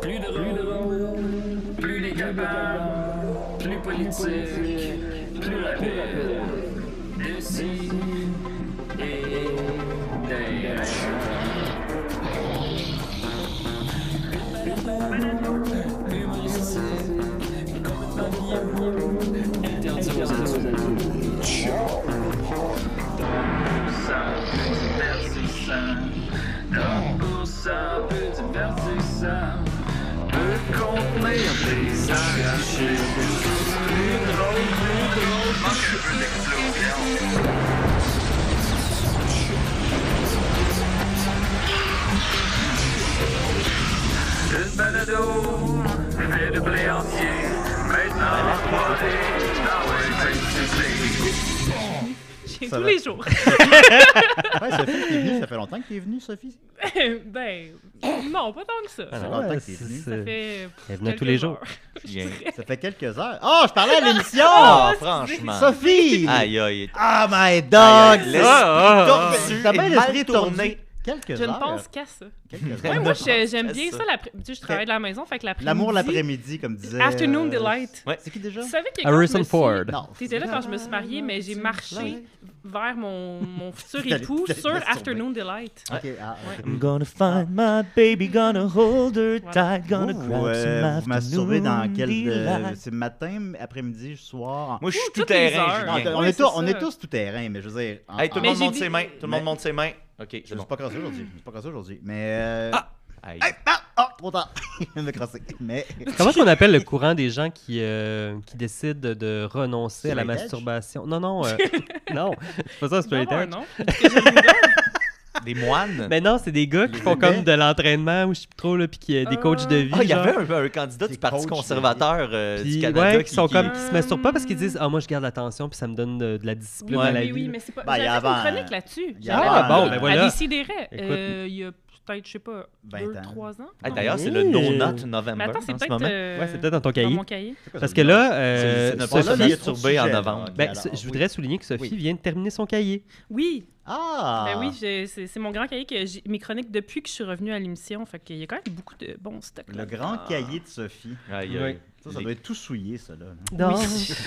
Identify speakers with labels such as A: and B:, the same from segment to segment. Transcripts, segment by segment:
A: Plus drôle, plus décapable, plus politique, plus rapide. De ci et d'ailleurs. Humoristique, complètement interdit aux adultes. Dans le sang, divertissant. Dans pour ça, peu divertissant. Peut contenir des arrachés. Plus drôle, plus drôle. Manque un peu d'explosion. Une balado fait de blé entier. Maintenant, emporté dans un petit
B: J'ai
C: Ça
B: tous
C: va.
B: les jours.
C: Ouais, Ben, Sophie, t'es venue, ça fait longtemps que t'es venue, Sophie.
B: ben, non, pas tant que ça.
C: Ça fait
B: Ça
C: longtemps
D: Ouais,
C: que t'es
D: c'est-
C: venue.
D: c'est-
B: fait
D: Elle venait
B: quelques
D: tous les jours.
B: heures.
C: Ça fait quelques heures. Oh, je parlais à l'émission!
E: Ah, franchement.
C: Sophie!
E: Aïe, aïe.
C: Ah, my dog!
E: Aïe, aïe,
C: C'est-
E: laisse-
D: Ah, ah, ah.
E: tordu
C: T'as bien
E: et
C: l'esprit
E: mal
C: tourné.
E: tourné.
C: Quelques
B: Je ne
C: heures.
B: pense qu'à ça.
C: Quelques
B: Ouais,
C: heures.
B: moi, je- j'aime bien
E: ça.
B: ça. l'après- Tu sais, je travaille de la maison, fait que l'après-midi.
C: L'amour l'après-midi, comme disait.
B: Afternoon
C: euh,
B: Delight.
C: C'est qui déjà?
B: Tu savais que quand je me
D: Harrison
B: suis-
D: Ford.
C: Non.
B: T'étais là quand je me suis mariée, mais j'ai marché vers mon, mon futur
C: T'allais-
B: époux
C: t'allais
B: sur
C: masturber.
B: Afternoon Delight.
C: Ok, ah, ok.
E: I'm gonna find my baby, gonna hold her
B: Voilà.
E: tight, gonna
C: Vous,
E: grab
C: euh,
E: some
C: vous masturbez dans
E: afternoon
C: quel. euh,
E: delight.
C: C'est matin, après-midi, soir.
E: Moi, je suis
B: Ouh,
E: tout
B: toutes les
E: terrain,
B: heures.
C: Non,
E: Julien.
C: on,
B: Ouais,
C: est
B: c'est
C: tous, on
B: ça.
C: est tous tout terrain, mais je veux dire. en-
E: Hey, tout le
B: Mais
E: monde
B: j'ai
E: monte
B: dit-
E: ses mains. Tout le
C: Mais-
E: monde monte ses mains. OK, je
C: Je
E: suis
C: ne
E: bon.
C: suis pas crossé aujourd'hui. Je ne suis pas crossé aujourd'hui. Mais. euh,
E: Ah! Aïe.
C: Hey, ah, ah, trop tard. Je viens de me crosser. Mais.
D: Comment qu'on appelle le courant des gens qui, euh, qui décident de renoncer à la
C: Straight edge?
D: masturbation? Non, non, euh, non, c'est pas ça, straight edge.
B: non?
E: Des moines.
D: Mais non, c'est des gars qui
C: Les
D: font comme
C: épais.
D: de l'entraînement ou je sais plus trop, là, puis qui, euh, des
B: Euh,
D: coachs de vie.
E: Ah, il y
D: genre.
E: avait un, un candidat du
C: Des
E: Parti
C: coachs,
E: conservateur euh,
D: Puis,
E: du Canada
D: ouais, qui sont comme, qui se
B: Euh,
D: masturbent pas parce qu'ils disent Ah, moi, je garde l'attention, puis ça me donne de, de la discipline à
E: Ouais.
D: la
B: Oui,
D: vie.
B: oui, mais c'est pas.
C: Ben, il y
B: J'avais
C: a
B: fait une
C: avant-
B: chronique là-dessus.
C: il y a
B: J'avais-
C: avant-
D: Ah, bon, ben
B: À
D: voilà.
B: décider,
D: Écoute.
B: euh, il y a peut-être, je sais pas,
C: 20
B: deux,
C: ans.
B: trois ans.
E: Hey, Ah, D'ailleurs, c'est
D: Oui.
E: le No-Not November
B: Mais attends, c'est
E: en ce moment.
B: peut-être. euh,
D: Ouais, c'est peut-être dans ton
B: Dans
D: cahier.
B: mon cahier.
D: Parce que là, euh,
E: C'est- c'est-
D: Sophie-
E: là,
C: il y a
E: Sophie-
C: trop de
E: Sophie en
C: sujets, là.
E: novembre.
C: Ok,
D: ben,
C: alors,
D: ce- je
C: oui.
D: voudrais souligner que Sophie
C: Oui.
D: vient de terminer son cahier.
B: Oui,
C: Ah!
B: ben oui, j'ai- c'est c'est mon grand cahier que j'ai- mes chroniques depuis que je suis revenue à l'émission. Fait qu'il y a quand même beaucoup de bons stocks.
C: Le
B: là-dedans.
C: grand cahier de Sophie.
E: Aïe,
D: Ouais.
E: aïe.
C: Ça, ça
E: Les-
C: doit être tout souillé, ça, là.
D: Dans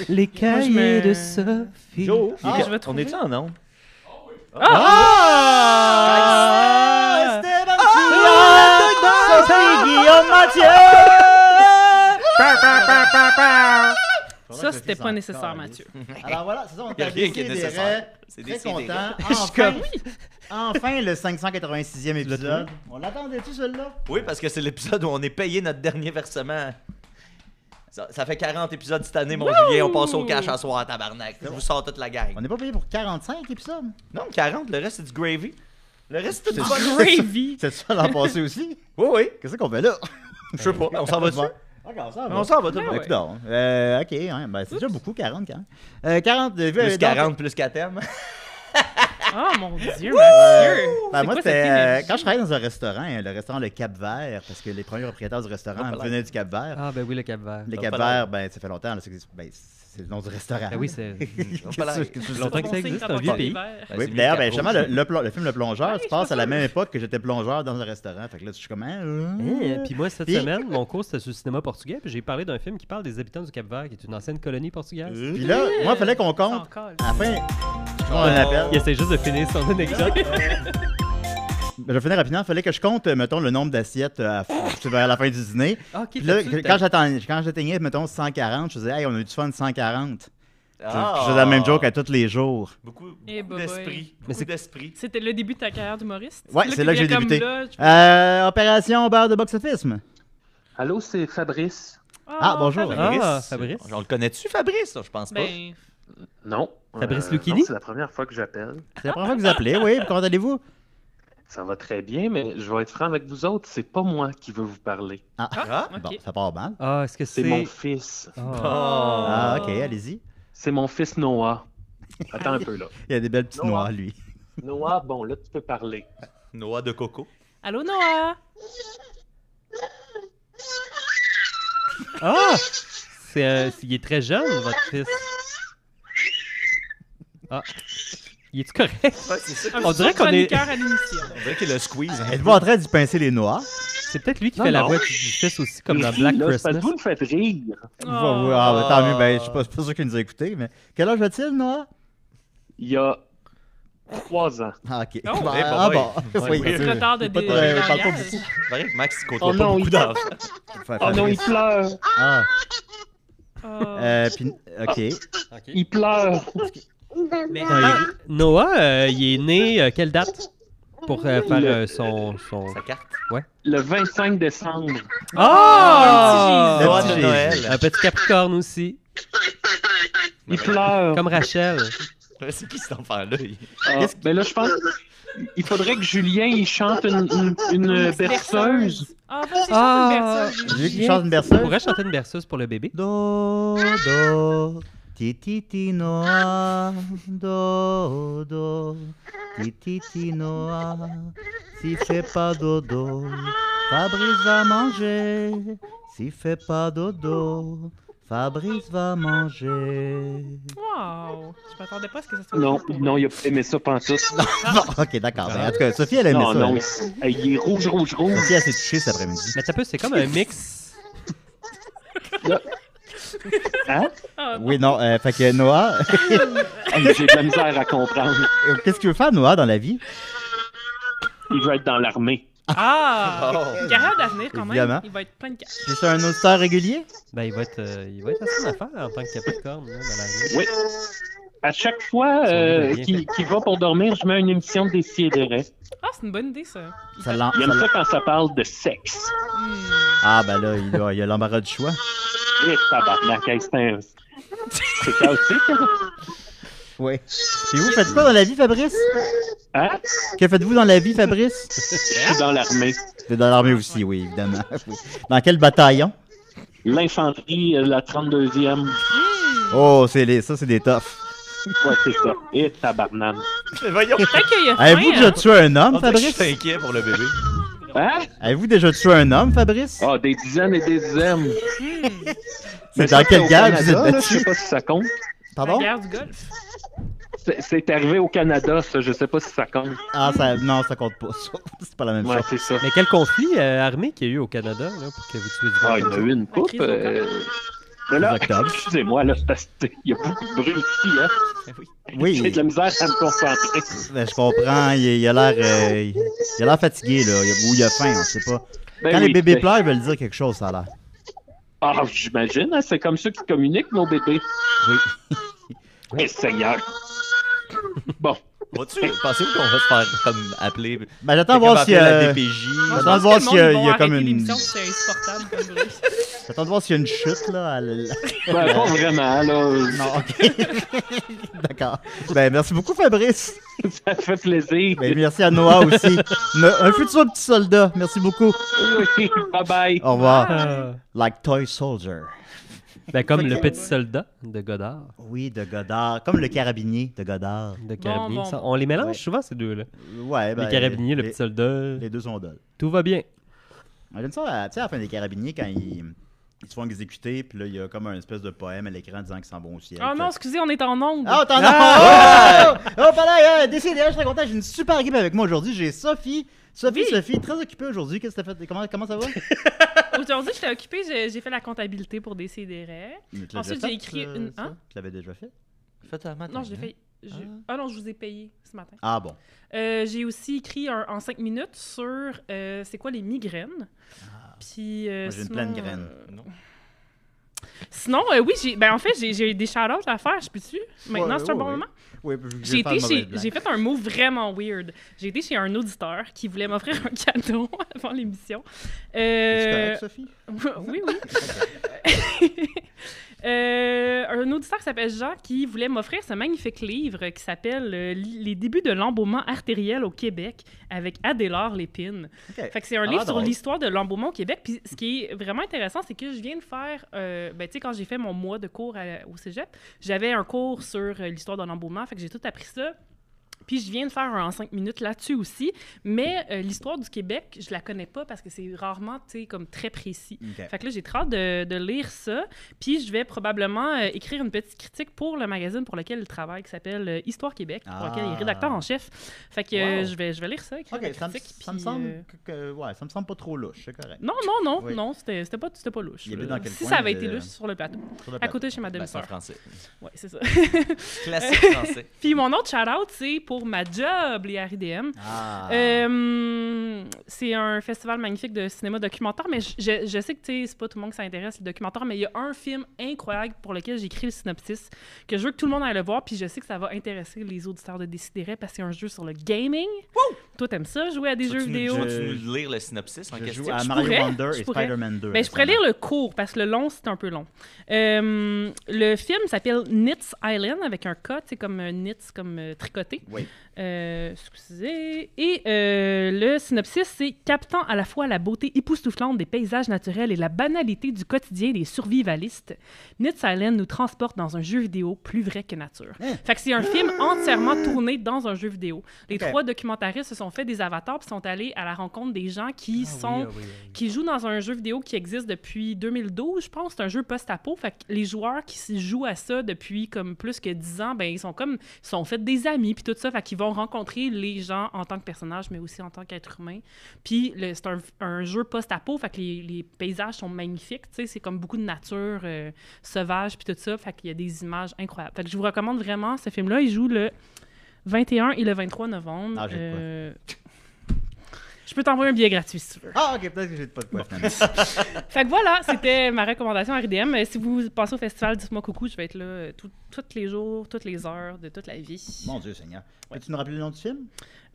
D: les
B: cahiers Moi, je me- de
D: Sophie.
E: Joe,
C: Ah,
E: il-
B: je vais
E: on
B: trouver.
E: est-tu en onde?
C: Ah! Esteban Fillon! Sophie Guillaume Mathieu!
B: Ah! Ça, c'était pas nécessaire, Mathieu.
C: Alors voilà, c'est ça, on
E: Y a
C: t'a
E: rien
C: dit
E: qui est
C: des
E: nécessaire. C'est
C: Très
E: décidé.
C: content.
B: Je suis
C: Enfin,
B: comme, oui.
C: enfin le 586e
D: l'as
C: épisode. On l'attendait-tu, celui-là?
E: Oui, parce que c'est l'épisode où on est payé notre dernier versement. Ça, ça fait 40 épisodes cette année, mon Julien. On passe au cash à soir, tabarnak. Je vous sors toute la gang.
C: On n'est pas payé pour 45 épisodes.
E: Non, 40, le reste, c'est du gravy. Le reste, c'est du bonne...
B: Gravy.
C: C'est ça l'an passé aussi?
E: Oui, oui.
C: Qu'est-ce qu'on fait là?
E: Je sais pas. On s'en va dessus.
C: Bon. Ok, on s'en va.
E: On s'en va tout
B: Ah
E: le monde.
B: ouais.
C: Donc, euh, ok, hein, ben, c'est déjà beaucoup, 40 quand même. Euh, 40 de
E: Plus 40, plus 4 M.
B: Oh mon Dieu, Mathieu.
C: Ben,
B: C'est
C: moi,
B: quoi
C: c'était,
B: cette
C: euh,
B: énergie?
C: quand je travaillais dans un restaurant, hein, le restaurant Le Cap Vert, parce que les premiers propriétaires du restaurant
E: Ah, pas
C: venaient du Cap Vert.
D: Ah, ben oui, le Cap Vert.
C: le
E: pas
C: Cap
E: l'air.
C: Vert, ben, ça fait longtemps, là, c'est, ben, c'est le nom du restaurant.
D: Ah oui, c'est
C: Qu'est-ce que- qu'est-ce que-
D: longtemps que ça
B: Bon signe
D: existe,
B: quand
D: un
B: on
D: vieux
B: est
D: pays.
B: vert.
C: Oui, puis d'ailleurs, ben, justement, le, le plon- le film Le Plongeur, tu passes à la même époque que j'étais plongeur dans un restaurant. Fait que là, je suis comme. hein, euh,
D: Hein, Puis moi, cette
C: Puis-
D: semaine, mon cours, c'était sur le cinéma portugais, puis j'ai parlé d'un film qui parle des habitants du Cap-Vert, qui est une ancienne colonie portugaise.
C: Puis là, moi, il fallait qu'on compte.
B: Encore.
C: À la fin, je prends un appel.
D: Il essaie juste de finir son anecdote.
C: Je vais finir rapidement. Il fallait que je compte, euh, mettons, le nombre d'assiettes euh, à- vers la fin du dîner.
D: Ah, ok,
C: Puis là,
D: t'as-tu-
C: quand
D: t'as-
C: j'atteignais, quand j'atteignais, mettons, 140, je disais, hey, on a eu du fun 140. Je-
E: Ah.
C: Je faisais la même joke à tous les jours.
E: Beaucoup,
B: Eh,
E: beaucoup
B: bah,
E: d'esprit.
D: Mais c'est-
E: Beaucoup d'esprit.
B: C'était le début de ta carrière d'humoriste?
C: Ouais, c'est là que
B: tu
C: j'ai
B: voulais
C: débuté.
B: comme là, je-
C: Euh, opération beurre de box-office.
F: Allô, c'est Fabrice.
C: Ah, bonjour.
B: Fabrice.
D: Ah, Fabrice.
E: On le connaît-tu, Fabrice? Je pense pas.
B: Ben,
F: Non.
D: Fabrice
F: euh,
D: Lucchini?
F: non, C'est la première fois que j'appelle.
C: C'est la première fois que vous appelez, oui. Comment allez-vous?
F: Ça va très bien, mais je vais être franc avec vous autres, c'est pas moi qui veux vous parler.
E: Ah,
B: ok.
C: Bon, ça part mal.
D: Ah, est-ce que
F: C'est
D: c'est.
F: mon fils.
D: Ah.
C: Ah,
B: Oh.
C: ok, allez-y.
F: C'est mon fils Noah. Attends un peu là.
C: Il y a des belles petites
F: Non,
C: noix,
F: hein.
C: lui.
F: Noah, bon, là, tu peux parler.
E: Noah de Coco.
B: Allô, Noah?
D: Ah! C'est un- Il est très jeune, votre fils. Ah. Il est-tu correct?
E: Ouais, c'est ça.
B: Un
D: On dirait
B: futur
D: qu'on est-
B: chroniqueur à l'émission.
E: On dirait qu'il a squeeze. hein.
C: Êtes-vous en train d'y pincer les noix?
D: C'est peut-être lui qui
F: Non,
D: fait la
F: non.
D: voix du fils aussi, comme dans
F: Je ris,
D: Black
F: là, c'est parce
D: Christmas.
F: que vous me faites rire.
C: Vous-
B: Oh.
C: vous- ah, ben, tant mieux, ben, je suis pas,
E: Ah.
C: pas sûr qu'il nous a écoutés, mais quel âge a-t-il, Noah?
F: Il y a trois ans.
C: Ah, ok.
B: Oh,
C: Bah,
E: eh, bah,
C: ah,
E: oui.
C: bon,
D: Ouais,
C: oui.
D: ouais.
B: C'est trop tard de
C: Pas de-
B: dé-
C: euh, parle pas
B: langage.
E: Pareil que Max, il
F: Oh
E: côtoie pas
F: non,
E: beaucoup
F: il-
E: d'enfants.
C: Fa-
F: Oh
C: fa-
F: non, il pleure.
C: Ah,
B: Ah.
C: euh, puis- ok.
F: Il pleure.
D: Mais,
B: Ah.
D: euh, Noah, euh, il est né euh, quelle date pour euh, faire
F: Le-
D: euh, son, son-
E: Sa carte.
F: Le 25 décembre.
B: Ah!
E: Noël
C: petit
E: de
C: Jésus.
E: Noël.
D: Un petit Capricorne aussi,
F: Il pleure.
D: comme Rachel.
E: Ouais, C'est qui cet enfant-là? Il-
F: Ah, ben là, je pense. Il faudrait que Julien il chante une, une- une berceuse.
B: Ah, vas-y,
D: Ah.
B: chante une
C: J'ai
B: berceuse.
C: vu qu'il chante une
D: On
C: berceuse.
D: pourrait chanter une berceuse pour le bébé.
C: Do, do, ti, ti, ti, noa, do, do, ti, ti, ti, noa, si fait pas dodo, Fabrice va manger, si fait pas dodo, Fabrice va manger.
B: Wow! Je m'attendais pas à ce que ça soit.
F: Non, non, il a pas aimé ça pantoute.
C: Bon, ok, d'accord. Ben, en tout cas, Sophie, elle aimait
F: Non,
C: ça.
F: non.
C: elle.
F: Hey, il est rouge, rouge, rouge.
C: Sophie, elle s'est touchée cet après-midi.
D: Mais ça peut, c'est comme un mix.
F: Hein?
B: Ah,
C: Oui, non, euh, fait que Noah, euh,
F: Hey, J'ai de la misère à comprendre.
C: qu'est-ce que tu veux faire, Noah, dans la vie?
F: Il veut être dans l'armée.
B: Ah!
E: Oh.
B: Une Carrière d'avenir quand
C: Évidemment.
B: même. Il va être plein de cash.
C: Puis c'est un auditeur régulier?
D: Ben, il va être, euh, il va être assez d'affaires en tant que Capricorne. là, dans la vie.
F: Oui. À chaque fois euh,
D: Son livre est bien
F: qu'il qu'il va pour dormir, je mets une émission de Décideret.
B: Ah, c'est une bonne idée, ça. Il
C: Ça
B: fait-
C: l'en-
F: Il
C: ça
F: aime
C: l'en-
F: ça quand ça parle de sexe.
B: Hmm.
C: Ah, ben là, il a- il a l'embarras du choix.
F: Eh, tabarnak, hey, c'est un... C'est chaotique, hein?
C: Oui. Et vous, faites quoi dans la vie, Fabrice?
F: hein?
C: Que faites-vous dans la vie, Fabrice?
F: Je suis dans l'armée.
C: T'es dans l'armée aussi, oui, évidemment. Oui. Dans quel bataillon?
F: L'infanterie, euh, la 32e.
C: Oh, c'est les, ça, c'est des toughs.
F: Ouais, c'est ça. Et tabarnak.
E: Mais voyons.
B: Peut-être qu'il y a faim,
C: Avez-vous déjà
B: hein.
C: tué un homme,
E: On dirait que Je
C: Fabrice?
E: suis inquiet pour le bébé.
F: Hein?
C: Avez-vous déjà tué un homme, Fabrice?
F: Ah, des dizaines et des dizaines.
C: C'est
F: Mais
C: dans
F: ça,
C: quelle
F: au
C: guerre
F: Canada,
C: vous êtes
F: là, Je
C: battu?
F: sais pas si ça compte.
B: La
C: Pardon?
B: guerre du golf.
F: C'est- C'est arrivé au Canada, ça. Je sais pas si ça compte.
C: Ah, ça, non, ça compte pas, ça. C'est pas la même
F: Ouais,
C: chose.
F: c'est ça.
D: Mais quel conflit euh, armé qu'il y a eu au Canada là, pour que vous tuez du
F: Ah,
D: monde
F: il y
D: comme
F: en a
D: ça?
F: eu une coupe.
B: crise au
F: euh, Mais là,
C: Octobre.
F: excusez-moi, là, c'est parce que il y a beaucoup de bruit ici, hein. J'ai
C: Oui,
F: de la misère à me concentrer.
C: ben, je comprends. Il, il a l'air euh, il- il a l'air fatigué, là. Il- Ou il a faim, on sait pas.
F: Ben
C: Quand les
F: oui,
C: bébés
F: c'est-
C: pleurent, ils veulent dire quelque chose, ça a l'air.
F: Ah, j'imagine, hein, c'est comme ça qu'ils communiquent, nos bébés.
C: Oui.
F: Mais Seigneur. Bon,
E: Vas-tu pensez-vous qu'on va se faire comme appeler
C: Ben, j'attends
E: Quelqu'un
C: voir
E: va
C: si.
E: appeler la
C: euh,
E: DPJ.
B: Moi, je
C: Attends
B: pense
C: de voir
B: que le
C: s'il
B: monde,
C: y a-
B: ils vont
C: il y a comme
B: arrêter
C: une-
B: l'émission, c'est insupportable comme bruit.
C: J'attends de voir s'il y a une chute, là. à l-
F: ben, pas vraiment, là.
C: Non, ok. D'accord. Ben, merci beaucoup, Fabrice.
F: Ça fait plaisir.
C: Ben, merci à Noah aussi. Ne- un futur petit soldat. Merci beaucoup.
F: Oui, bye bye.
C: Au revoir.
D: Ah.
C: Like Toy Soldier.
D: Ben, comme le petit soldat de Godard,
C: Oui, de Godard. Comme le carabinier de Godard.
D: de Carabinier.
B: bon,
D: Ça,
B: bon.
D: On les mélange
C: Ouais.
D: souvent, ces deux-là.
C: Ouais, ben.
D: les Carabiniers, le
C: les-
D: petit soldat,
C: Les deux sont dol.
D: tout va bien.
C: J'aime ça, à- tu sais, à la fin des carabiniers, quand ils, ils se font exécuter, puis là, il y a comme un espèce de poème à l'écran disant qu'ils s'en vont au ciel.
B: Oh non, excusez, on est en onde.
C: Oh, t'en
E: Ah!
C: as! Oh, oh, oh, pareil, euh, décidé, je suis très content. J'ai une super équipe avec moi aujourd'hui. J'ai Sophie. Sophie,
B: Oui.
C: Sophie, très occupée aujourd'hui. Qu'est-ce que t'as fait? Comment, comment ça va? Ah.
B: Aujourd'hui, j'étais occupée, j'ai j'ai fait la comptabilité pour décider.
C: Tu l'as
B: Ensuite,
C: déjà
B: j'ai
C: fait,
B: écrit
C: euh,
B: une-
C: ça?
B: hein?
C: Tu l'avais déjà fait?
E: Faites un matin,
B: Non, je l'ai
E: hein.
B: fait. je- Ah non, je vous ai payé ce matin.
C: Ah bon.
B: Euh, j'ai aussi écrit un- en 5 minutes sur euh, c'est quoi les migraines. Puis, euh,
C: Ah. Moi, j'ai une
B: sinon,
C: pleine graine.
B: euh, Sinon, euh, oui, j'ai, ben, en fait, j'ai, j'ai des shout-outs à faire, je peux-tu? Maintenant,
C: Ouais,
B: c'est un
C: ouais,
B: bon
C: ouais.
B: moment.
C: Oui, puis je
B: J'ai,
C: vais faire une
B: été
C: mauvaise
B: chez-
C: blague.
B: j'ai fait un mot vraiment weird. J'ai été chez un auditeur qui voulait m'offrir un cadeau avant l'émission. Euh,
C: C'est correct, Sophie?
B: oui, oui. Euh, un auditeur qui s'appelle Jean qui voulait m'offrir ce magnifique livre qui s'appelle euh, Les débuts de l'embaumement artériel au Québec avec Adélard Lépine.
C: Ok.
B: Fait que c'est un
C: Ah,
B: livre sur
C: drôle.
B: l'histoire de l'embaumement au Québec. Puis ce qui est vraiment intéressant, c'est que je viens de faire, euh, ben, tu sais, quand j'ai fait mon mois de cours à- au cégep, j'avais un cours sur euh, l'histoire de l'embaumement. Fait que j'ai tout appris ça. Puis je viens de faire un en cinq minutes là-dessus aussi. Mais euh, l'histoire du Québec, je la connais pas parce que c'est rarement, tu sais, comme très précis.
C: Ok.
B: Fait que là, j'ai très hâte de, de lire ça. Puis je vais probablement euh, écrire une petite critique pour le magazine pour lequel il travaille, qui s'appelle euh, Histoire Québec, pour lequel il est
C: Ah.
B: rédacteur en chef. Fait que euh,
C: Wow.
B: je, vais, je vais lire ça, écrire la
C: Ok, ça me,
B: critique,
C: ça me
B: puis, euh,
C: semble que, que- ouais, ça me semble pas trop louche, c'est correct.
B: Non, non, non,
C: Oui.
B: non, c'était c'était pas, c'était pas louche.
C: Il habite
B: là.
C: dans quel
B: si
C: coin,
B: ça avait
C: le-
B: été louche, c'est sur le plateau.
C: Sur le
B: À
C: plateau.
B: côté chez ma
E: Ben, c'est en
B: demi-sœur.
E: français.
B: ouais, c'est ça.
E: Classique français.
B: Puis mon autre shout-out, c'est pour ma job, les RIDM.
C: Ah.
B: Euh, c'est un festival magnifique de cinéma documentaire, mais je, je- je sais que tu sais, c'est pas tout le monde qui s'intéresse le documentaire, mais il y a un film incroyable pour lequel j'écris le synopsis que je veux que tout le monde aille le voir, puis je sais que ça va intéresser les auditeurs de Décideret parce que c'est un jeu sur le gaming. Toi, t'aimes ça, jouer à des
E: Tu
B: jeux
E: veux-tu nous-
B: vidéo?
E: tu veux-tu nous lire le synopsis en
C: Euh, je
E: question?
C: joue à
B: je
C: Mario
B: pourrais,
C: Wonder
B: je
C: et
B: pourrais.
C: Spider-Man 2.
B: Ben, je pourrais lire
C: récemment.
B: le court parce que le long, c'est un peu long. Euh, le film s'appelle Knits Island avec un K, c'est comme euh, knits, comme euh, tricoté.
C: Oui.
B: Euh, excusez. Et euh, le synopsis, c'est captant à la fois la beauté époustouflante des paysages naturels et la banalité du quotidien des survivalistes. Knits Island nous transporte dans un jeu vidéo plus vrai que nature.
C: Hein?
B: Fait que c'est un film entièrement tourné dans un jeu vidéo. Les
C: Ok.
B: trois documentaristes se sont fait des avatars puis sont allés à la rencontre des gens
C: Ah
B: qui sont qui joue dans un jeu vidéo qui existe depuis 2012, je pense. C'est un jeu post-apo. Fait que les joueurs qui s'y jouent à ça depuis comme plus que 10 ans, ben ils sont comme ils sont fait des amis puis tout ça. Fait qu'ils vont rencontrer les gens en tant que personnages, mais aussi en tant qu'être humain. Puis le- c'est un, un jeu post-apo. Fait que les, les paysages sont magnifiques. Tu sais, c'est comme beaucoup de nature euh, sauvage puis tout ça. Fait qu'il y a des images incroyables. Fait que je vous recommande vraiment ce film-là. Il joue le 21 et le 23 novembre.
C: Ah, j'ai de quoi.
B: Euh, Je peux t'envoyer un billet gratuit si tu veux.
C: Ah, ok, peut-être que j'ai pas de quoi finalement.
B: Fait que voilà, c'était ma recommandation à RDM. Euh, Si vous passez au festival, dites-moi coucou, je vais être là euh, tout- tous les jours, toutes les heures de toute la vie.
C: Mon Dieu Seigneur. Peux-tu nous rappeler le nom du film?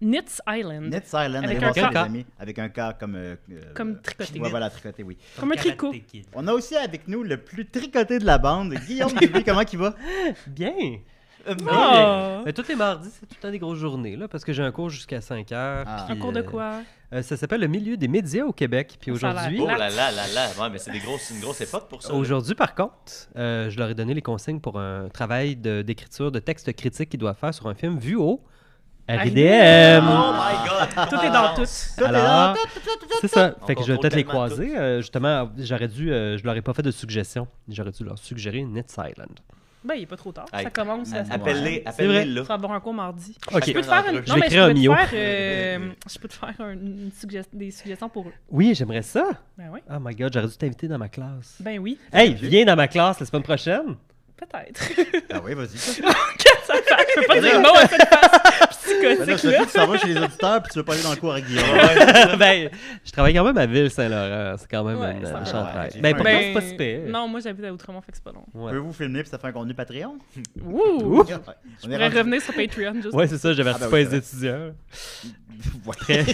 B: Knits Island.
C: Net Silent,
B: Hmm. Avec
C: allez
B: un
C: voir ça,
D: K.
C: les amis. Avec un K comme... euh, euh,
B: Comme tricoté.
C: Ouais, voilà, tricoté, oui.
B: Comme un tricot.
C: On a aussi avec nous le plus tricoté de la bande, Guillaume Dubé, comment il va?
D: Bien.
B: Ah!
D: Mais Euh, Ben, tous les mardis, c'est tout le temps des grosses journées, là, parce que j'ai un cours jusqu'à 5 heures.
C: Ah.
B: Un
D: puis,
B: cours de
D: euh,
B: quoi?
D: euh, Ça s'appelle le milieu des médias au Québec. Puis
B: Ça a l'air
D: aujourd'hui,
E: Oh là là là là. Ouais, mais c'est des grosses- une grosse époque pour ça.
D: Aujourd'hui, par contre, euh, je leur ai donné les consignes pour un travail de- d'écriture de, texte critique qu'ils doivent faire sur un film vu au
B: Ah,
D: RIDM.
E: Oh my god!
D: Ah,
B: Tout est dans tout.
C: Toi, t'es
D: Alors, c'est ça.
E: On
D: Fait que je vais
E: contrôle
D: peut-être les
E: tellement
B: hein,
D: croiser. Euh, justement, j'aurais dû, euh, je leur ai pas fait de suggestion. J'aurais dû leur suggérer Net Silent.
B: Ben, il est pas trop tard.
E: Hey.
B: Ça commence. Ça, ça
E: Appelle-les,
D: vrai.
E: appelle-les là.
B: Tu vas avoir un cours mardi.
D: Ok.
B: Ah, Je peux te faire une.
E: Je
B: Non, mais
D: l'écris
B: je
D: en
B: peux te
D: mio.
B: faire, euh, je peux te faire un- une suggest- des suggestions pour eux.
D: Oui, j'aimerais ça.
B: Ben oui.
D: Oh my god, j'aurais dû t'inviter dans ma classe.
B: Ben oui,
D: Hey, viens dans ma classe la semaine prochaine.
B: peut-être.
C: Ah oui, vas-y.
B: ça fait- je peux pas dire non à cette face
C: Ben là,
B: psychotique
C: Sophie,
B: là.
C: tu s'en vas chez les auditeurs puis tu veux pas aller dans le cours avec Guillaume.
D: ben, je travaille quand même à Ville-Saint-Laurent. C'est quand même
B: Ouais,
D: une
B: ça
D: euh,
B: va.
D: chantraille.
C: Ouais,
D: Ben, pour
C: j'ai-
D: moi, c'est pas si pire.
B: Non, moi j'habite à Outremont, fait que c'est pas long.
D: Ouais.
C: Peux-vous filmer puis ça fait un contenu Patreon?
B: Ouh!
C: Ouais. On
B: Je pourrais revenir sur Patreon juste
D: Ouais, c'est ça, j'avais
C: Ah ben
D: pas
C: oui,
D: les
C: c'est
D: étudiants.
C: Ouais.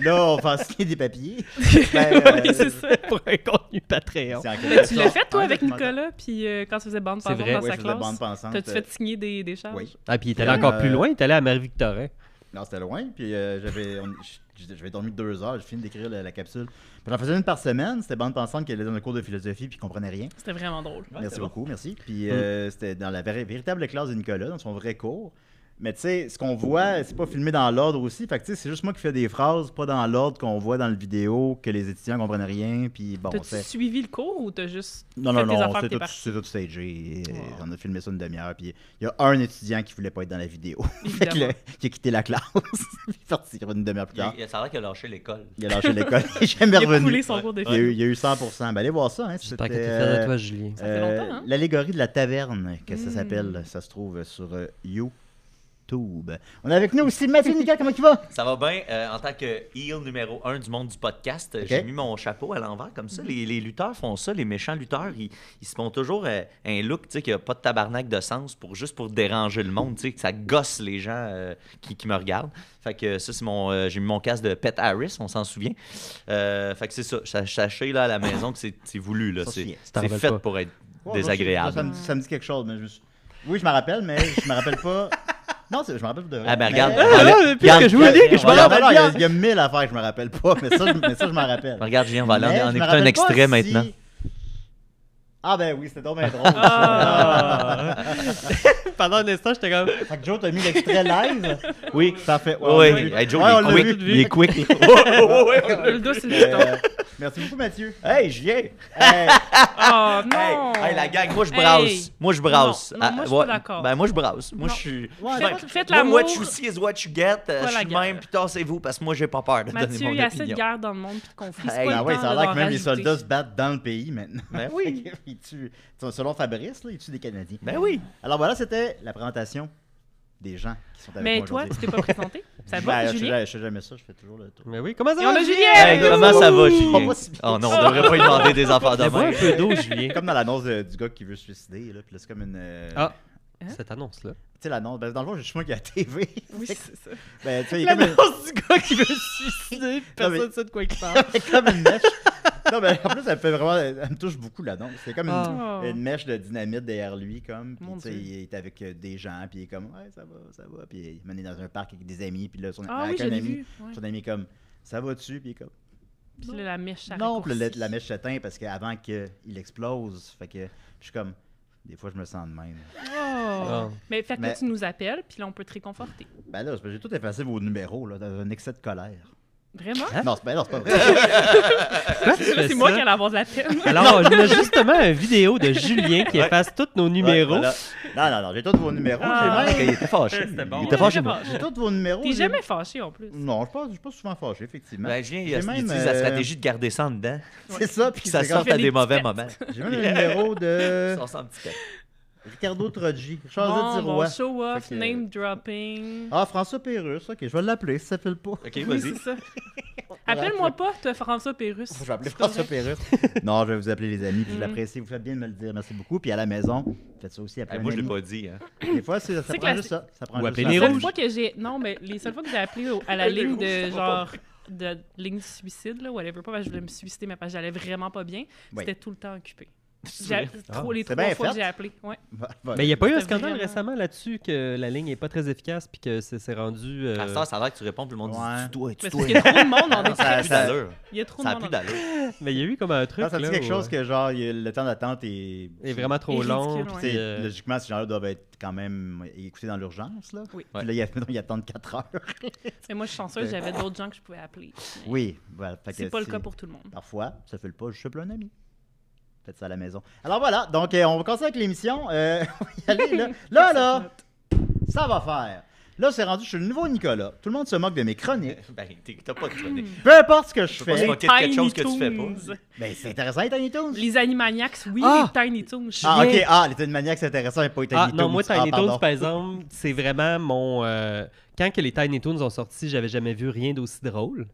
C: Là, on va en signer des papiers. Ben, euh,
D: Oui, c'est ça, pour un contenu Patreon.
C: c'est en
B: Ben,
C: quelque
B: tu
C: sorte Ah,
B: l'as fait, toi,
C: un
B: avec
C: documentaire.
B: Nicolas, puis euh, quand tu faisais bande
D: C'est
B: pensante
D: vrai,
B: dans
D: ouais,
B: sa
C: Oui, je faisais
B: classe.
C: bande pensante.
B: T'as-tu fait signer des, des charges?
C: Oui.
D: Ah, puis il était
C: Euh,
D: allé encore plus loin, il était allé à Marie-Victorin.
C: Non, c'était loin. Puis euh, j'avais, on- j- j'avais dormi deux heures. J'ai fini d'écrire la, la capsule. Puis j'en faisais une par semaine. C'était bande pensante qui allait dans le cours de philosophie puis qui comprenait rien.
B: C'était vraiment drôle.
C: merci beaucoup, merci.
B: Mm.
C: Puis euh, c'était dans la vraie- véritable classe de Nicolas, dans son vrai cours. Mais tu sais, ce qu'on voit, c'est pas filmé dans l'ordre aussi. Fait que tu sais, c'est juste moi qui fais des phrases, pas dans l'ordre qu'on voit dans le vidéo, que les étudiants comprennent rien. Puis bon,
B: T'as-tu
C: c'est-
B: suivi le cours ou t'as juste
C: Non,
B: fait
C: non,
B: tes
C: non,
B: affaires
C: c'est
B: puis t'es
C: tout,
B: parti?
C: c'est tout stagé. Euh,
B: Wow.
C: On a filmé ça une demi-heure, puis il y a un étudiant qui voulait pas être dans la vidéo. fait que
B: Évidemment.
C: le- qui a quitté la classe, il est parti une demi-heure plus
E: Il,
C: tard.
E: il- ça a l'air qu'il a lâché l'école.
C: Il a lâché l'école, il est jamais
B: Il a
C: revenu.
B: coulé son cours de
C: Il y a eu,
B: film.
C: il y a eu 100%. Ben, allez voir ça. Hein,
D: J'espère que t'es
C: c'était,
D: fier de
C: euh,
D: toi, Julien.
B: Ça fait
C: euh,
B: longtemps, hein?
C: L'allégorie de la taverne, que ça s'appelle, ça se trouve sur euh, YouTube. On est avec nous aussi Mathieu Nicole, comment tu vas?
E: Ça va bien. euh, en tant que heel numéro un du monde du podcast, euh,
C: Ok.
E: j'ai mis mon chapeau à l'envers comme ça. Les, les lutteurs font ça. Les méchants lutteurs, ils, ils se font toujours euh, un look tu sais, qui a pas de tabarnak de sens pour juste pour déranger le monde. tu sais, que Ça gosse les gens euh, qui, qui me regardent. Fait que ça, c'est mon. euh, j'ai mis mon casque de Pet Harris, on s'en souvient. Euh, fait que c'est ça. Sa- Sachez là à la maison que c'est c'est voulu. là.
C: Ça,
E: C'est
C: c'est-
E: c'est
D: t'en rappelles
E: fait
D: pas.
E: pour être
C: Ouais,
E: désagréable.
C: Ça, ça me dit, ça me dit quelque chose, mais je me suis- Oui, je me rappelle, mais je me rappelle pas. Non, c'est- je me rappelle de vrai.
E: Ah, ben
C: mais-
E: regarde.
D: Ah, là, mais puisque je vous le dis que je me
C: Voilà,
D: rappelle
C: voilà,
D: bien.
C: Il y a- il y a mille affaires que je me rappelle pas, mais ça, je, mais ça, je m'en rappelle.
E: Regarde, Julien, on va aller
C: Mais
E: en- en
C: je me
E: écouter un
C: rappelle pas
E: extrait
C: si-
E: maintenant.
C: Ah ben oui, c'était donc bien drôle.
D: Pendant un instant, j'étais comme.
C: Fait que Joe, t'as mis l'extrait live?
E: Oui.
C: Parfait. Ouais, on
E: Oui,
C: l'a vu.
E: hey, Joe,
C: Ouais, on
E: il
C: l'a
E: est quick.
C: vu.
E: Il est quick. Oh, oh, oh, oh.
B: Le dos, c'est le bouton.
C: Euh, merci beaucoup, Mathieu. Euh,
E: Hey, je viens.
C: Hey,
B: Oh
E: Hey,
B: non!
E: hey, la gang, moi je brasse.
B: Hey.
E: Moi je brasse.
B: Non, non, moi, je suis
E: ouais.
B: pas d'accord.
E: Ben, moi je brasse. Moi
B: Non.
E: je suis.
C: Ouais,
E: je suis-
B: faites- faites
E: Moi,
B: l'amour.
E: What you see is what you get. Euh,
B: Pas
E: je
B: la
E: suis
B: guerre.
E: même, puis tassez-vous parce que moi j'ai pas peur de
B: Mathieu, il
E: donner
B: y
E: mon
B: a assez de
E: opinion.
B: guerre dans le monde puis de conflits.
E: Hey,
B: C'est pas
C: ben
B: le
C: ouais,
B: temps
C: ça a
B: de
C: l'air
B: leur
C: que même les
B: rajouter.
C: soldats se battent dans le pays maintenant.
E: Ben oui.
C: ils tuent, selon Fabrice, là, ils tuent des Canadiens.
E: Ben oui.
C: Alors voilà, c'était la présentation des gens qui sont avec
B: Mais
C: moi
B: toi, tu
C: aujourd'hui.
B: t'es pas présenté? Ça
C: Ben,
B: va,
C: je-
B: Julien?
C: Je sais jamais ça, je fais toujours le tour.
D: Mais oui, comment ça
B: Et on
D: va?
B: a
D: Julien?
B: Julien!
E: Hey, comment ça va, Julien?
C: va si bien.
E: Oh non, on devrait pas lui demander des affaires de
D: Mais bois un
E: même.
D: peu d'eau, Julien.
C: Comme dans l'annonce de- du gars qui veut se suicider, là, puis là, c'est comme une. euh,
D: Ah.
B: Hein?
D: Cette annonce-là.
C: Tu sais, l'annonce. Ben, dans le fond, je suis moi qui à la TV.
B: Oui, c'est ça.
C: Ben, tu sais, il y a comme une-
D: L'annonce du gars qui veut se suicider, puis
C: Non, mais-
D: personne ne sait de quoi il parle.
C: C'est comme une mèche. Non, mais en plus, elle fait vraiment. Elle me touche beaucoup l'annonce. C'est comme une,
B: Ah.
C: une mèche de dynamite derrière lui, comme. Puis,
B: Mon
C: tu sais,
B: Dieu.
C: il est avec euh, des gens, puis il est comme, ouais, ça va, ça va. Puis, il est mené dans un parc avec des amis, puis là, son,
B: Ah oui,
C: avec
B: je
C: un
B: l'ai
C: ami.
B: vu. ouais.
C: Son ami, est comme, ça va-tu? Puis, il est comme,
B: Puis là, la mèche, ça
C: non, puis là,
B: raccourcit.
C: la, la mèche s'éteint parce qu'avant qu'il explose, fait que. Je suis comme, des fois, je me sens de même.
B: Oh.
D: Oh.
B: Mais fait que là,
C: Mais-
B: tu nous appelles, puis là, on peut te réconforter.
C: Ben là, c'est parce que j'ai tout effacé vos numéros, là, dans un excès de colère.
B: Vraiment?
D: Hein?
C: Non, c'est ben non, c'est pas vrai.
B: C'est moi qui allais avoir de la peine.
D: Alors, on a justement une vidéo de Julien qui efface tous nos numéros.
C: Ouais, voilà. Non, non, non, j'ai tous vos numéros.
B: Ah.
C: J'ai même- Il était fâché.
E: bon.
C: Il était fâché.
B: Il était
C: moi. J'ai tous vos numéros.
B: T'es
C: j'ai-
B: jamais fâché, en plus.
C: Non, je pense- je suis pas souvent fâché, effectivement.
E: Ben, Julien, il,
C: J'ai
E: il
C: même,
E: utilise
C: euh,
E: la stratégie de garder ça en dedans.
C: C'est ça, puis
E: Puis que ça
C: c'est comme-
E: sorte à
B: fait des
E: des mauvais
B: petites
E: moments.
C: J'ai même le numéro de
E: Ça sort un petit peu.
C: Ricardo Trogi, Charles
B: Bon,
C: de
B: bon,
C: Tirois.
B: show off,
C: Fait que-
B: name dropping.
C: Ah, François Pérus, ok, je vais l'appeler si ça file pas.
E: Ok,
B: Oui,
E: vas-y.
B: c'est ça. Appelle-moi pas, toi, François Pérus.
C: Je vais appeler François Pérus. Non, je vais vous appeler les amis, puis je
B: Mm.
C: l'apprécie, vous faites bien de me le dire, merci beaucoup. Puis à la maison, faites ça aussi,
E: Hey,
C: appelez
E: moi, je l'ai
C: un
E: pas dit. Hein.
C: ami. Des fois, c'est- ça
B: C'est
C: prend
B: classique.
C: juste ça. ça prend
D: Ou
C: juste
D: appelez
C: ça.
D: les
B: La
D: rouges.
B: seule fois que j'ai. Non, mais les seules fois que j'ai appelé au- à la
E: Les
B: ligne
E: rouges,
B: de
E: ça va
B: genre. de ligne de suicide, là, whatever, pas parce que je voulais me suicider, mais parce que j'allais vraiment pas bien. C'était tout le temps occupé. J'ai trop les
C: c'est
B: trois
C: bien
B: fois que
C: fait.
B: j'ai appelé. Ouais.
C: Bah, bah,
D: Mais il n'y a pas eu un
B: C'était
D: scandale
B: vraiment-
D: récemment là-dessus que la ligne n'est pas très efficace puis que c'est c'est rendu. euh,
C: Ah,
E: À ce temps, ça a l'air que tu réponds, puis le monde
C: Ouais.
E: dit Tu dois,
B: Mais
E: tu
B: c'est
E: dois.
B: parce qu'il y a trop de monde en
E: Non, Ça a plus
C: Ça- ça-
E: d'allure.
B: Il y a trop de
E: Ça a
B: monde
E: plus
B: en
E: d'allure.
D: Mais il y a eu comme un truc.
C: Non, ça me dit
D: là,
C: quelque
D: où,
C: chose
D: euh,
C: que genre, il- le temps d'attente est.
D: est vraiment trop
B: Et
D: long.
B: ridicule,
D: puis,
C: Tu sais,
D: euh,
C: Logiquement, ces gens-là doivent être quand même écoutés dans l'urgence. Là.
B: Oui.
C: Puis là, ils, mettons, ils attendent 4 heures.
B: Mais moi, je suis chanceuse, j'avais d'autres gens que je pouvais appeler.
C: Oui. voilà, fait que
B: C'est pas le cas pour tout le monde.
C: Parfois, ça fait le pas, je suis un ami. Faites ça à la maison. Alors voilà, donc euh, on va continuer avec l'émission. Euh, on va y aller, là. Là, là, ça va faire. Là, c'est rendu, je suis le nouveau Nicolas. Tout le monde se moque de mes chroniques.
E: Ben, t'es- t'as pas de chronique. Tu
C: Peu importe ce que je
E: peux pas se
C: fais.
E: moquer de quelque
B: Tiny
E: chose que tu fais
B: Toons.
E: pas.
C: Ben, c'est intéressant, les Tiny Toons.
B: Les Animaniacs, oui,
D: Ah!
B: les Tiny Toons. je suis
C: Ah,
B: bien.
C: ok. Ah, les Tiny Maniacs, c'est intéressant, mais pas les Tiny
D: Ah
C: Toons.
D: non, moi,
C: Ah,
D: Tiny
C: pardon.
D: Toons, par exemple, c'est vraiment mon. euh, Quand que les Tiny Toons ont sorti, j'avais jamais vu rien d'aussi drôle.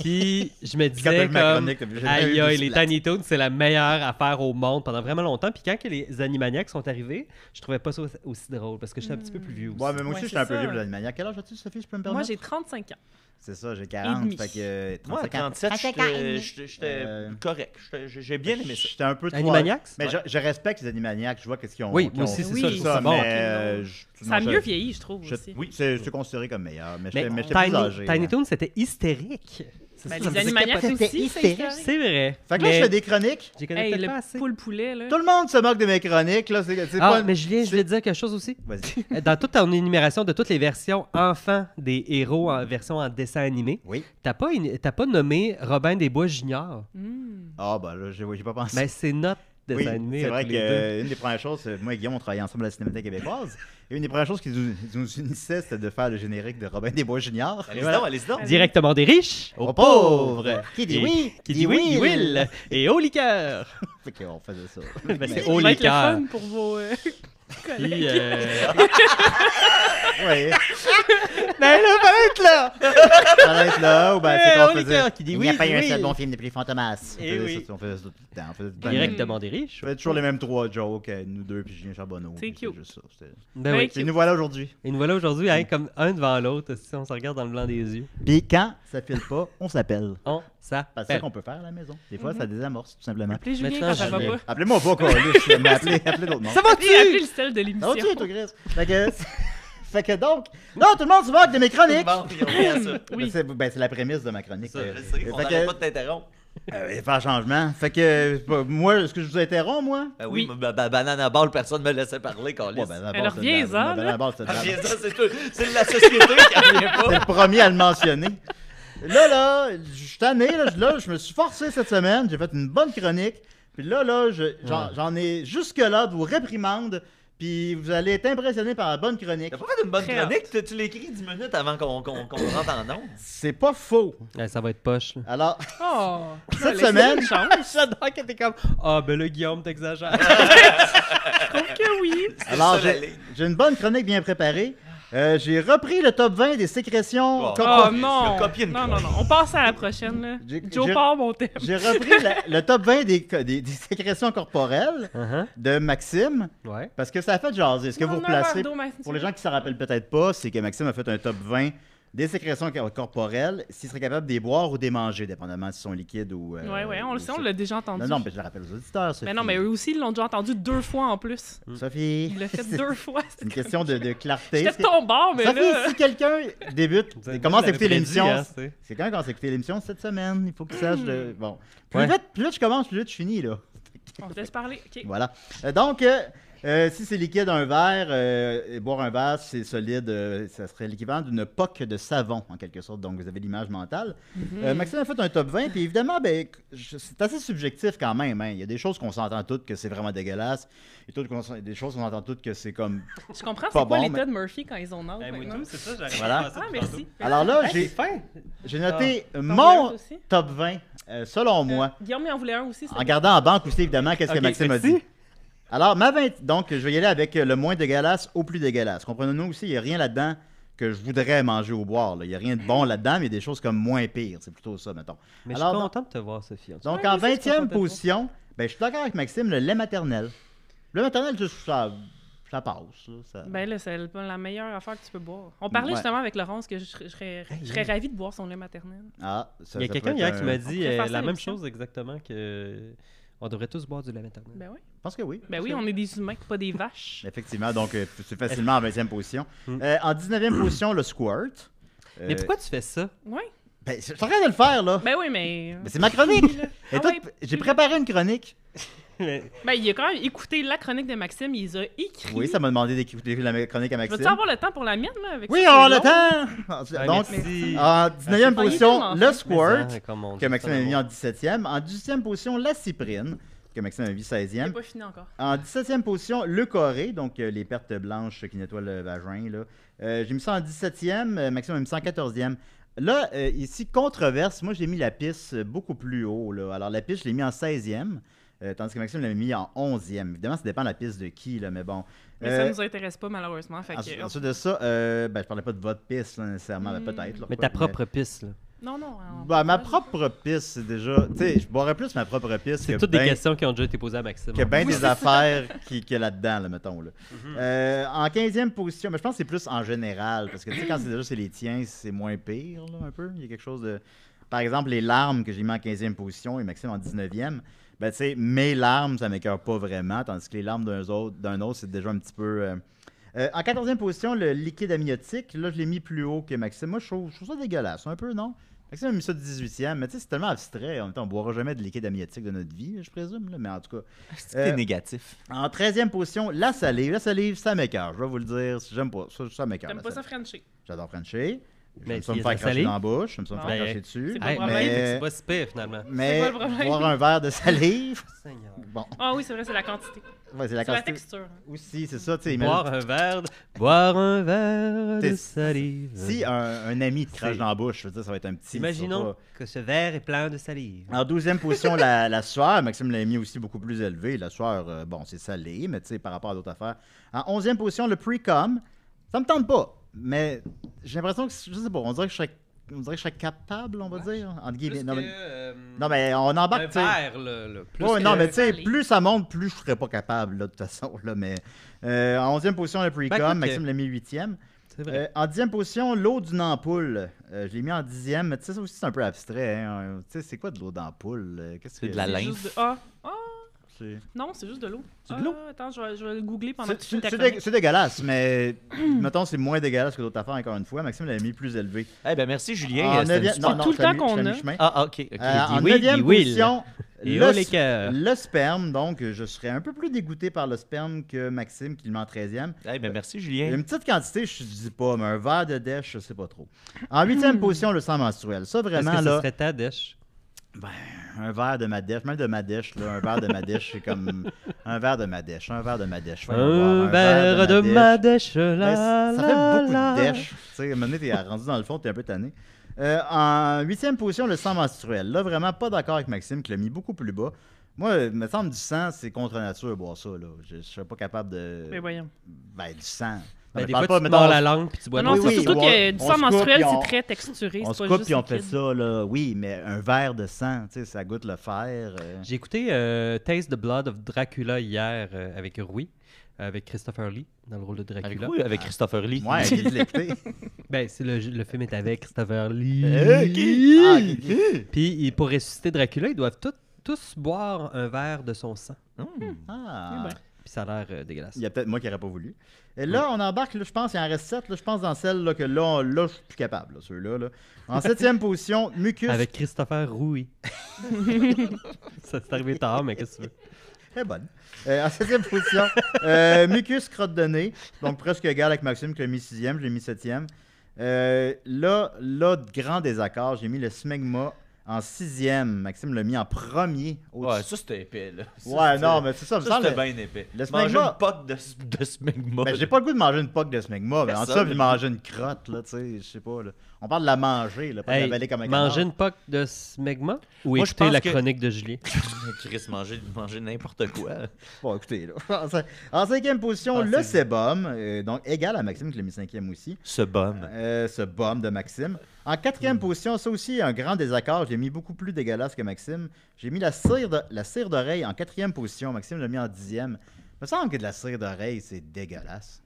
D: Puis je me
C: quand t'as
D: disais
C: vu ma
D: comme.
C: chronique, t'as vu, j'ai jamais
D: Aïe,
C: eu
D: aïe,
C: de
D: les
C: splat.
D: Tiny Toons, c'est la meilleure affaire au monde pendant vraiment longtemps. Puis quand que les Animaniacs sont arrivés, je trouvais pas ça aussi drôle parce que j'étais un petit peu plus vieux.
C: Ouais, mais
B: Ouais,
C: moi aussi, je
B: c'est
C: suis un peu
B: ça.
C: vieux pour les Maniacs. Quel âge as-tu, Sophie, je peux me
B: Moi,
C: permettre?
B: j'ai 35 ans.
C: C'est ça, j'ai 40.
B: demi.
C: Fait que. euh,
E: Moi, à
C: 35 ans.
E: 37, j'étais- j'étais j'étais
C: Euh,
E: correct. J'étais- J'ai j'ai bien aimé ça.
C: J'étais un peu trop-
D: Animaniacs?
C: Mais je, je respecte les animaniacs, je vois qu'est-ce qu'ils ont.
D: Oui,
C: qu'ils
D: moi
C: ont-
D: aussi, c'est
B: Oui.
D: ça, je trouve ça bon.
C: mais, euh, je-
B: Ça a
C: non,
B: mieux
C: je-
B: vieilli, je trouve
C: je-
B: aussi.
C: Oui, c'est c'est considéré comme meilleur, mais
D: Mais
C: j'étais mais j'étais plus
D: Ben, Tiny,
C: âgé.
D: Tiny
C: hein.
D: Toons, c'était hystérique. C'est
B: Ben,
D: ça, ça me
B: les
D: faisait
B: Animaniacs
D: capoter.
B: aussi, c'est hystérique.
D: C'est vrai.
C: Fait que là,
D: mais
C: je fais des chroniques.
D: J'y connais
B: Hey,
D: peut-être pas
B: le
D: assez.
B: poule poulet, là.
C: Tout le monde se moque de mes chroniques, là. C'est c'est
D: Ah,
C: pas.
D: mais Julien, je voulais te dire quelque chose aussi. Euh,
C: Vas-y.
D: Dans toute ton énumération de toutes les versions enfants des héros en version en dessin animé,
C: Oui.
D: t'as pas, une- t'as pas nommé Robin des Bois Junior.
B: Hmm.
C: Ah, bah là, j'ai j'ai pas pensé.
D: Mais c'est notre dessin
C: Oui,
D: animé.
C: c'est
D: à
C: vrai
D: tous
C: que
D: les deux.
C: euh, une des premières choses, euh, moi et Guillaume, on travaillait ensemble à la Cinémathèque québécoise. Et une des premières choses qui nous, qui nous unissait, c'était de faire le générique de Robin des Bois Junior.
E: Allez-y donc, allez-y donc.
D: Directement des riches
C: Aux pauvres! Qui dit
D: Et-
C: oui?
D: Qui dit oui, Will Et au liqueur
C: Fait qu'on faisait ça.
D: Ben, c'est
C: Mais-
D: au
B: Ça va être le
D: liqueur.
B: fun pour vos euh, collègues.
D: Puis, euh,
C: Ouais.
D: Ben là, fallait être là
C: fallait être là, ou ben, c'est
D: Eh,
C: qu'on
D: on est
C: faisait.
D: clair qui dit oui,
C: Il n'y a pas
D: dit
C: eu un
D: oui.
C: seul bon film depuis les Fantomas. On
D: Eh
C: faisait
D: oui.
C: ça, on faisait ça tout le temps. On faisait tout le temps.
D: Directement des riches.
C: Je faisais toujours les mêmes trois jokes, euh, nous deux, puis Julien Charbonneau.
B: C'est
C: puis
B: cute.
C: juste ça, c'était-
D: Ben oui.
B: Thank
C: Et
B: you.
C: nous voilà aujourd'hui.
D: Et nous voilà aujourd'hui,
C: Mm.
D: hein, comme un devant l'autre, si on se regarde dans le blanc des yeux.
C: Puis quand ça file pas, on s'appelle.
D: On
C: Parce que c'est ça
E: Ben.
D: s'appelle.
C: qu'on peut faire à la maison. Des fois, ça désamorce, tout simplement.
B: Appelez Julien
D: Maintenant,
B: quand Mhm. ça va
D: Julien.
B: pas.
C: Appelez-moi pas, quoi. Appelez, appelez d'autres noms.
D: Ça
B: Appelez, appelez
D: va-tu
B: le sel de
C: Ça va-tu,
B: l'émission.
C: toi, Chris? Fait que. Fait que donc, non, tout le monde se moque de mes chroniques.
E: Bon, ils ont fait
B: Hmm.
E: à ça.
C: Ben, C'est ben, c'est la prémisse de ma chronique.
E: Ça,
C: Euh,
E: je sais, on
C: fait que,
E: n'arrête pas de t'interrompre.
C: euh, il faut faire changement. Fait que, euh, bah, moi, est-ce que je vous interromps, moi?
E: Ben oui, ma- ma banana ball, personne ne me laissait parler, Carlis.
C: Bon, ben, d'abord,
B: Alors,
C: c'est
B: viens-en,
C: une blague.
B: là.
C: Ben, d'abord, c'est une
E: Ah,
C: blague.
E: bien sûr, c'est tout. C'est la société qui en vient
C: T'es
E: pas.
C: le premier à le mentionner. Là, là, je suis tanné, là, je- là, je me suis forcé cette semaine, j'ai fait une bonne chronique, puis là, là, je- j'en j'en ai jusque-là de vous réprimandes, puis vous allez être impressionné par la bonne chronique.
E: T'as pas fait une bonne
B: Très
E: chronique? Tu- Tu l'écris 10 minutes avant qu'on qu'on- qu'on rentre en ondes.
C: C'est pas faux.
D: Ouais, Eh, ça va être poche. là.
C: Alors,
B: Oh,
C: cette semaine,
D: J'adore que t'es comme Ah, ben là, Guillaume, t'exagères.
B: que oui.
C: alors,
E: ça, la
C: j'ai
E: ligne.
C: j'ai une bonne chronique bien préparée. Euh, j'ai repris le top 20 des sécrétions
E: Oh.
B: Oh
C: corporelles.
B: non.
E: copié une
B: Non, non,
E: chronique.
B: non. On passe à la prochaine. Là.
C: J'ai-
B: Joe
C: j'ai-
B: part mon thème.
C: J'ai repris la- le top 20 des, co- des- des sécrétions corporelles
D: Uh-huh.
C: de Maxime,
D: Ouais.
C: parce que ça a fait jaser. Est-ce que vous replacez Pour les gens qui s'en rappellent peut-être pas, c'est que Maxime a fait un top 20 des sécrétions cor- corporelles, s'il serait capable de les boire ou de les manger, dépendamment si sont liquides ou. euh,
B: Oui, oui, on
C: ou
B: le sait, on
C: sucres.
B: l'a déjà entendu.
C: Non, non, mais je le rappelle aux auditeurs. Sophie.
B: mais non, mais eux aussi, ils l'ont déjà entendu deux fois en plus.
C: Sophie.
B: Il l'a fait
C: c'est-
B: deux fois.
C: C'est une question de, de clarté.
B: J'étais de ton bord, mais
C: Sophie,
B: là.
C: si quelqu'un débute, commence à écouter l'émission.
D: hein, c'est
C: C'est quand même commence à écouter l'émission cette semaine. Il faut qu'il sache
B: Hmm.
C: de. Bon. Plus
D: Ouais.
C: vite, plus vite je commence, plus vite je finis, là.
B: On te laisse parler. OK.
C: Voilà. Euh, Donc, euh, euh, si c'est liquide, un verre, euh, et boire un verre, si c'est solide, euh, ça serait l'équivalent d'une poque de savon, en quelque sorte. Donc, vous avez l'image mentale. Euh, Maxime a fait un top 20, puis évidemment, ben, je- c'est assez subjectif quand même. hein. Il y a des choses qu'on s'entend toutes que c'est vraiment dégueulasse, et d'autres qu'on s'en- des choses qu'on entend toutes que c'est comme.
B: Je comprends c'est
C: Pas
B: quoi
C: bon,
B: l'état
C: mais- Ben
B: de Murphy quand ils ont âge. maintenant.
D: c'est ça, j'arrive
C: Voilà. à
B: Ah, merci.
C: Alors là, j'ai-
D: faim.
C: j'ai noté
B: T'en voulais un
C: mon
B: aussi?
C: top 20, euh, selon moi.
B: Guillaume, il en voulait un aussi. c'est-
C: En gardant en banque aussi, évidemment, qu'est-ce
D: Ok,
C: que Maxime
D: merci.
C: a dit. Alors, ma 20 donc, je vais y aller avec euh, le moins dégueulasse au plus dégueulasse. Comprenons-nous aussi, il n'y a rien là-dedans que je voudrais manger ou boire. là. Il n'y a rien de bon là-dedans, mais il y a des choses comme moins pires. C'est plutôt ça, mettons.
D: Mais
C: Alors,
D: je suis
C: non.
D: content de te voir, Sophie. en tout cas.
C: Donc,
B: Ouais,
C: en
B: oui, ça, je
C: 20e
B: comprends
C: position, ben, je suis d'accord avec Maxime, le lait maternel. Le lait maternel, juste, ça, ça passe. là, ça-
B: Ben là, c'est pas la meilleure affaire que tu peux boire. On parlait
C: Ouais.
B: justement avec Laurence que je serais, je serais- je serais ravie de boire son lait maternel.
C: Ah, ça-
D: Il y a
C: ça
D: quelqu'un
C: peut être
D: hier
C: un-
D: qui m'a
B: On
D: dit
B: pourrait
D: euh,
B: faire ça à
D: la même
B: l'émission.
D: chose exactement que euh, on devrait tous boire du lait maternel.
B: Ben oui.
C: Je pense que oui.
B: Ben oui, on est des humains, pas des vaches.
C: Effectivement, donc, euh, c'est facilement en 20e position.
D: Mm.
C: Euh, en 19e position, le squirt.
D: Mais
C: Euh,
D: pourquoi tu fais ça?
B: Ouais.
C: ben, je suis en train de le faire, là.
B: Ben oui, mais.
C: Mais c'est ma chronique! Et
B: Ah
C: toi,
B: ouais,
C: p- j'ai préparé une chronique.
B: Ben il a quand même écouté la chronique de Maxime, il les a écrit.
C: Oui, ça m'a demandé d'écouter la chronique à
B: Je
C: Maxime.
B: Veux-tu avoir le temps pour la mienne, là, avec
C: Oui,
B: ça,
C: on
B: c'est
C: a le
B: long?
C: temps! Donc,
D: merci.
C: en
D: hein,
B: Ah,
C: 19e
B: il est tellement
C: position, le
B: fin.
C: squirt,
D: comme on
C: que
D: dit,
C: Maxime
D: ça,
C: a mis
D: on-
C: en 17e. En 18e position, la cyprine, que Maxime a mis
B: C'est
C: 16e.
B: pas fini encore.
C: En 17e position, le coré, donc euh, les pertes blanches qui nettoient le vagin. là. Euh, j'ai mis ça en 17e, euh, Maxime a mis ça en 14e. Là, euh, ici, controverse, moi j'ai mis la piste euh, beaucoup plus haut. là. Alors la piste, je l'ai mis en 16e, euh, tandis que Maxime l'avait mis en 11e. Évidemment, ça dépend de la piste de qui, là, mais bon.
B: Mais
C: Euh,
B: ça nous intéresse pas, malheureusement. Fait
C: Ensuite,
B: que... oh.
C: ensuite de ça, euh, ben, je parlais pas de votre piste là, nécessairement, ben,
B: Hmm.
C: peut-être. là,
D: Mais
C: quoi,
D: ta propre piste, là.
B: Non, non. on-
C: Ben, ma propre piste, c'est déjà. Tu sais, je boirais plus ma propre piste.
D: C'est
C: que
D: toutes des
C: ben-
D: questions qui ont déjà été posées à Maxime.
C: Que ben bien
B: Oui,
C: des
B: c'est ça. Mhm.
C: affaires qui, qu'il y a là-dedans, là, mettons. Là. Euh, en 15e position, mais je pense que c'est plus en général, parce que tu sais, quand c'est déjà c'est les tiens, c'est moins pire, là, un peu. Il y a quelque chose de. Par exemple, les larmes que j'ai mis en 15e position et Maxime en 19e, ben, tu sais, mes larmes, ça m'écœure pas vraiment, tandis que les larmes d'un autre, d'un autre c'est déjà un petit peu. euh, euh, en 14e position, le liquide amniotique, là, je l'ai mis plus haut que Maxime. Moi, je trouve, je trouve ça dégueulasse, un peu, non? Maxime a mis ça 18e, mais tu sais, c'est tellement abstrait. En même temps, on boira jamais de liquide amniotique de notre vie, je présume, là, mais en tout cas.
E: C'est que t'es
C: Euh,
E: négatif.
C: En 13e position, la salive. La salive, ça m'écœure. Je vais vous le dire. J'aime pas. Ça, ça m'écœure.
B: T'aimes
C: la
B: pas ça
C: salive.
B: Frenchy.
C: J'adore Frencher.
D: Mais
C: J'aime ça
D: il
C: me
D: y
C: faire
D: a de la
C: cracher
D: salive?
C: dans la bouche. J'aime ça me
B: Ah.
C: faire
D: Ben,
C: cracher dessus.
B: c'est pas
D: Hey,
B: le
D: mais
B: problème.
C: euh,
D: c'est pas si pire, finalement.
C: Mais
B: pas le problème.
C: boire un verre de salive.
D: Seigneur.
C: Bon,
B: Ah oui, c'est vrai, c'est la quantité.
C: ouais, c'est la
B: C'est la
C: quantité
B: texture. hein.
C: aussi, c'est ça. tu sais,
D: Boire
C: imagine-
D: un verre, de- boire un verre de
C: T'es-
D: salive.
C: Si un, un ami te crache
D: euh, C'est-
C: dans la bouche, je veux dire, ça va être un petit. ça va
D: Imaginons
C: pas-
D: que ce verre est plein de salive.
C: En 12e position, la, la soeur. Maxime l'a mis aussi beaucoup plus élevé. La soeur, euh, bon, c'est salé, mais tu sais, par rapport à d'autres affaires. En 11e position, le pre-com. Ça me tente pas, mais j'ai l'impression que, je sais pas, on dirait que je serais, on dirait que je serais capable, on va dire, entre guillemets. Non, mais, non, mais on embarque, tu sais.
D: euh, là. là, plus
C: Ouais,
D: que-
C: non, mais tu sais,
B: salé.
C: plus ça monte, plus je serais pas capable, là, de toute façon, là, mais... euh, en 11e position, le pre-com,
D: Ben, écoute,
C: Maxime l'a mis 8e.
D: C'est vrai.
C: Euh, en dixième position, l'eau d'une ampoule. Euh, je l'ai mis en dixième, mais tu sais, ça aussi, c'est un peu abstrait. hein. Tu sais, c'est quoi de l'eau d'ampoule? euh, Qu'est-ce que
E: C'est de la
B: C'est
E: Linge.
B: juste de- Ah, ah,
C: C'est C'est
B: Non, c'est juste de l'eau.
C: C'est de l'eau?
B: Ah, attends, je vais, je vais le googler pendant que
C: c'est-
B: tu finis ta
C: c'est
B: chronique.
C: dé- c'est dégueulasse, mais mettons, c'est moins dégueulasse que d'autres affaires, encore une fois. Maxime l'a mis plus élevé.
E: Eh ben merci Julien.
C: En
E: euh, c'était
C: neuvième-
E: une-
B: C'est tout le
C: je fais
B: temps
C: mi-
B: qu'on
C: je fais
B: a.
C: mi-chemin.
E: Ah, ah, ok. ok.
C: Euh,
D: dis
C: en
D: oui,
C: neuvième
D: dis oui,
C: position,
D: Et
C: le,
D: oh, les cœurs.
C: le sperme. Donc, je serais un peu plus dégoûté par le sperme que Maxime, qui le met en 13e.
E: Eh ben merci
C: Il y a
E: Julien.
C: Une petite quantité, je dis pas, mais un verre de dèche, je sais pas trop. En
B: Hmm.
C: huitième position, le sang menstruel. Ça,
D: Est-ce
C: vraiment,
D: que ce
C: là,
D: serait ta dèche?
C: un verre de ma dèche, même de ma dèche, là, un verre de ma dèche, c'est comme un verre de ma dèche, un verre de ma dèche. voyons voir,
D: Un verre de ma dèche,
C: Ben,
D: là,
C: c- ça
D: là,
C: fait beaucoup
D: là.
C: de dèche. Tu sais, à un moment donné, t'es rendu dans le fond, t'es un peu tanné. Euh, en huitième position, le sang menstruel. Là, vraiment pas d'accord avec Maxime qui l'a mis beaucoup plus bas. Moi, il me semble du sang, c'est contre nature boire ça. Là. Je ne serais pas capable de.
B: Mais voyons.
C: Ben, du sang. Non,
D: Ben,
C: mais
D: des
C: parle
D: fois,
C: pas,
D: tu te
C: mettons,
D: mords
C: on-
D: la langue puis tu bois
B: Non,
D: de
B: non,
C: Oui,
D: l'eau.
B: c'est
C: oui,
B: surtout
C: on-
B: que du
C: on
B: sang
C: se coupe,
B: menstruel,
C: puis on-
B: c'est très texturé.
C: On
B: c'est
C: se
B: pas
C: coupe
B: juste
C: puis on fait
B: liquide.
C: ça. Là. Oui, mais un verre de sang, tu sais, ça goûte le fer. euh.
D: J'ai écouté euh, Taste the Blood of Dracula hier euh, avec Rui, avec Christopher Lee dans le rôle de
E: Avec,
D: Dracula.
E: vous, avec Christopher Lee.
C: Ouais, il de l'écouter.
D: Ben, c'est le, le film est avec Christopher Lee.
C: Euh, qui? Ah, qui- qui?
D: Puis il- pour ressusciter Dracula, ils doivent tout- tous boire un verre de son sang.
E: Hmm.
C: Ah.
B: Eh ben.
D: Puis ça a l'air euh, dégueulasse.
C: Il y a peut-être moi qui n'aurais pas voulu. Et là, on embarque, là, je pense, il en reste 7, je pense, dans celle là, que là, on- là je suis plus capable, là, ceux-là. là. En septième position, mucus.
D: Avec Christopher Rouy. ça s'est arrivé tard, mais qu'est-ce que tu veux?
C: Très bonne. Euh, en septième position, euh, mucus crotte de nez. Donc presque égal avec Maxime qui l'a mis sixième, je l'ai mis septième. Euh, là, là, de grand désaccord, j'ai mis le smegma en sixième. Maxime l'a mis en premier. au-
E: Ouais, ça c'était épais là. Ça,
C: ouais,
E: c'était-
C: non, mais c'est ça, me
E: Ça,
C: semble.
E: c'était bien épais.
C: le
E: Manger
C: smegma-
E: une pote de, s- de smegma.
C: Ben, j'ai pas le goût de manger une poque de smegma, mais en tout
E: Personne.
C: cas, puis de manger une crotte, là, tu sais, je sais pas, là. On parle de la manger, là, pas de
D: Hey,
C: la balayer comme un canard.
D: manger une poque de smegma ou
E: Moi, je
D: écouter
E: pense
D: la
E: que-
D: chronique de Julien?
E: Chris, manger, manger n'importe quoi.
C: Bon, écoutez, là. En cin- En cinquième position,
D: Ah,
C: le
D: c'est-
C: sébum, euh, donc égal à Maxime qui l'a mis cinquième aussi.
E: Ce bum.
C: Euh, ce bum de Maxime. En quatrième position, ça aussi, un grand désaccord. J'ai mis beaucoup plus dégueulasse que Maxime. J'ai mis la cire de- la cire d'oreille en quatrième position. Maxime l'a mis en dixième. Il me semble que de la cire d'oreille, c'est dégueulasse.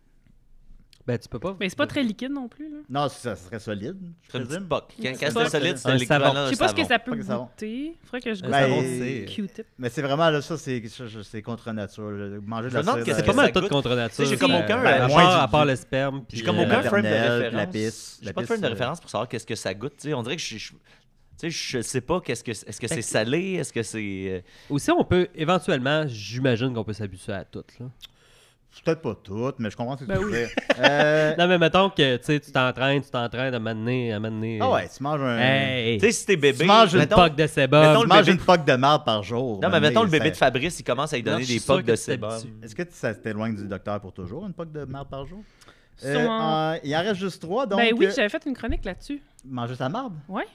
D: Ben, tu peux pas.
B: Mais c'est pas très liquide non plus. Là.
C: Non, ça, ça serait solide. je
E: C'est une
C: présume.
E: petite poque. Quand, quand
B: poque.
E: c'était solide,
D: Un
E: c'était l'équivalent
D: savon.
E: d'un
B: Je sais pas ce que
E: savon.
B: ça peut
C: Pas que Ah, ça va.
B: goûter. Faudrait que je
D: Un
B: goûte
C: savon,
B: un
C: c'est-
B: Q-tip.
C: Mais c'est vraiment là, ça, c'est ça, je- c'est contre nature. là. Manger de la
E: Je me demande
C: cire
E: que c'est
D: C'est
C: d'oreille.
D: pas
E: Ça
D: mal tout
E: goûte-
D: contre nature.
E: Tu sais, j'ai comme
D: ça.
E: aucun,
D: Ben,
E: euh,
D: à,
C: moins
D: part,
C: du-
D: à part le sperme. puis,
E: J'ai comme
D: euh,
E: aucun frame de
C: maternelle,
E: référence.
C: de la pisse, de
E: J'ai
C: la
E: pas de frame
C: pisse,
E: de
C: euh.
E: référence pour savoir qu'est-ce que ça goûte. tu sais. on dirait que je, je- tu sais, je sais pas qu'est-ce que c'est- est-ce que c'est salé, est-ce que c'est euh,
D: Aussi, on peut éventuellement, j'imagine qu'on peut s'abuser à tout. Là.
C: Peut-être pas toutes, mais je comprends ce que
B: Ben
C: tu veux
B: oui.
C: dire. Euh,
D: Non, mais mettons que tu sais, tu t'entraînes, tu t'entraînes à m'amener. À m'amener
C: ah ouais, tu manges un.
D: euh, Hey,
E: tu sais si t'es bébé,
C: Tu manges une
D: une
E: mettons-
D: poque de
E: mettons
D: sébum.
C: Tu
E: le
C: manges
E: bébé-
C: une poque de marde par jour.
E: Non mais mettons le bébé de
C: ça-
E: Fabrice, il commence à lui
D: Non,
E: donner
D: je suis
E: des
D: sûr
E: pocs
D: que
E: de
D: tu
E: sébum.
D: t'habitues.
C: Est-ce que tu- ça t'éloigne du docteur pour toujours, une poque de marde par jour? Euh,
B: Sûrement.
C: euh, il en reste juste trois, donc
B: Ben oui,
C: euh,
B: j'avais fait une chronique là-dessus.
C: manger sa marde.
B: Ouais.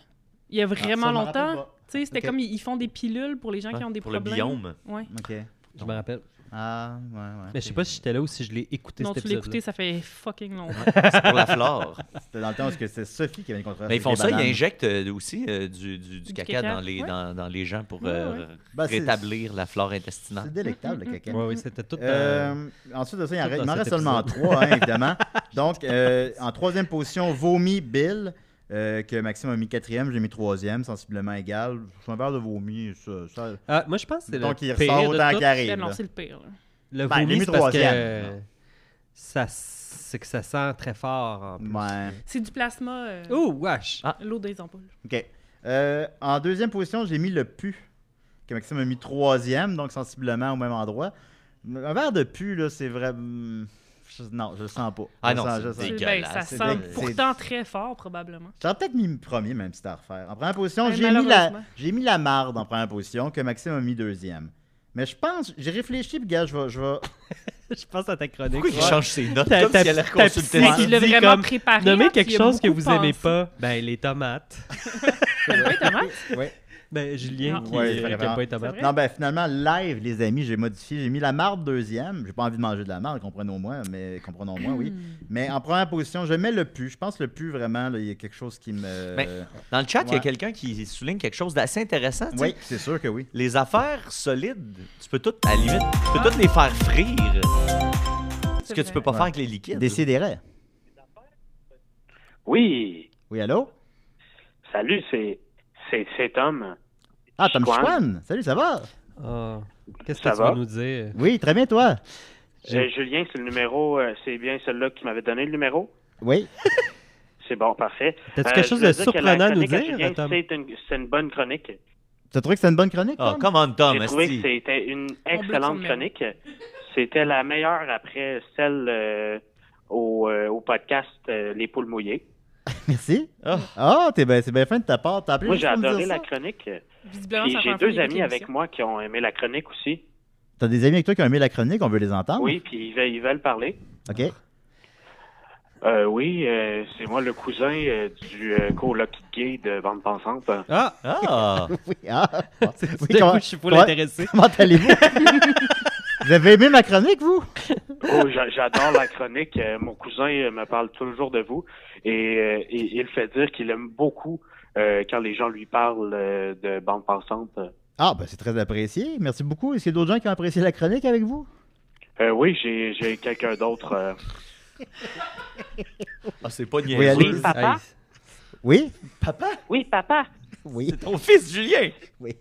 B: Il y a vraiment
C: Ah, ça, je m'en rappelle
B: longtemps.
C: pas.
B: Tu sais, c'était
C: Ok.
B: comme ils ils font des pilules pour les gens qui
E: Hein,
B: ont des
E: pour
B: problèmes.
E: le biome.
B: Ouais.
C: OK.
D: Je me rappelle.
C: Ah, ouais, ouais.
D: Mais je sais pas si j'étais là ou si je l'ai écouté
B: Non,
D: cet
B: tu l'as
D: épisode.
B: écouté, ça fait fucking longtemps.
E: C'est pour la flore.
C: C'était dans le temps où est-ce que c'était Sophie qui avait une controverse.
E: Mais Ben, ils font
C: avec
E: ça,
C: les
E: ils
C: bananes.
E: injectent euh, aussi euh, du, du- du
B: Du
E: caca,
B: caca,
E: dans, les,
B: ouais.
E: dans, dans les gens pour
B: Ouais,
E: euh,
C: Ben, c'est-
E: rétablir la flore
C: C'est
E: intestinale.
C: délectable, le caca.
D: Oui, oui, c'était tout. euh,
C: Euh, ensuite de ça, il en
D: tout
C: reste-
D: dans
C: il m'en
D: cet
C: reste seulement
D: épisode.
C: trois, hein, évidemment. Donc, euh, en troisième position, vomi Bill, euh, que Maxime a mis quatrième, j'ai mis troisième, sensiblement égal. Un verre de vomi, ça. ça-
D: ah, moi, je pense que c'est le
C: Donc, il
D: pire
C: ressort
D: de
C: autant
D: tout.
C: qu'il
B: Ben
C: arrive.
B: non,
C: là.
B: c'est le pire. là.
D: Le
C: Ben,
D: vomi,
C: j'ai mis
D: c'est parce que
C: troisième,
D: euh, ça, c'est que ça sent très fort. en plus.
C: Ouais.
B: C'est du plasma, euh,
D: Oh, wesh!
E: Ah.
B: l'eau des ampoules.
C: OK. Euh, en deuxième position, j'ai mis le pu, que Maxime a mis troisième, donc sensiblement au même endroit. Un verre de pu, là, c'est vrai. hum, je- Non, je le sens pas.
E: Ah
C: Je
E: non,
C: sens-
E: c'est
C: je le sens.
B: C'est- Ben,
E: dégueulasse.
B: ça
C: C'est
B: sent
C: dé-
B: pourtant très fort, probablement.
C: J'aurais peut-être mis premier, même si c'était à refaire. En première position,
B: Ouais,
C: j'ai mis, la,
B: malheureusement.
C: j'ai mis la marde en première position, que Maxime a mis deuxième. Mais je pense, j'ai réfléchi, puis gars, je vais. Je vais...
D: je pense à ta chronique.
E: Pourquoi il change ses notes
D: Ta-
E: comme
D: ta-
E: s'il allait
D: ta
E: reconsulter
D: psy
E: ça?
B: Il l'a
D: Dis
B: vraiment
D: comme,
B: préparé.
D: Nommez
B: hein,
D: quelque
B: puis il a
D: chose que
B: beaucoup
D: vous aimez
B: pensé.
D: pas. Ben, les tomates.
B: T'aimes pas les tomates?
C: Ouais.
D: Ben, Julien
B: Ah.
D: qui
C: Ouais,
D: euh, qui aime
C: vraiment.
D: pas les tomates.
B: vrai?
C: Non, ben finalement, live, les amis, j'ai modifié. J'ai mis la marde deuxième. J'ai pas envie de manger de la marde, comprenons-moi, mais comprenons-moi, oui.
B: Hmm.
C: Mais en première position, je mets le pu. Je pense que le pu, vraiment, là, il y a quelque chose qui me.
E: Ben, Dans le chat, il y a
C: Ouais.
E: quelqu'un qui souligne quelque chose d'assez intéressant. tu sais.
C: oui, c'est sûr que oui.
E: Les affaires solides, tu peux toutes, à la limite, tu peux toutes les faire frire. Ce
B: C'est
E: que tu
B: vrai.
E: peux pas
C: Ouais.
E: faire avec les liquides.
C: Décidérez.
F: Oui.
C: Oui, allô?
F: Salut, c'est, c'est cet homme.
C: Ah, Tom
F: Chicoine.
C: Chicoine. Salut, ça va?
D: Ah, Qu'est-ce que
G: Ça
D: tu
G: va?
D: vas nous dire?
C: Oui, très bien, toi.
G: Euh, Julien, c'est le numéro, euh, c'est bien celui-là qui m'avait donné le numéro.
C: Oui.
G: C'est bon, parfait.
D: T'as-tu
G: Euh,
D: quelque
G: je
D: chose
G: voulais
D: de
G: dire que la
D: surprenant à nous
G: chronique
D: dire,
G: Julien,
D: Tom?
G: C'est une, c'est une bonne chronique.
C: T'as trouvé que c'était une bonne chronique?
E: Ah,
C: Tom?
E: come on, Tom,
G: J'ai trouvé que
E: esti.
G: c'était une
B: On
G: excellente
B: peut-tu
G: chronique. C'était la meilleure après celle euh, au, euh, au podcast euh, Les poules mouillées.
C: Merci.
E: Ah.
C: Ah, t'es ben- c'est bien fin de ta part. T'as appelé
G: Moi,
C: juste
G: j'ai
C: pour me
G: adoré
C: dire
G: la
C: ça?
G: chronique.
B: Visiblement,
G: Puis
B: ça va
G: j'ai
B: en faire
G: deux
B: une
G: amis
B: émission.
G: avec moi qui ont aimé la chronique aussi.
C: T'as des amis avec toi qui ont aimé la chronique, on veut les
D: Ah.
C: entendre.
G: Oui, puis ils veulent, ils veulent parler.
C: OK.
G: Euh, oui, euh, c'est moi le cousin euh, du euh, coloc gay de Bande Pensante.
D: Ah!
E: Ah!
C: Oui, ah.
D: C'est
C: Oui,
D: d'un
C: comment-
D: coup, je suis pour
C: comment-
D: l'intéresser.
C: Comment allez-vous? vous avez aimé ma chronique, vous?
G: Oh, j'a- j'adore la chronique. Euh, mon cousin euh, me parle toujours de vous et euh, il, il fait dire qu'il aime beaucoup euh, quand les gens lui parlent euh, de Bande Pensante.
C: Ah, ben c'est très apprécié. Merci beaucoup. Est-ce qu'il y a d'autres gens qui ont apprécié la chronique avec vous?
G: Euh, oui, j'ai j'ai quelqu'un d'autre. euh.
E: Ah, c'est pas
C: Oui,
E: niaiseux.
C: allez.
D: Hey,
C: Oui?
E: Papa,
G: Oui, papa,
C: Oui.
E: ton fils Julien!
C: Oui.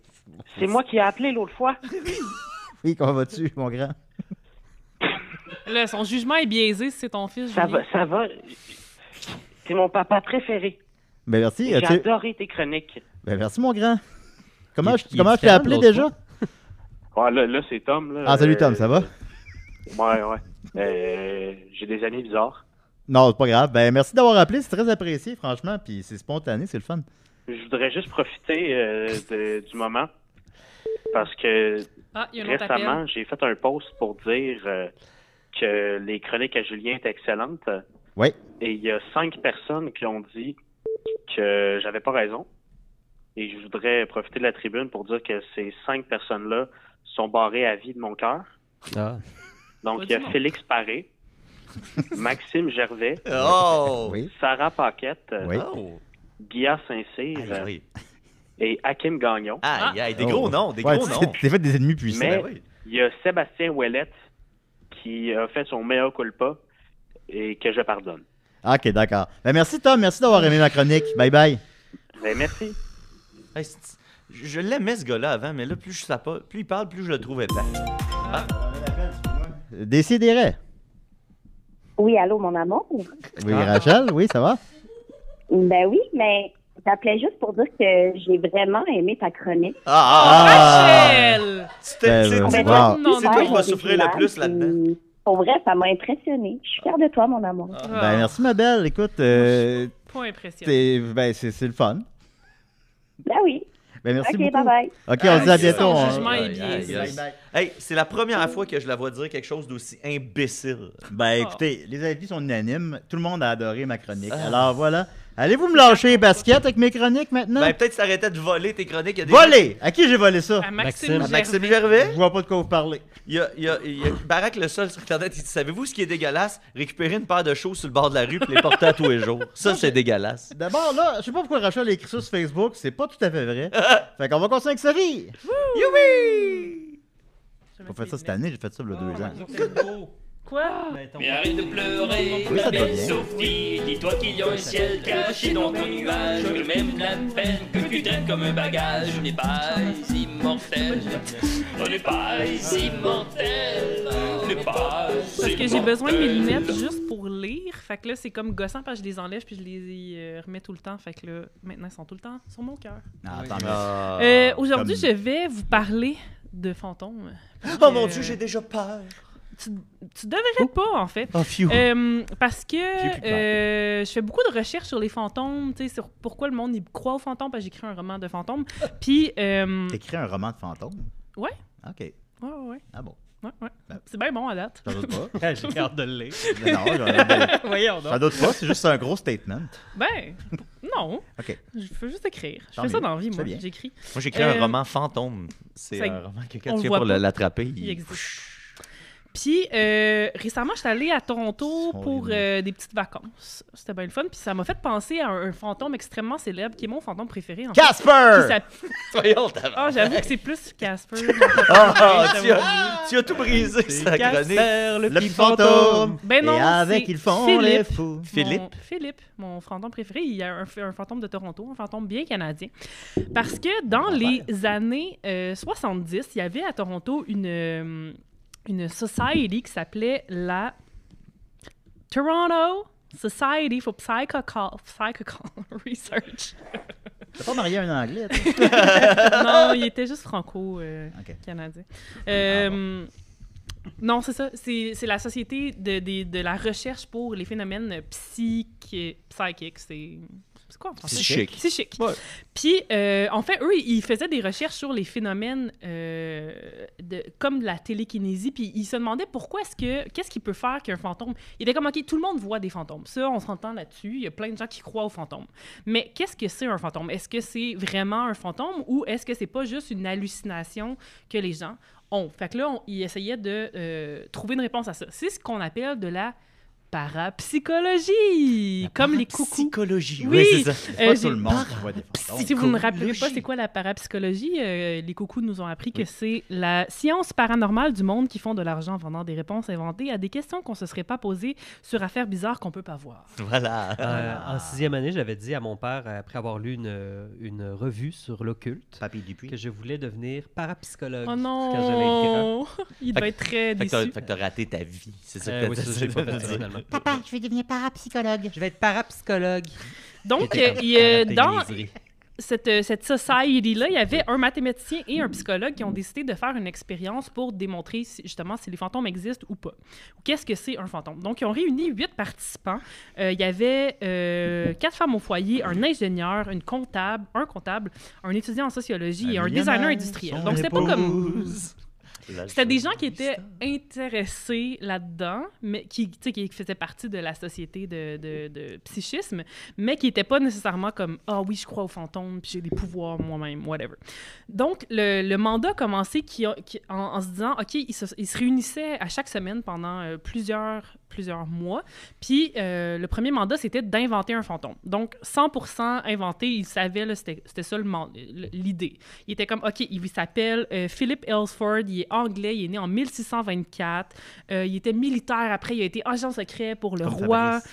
G: c'est moi qui ai appelé l'autre fois.
C: Oui, comment vas-tu, mon grand?
B: Là, son jugement est biaisé si c'est ton fils.
G: Ça
B: Julien.
G: va, ça va. C'est mon papa préféré.
C: Ben merci.
G: J'ai
C: As-tu-
G: adoré tes chroniques.
C: Ben merci, mon grand. Comment
D: Il-
C: je,
D: il est
C: comment je t'ai
D: différent
C: appelé
D: de l'autre
C: déjà?
G: Ouais, là, là, c'est Tom. Là,
C: Ah, salut
G: Euh,
C: Tom, ça va?
G: Ouais, ouais. Euh, j'ai des amis bizarres.
C: Non, c'est pas grave. Ben merci d'avoir appelé, c'est très apprécié, franchement. Puis c'est spontané, c'est le fun.
G: Je voudrais juste profiter euh, de- du moment parce que
B: Ah, il y a un autre appel.
G: récemment, j'ai fait un post pour dire euh, que les chroniques à Julien étaient excellentes.
C: Ouais.
G: Et il y a cinq personnes qui ont dit que j'avais pas raison. Et je voudrais profiter de la tribune pour dire que ces cinq personnes-là sont barrées à vie de mon cœur.
D: Ah.
G: Donc,
B: Pas
G: il y a
B: du monde.
G: Félix Paré, Maxime Gervais,
E: Oh!
C: Oui.
G: Sarah Paquette,
C: Oui.
E: Oh!
G: Guilla Saint-Cyr euh,
E: Aïe,
G: et Hakim Gagnon.
E: aïe, aïe, des
C: Oh.
E: gros noms, des
C: Ouais,
E: gros
C: tu-
E: noms.
C: T'es fait des ennemis puissants.
G: Mais-
E: Ben oui.
G: Il y a Sébastien Ouellette qui a fait son meilleur culpa et que je pardonne.
C: Ok, d'accord. Ben merci Tom, merci d'avoir aimé ma chronique. Bye bye.
G: Mais Ben, merci.
E: Hey, c'est- je je l'aimais ce gars-là avant, mais là, plus je sais pas, plus il parle, plus je le trouvais pas.
C: Décidérez.
H: Oui, allô, mon amour?
C: Oui,
E: Ah.
C: Rachel, oui, ça va?
H: Ben oui, mais t'appelais juste pour dire que j'ai vraiment aimé ta chronique.
C: Ah,
B: Ah, Rachel!
E: C'était-
C: Ben,
E: Ah! c'est-
C: ben,
E: c'est-
C: ben.
B: Non,
C: Wow.
B: non,
E: C'est toi
H: Ouais,
E: qui vas
H: j'ai
E: souffrir
H: été
E: le plus
H: malade,
E: là-dedans.
H: puis Pour vrai, ça m'a impressionnée. Je suis fière de toi, mon amour.
B: Ah,
C: Ben merci ma belle. Écoute, euh,
B: Pas impressionnant.
C: t'es- ben c'est c'est le fun.
H: Ben oui.
C: Ben merci
H: OK,
C: beaucoup.
H: bye-bye.
C: Ok, on se dit à
B: Ah,
C: bientôt.
B: son
C: hein.
B: jugement est
E: Aïe, aïe,
B: biaisé.
E: aïe. Hey, c'est la première fois que je la vois dire quelque chose d'aussi imbécile.
C: Ben
B: Oh.
C: écoutez, les avis sont unanimes. Tout le monde a adoré ma chronique.
E: Ah.
C: Alors voilà. Allez-vous me lâcher les baskets avec mes chroniques maintenant?
E: Ben, peut-être si t'arrêtais de voler tes chroniques. il y a des-
C: Voler! À qui j'ai volé ça?
B: À Maxime,
D: Maxime.
E: À
B: Gervais.
E: Bah, Maxime Gervais.
C: Je vois pas de quoi vous parlez.
E: Il y a, il y a- il y a- Barack le seul sur Internet, il dit Savez-vous ce qui est dégueulasse Récupérer une paire de choses sur le bord de la rue et les porter à tous les jours. Ça, c'est dégueulasse.
C: D'abord, là, je sais pas pourquoi Rachel a écrit ça sur Facebook, c'est pas tout à fait vrai. fait qu'on va continuer avec sa vie.
E: Youpi
B: Je
C: J'ai
B: me
C: pas fait
B: fais
C: ça cette année, j'ai fait ça il y a deux
D: Ah,
C: ans.
B: Quoi?
A: Mais arrête de pleurer,
C: Oui, ça
A: ma
C: te va
A: belle
C: bien.
A: Sophie. Dis-toi qu'il y a un ciel caché dans ton nuage. Que même la peine que tu traînes comme un bagage. On n'est pas immortel. On n'est pas immortel. On n'est pas
B: Parce que j'ai besoin de mes lunettes juste pour lire. Fait que là, c'est comme gossant parce que je les enlève puis je les euh, remets tout le temps. Fait que là, maintenant, ils sont tout le temps sur mon cœur.
C: Ah, attends, mais-
E: Ah.
B: Euh, Aujourd'hui,
C: comme-
B: je vais vous parler de fantômes. Parce
E: Oh
B: que
E: mon dieu, j'ai déjà peur.
B: Tu, tu devrais pas, en fait.
D: Ah,
E: Oh, phew.
B: Euh, parce que
E: J'ai plus peur.
B: euh, je fais beaucoup de recherches sur les fantômes, tu sais, sur pourquoi le monde y croit aux fantômes, parce que j'écris un roman de fantômes. Puis, euh,
C: T'écris un roman de fantôme?
B: Ouais.
C: OK.
B: ouais, ouais, ouais,
C: Ah bon.
B: ouais, ouais.
E: Ben.
B: c'est bien bon à date.
C: J'en doute pas.
D: J'ai hâte de le lire.
C: Mais non, j'en-
D: Voyons donc.
C: j'en doute pas, c'est juste un gros statement.
B: Ben, non.
C: Ok.
B: Je fais juste écrire. Je
C: Tant
B: fais ça
C: mieux.
B: dans la vie,
C: C'est
B: moi.
C: bien.
B: J'écris.
E: Moi, j'ai créé
B: Euh,
E: un roman fantôme. C'est
B: ça-
E: un roman que
B: on
E: quand
B: le
E: tu viens
B: voit
E: pour
B: pas.
E: le- l'attraper,
B: Il
E: il.
B: existe. Puis euh, récemment, j'étais allée à Toronto
C: Son
B: pour
C: humain.
B: euh, des petites vacances. C'était bien le fun. Puis ça m'a fait penser à un, un fantôme extrêmement célèbre qui est mon fantôme préféré. En fait. Qui
C: Casper!
B: s'appelle-
E: Voyons, t'as-
B: Ah, j'avoue que c'est plus Casper.
E: Ah,
B: Ouais,
E: tu, as, tu as tout brisé, sa chronique.
D: Casper, le,
C: Le
D: petit
C: petit fantôme!
B: Ben non,
C: Et avec,
B: c'est
C: ils font les
B: Philippe.
C: fous.
E: Philippe.
B: Mon, Philippe, mon fantôme préféré, il y a un, un fantôme de Toronto, un fantôme bien canadien. Parce que dans les années euh, 70, il y avait à Toronto une, euh, une society qui s'appelait la Toronto Society for Psychical, Psychical Research.
C: T'as pas marié un Anglais, toi?
B: non, il était juste euh,
C: Ok.
B: franco-canadien. Euh, Non, c'est ça. C'est c'est la société de, de- de la recherche pour les phénomènes psychiques. Psychiques, c'est. C'est quoi en français?
E: Psychique.
B: Psychique.
E: Ouais.
B: Puis, euh, en fait, eux, ils faisaient des recherches sur les phénomènes euh, de, comme la télékinésie. Puis, ils se demandaient pourquoi est-ce que. Qu'est-ce qui peut faire qu'un fantôme. Il était comme, OK, tout le monde voit des fantômes. Ça, on s'entend là-dessus. Il y a plein de gens qui croient aux fantômes. Mais qu'est-ce que c'est un fantôme? Est-ce que c'est vraiment un fantôme ou est-ce que c'est pas juste une hallucination que les gens ont? Fait que là, on, ils essayaient de euh, trouver une réponse à ça. C'est ce qu'on appelle de la parapsychologie, comme les coucous.
E: Ah, Psychologie,
B: Oui,
E: oui, c'est ça.
B: Euh,
C: pas
B: j'ai-
C: tout le monde qui voit des fantômes.
B: si vous ne me rappelez pas c'est quoi la parapsychologie, euh, les coucous nous ont appris que c'est la science paranormale du monde qui font de l'argent en vendant des réponses inventées à des questions qu'on ne se serait pas posées sur affaires bizarres qu'on peut pas voir.
E: Voilà.
D: Euh, en sixième année, j'avais dit à mon père, après avoir lu une, une revue sur l'occulte,
C: Papy Dupuis.
D: que je voulais devenir parapsychologue
B: Oh
D: quand j'allais être grand.
B: non! Il doit être très
E: hein. Fait que t'as-
B: déçu.
E: fait que t'as raté ta vie. C'est ça
D: Euh,
E: que
D: oui,
E: t'as
D: c'est ça, j'ai pas fait ça,
E: dit.
D: finalement.
I: Papa, je veux devenir parapsychologue.
D: Je vais être parapsychologue.
B: Donc,
D: J'étais
B: euh,
D: comme
B: il, euh,
D: paraplégique.
B: dans cette, euh, cette society-là, il y avait un mathématicien et un psychologue qui ont décidé de faire une expérience pour démontrer si- justement si les fantômes existent ou pas. Ou Qu'est-ce que c'est un fantôme? Donc, ils ont réuni huit participants. Euh, il y avait euh, quatre femmes au foyer, un ingénieur, une comptable, un comptable, un étudiant en sociologie et un designer industriel. Donc, c'était pas comme... C'était des gens qui étaient intéressés là-dedans, mais qui, tu sais, qui faisaient partie de la société de, de- de psychisme, mais qui n'étaient pas nécessairement comme Ah oui, je crois aux fantômes, puis j'ai des pouvoirs moi-même, whatever. Donc, le, le mandat a commencé qui, a- qui- en, en se disant OK, ils se, ils se réunissaient à chaque semaine pendant euh, plusieurs, plusieurs mois. Puis, euh, le premier mandat, c'était d'inventer un fantôme. Donc, 100 inventé, ils savaient, là, c'était c'était ça le man- l'idée. Il était comme, OK, il s'appelle euh, Philip Ellsford, il est anglais, il est né en 1624, euh, il était militaire après, il a été agent secret pour le
C: Comme
B: roi.
C: Fabrice.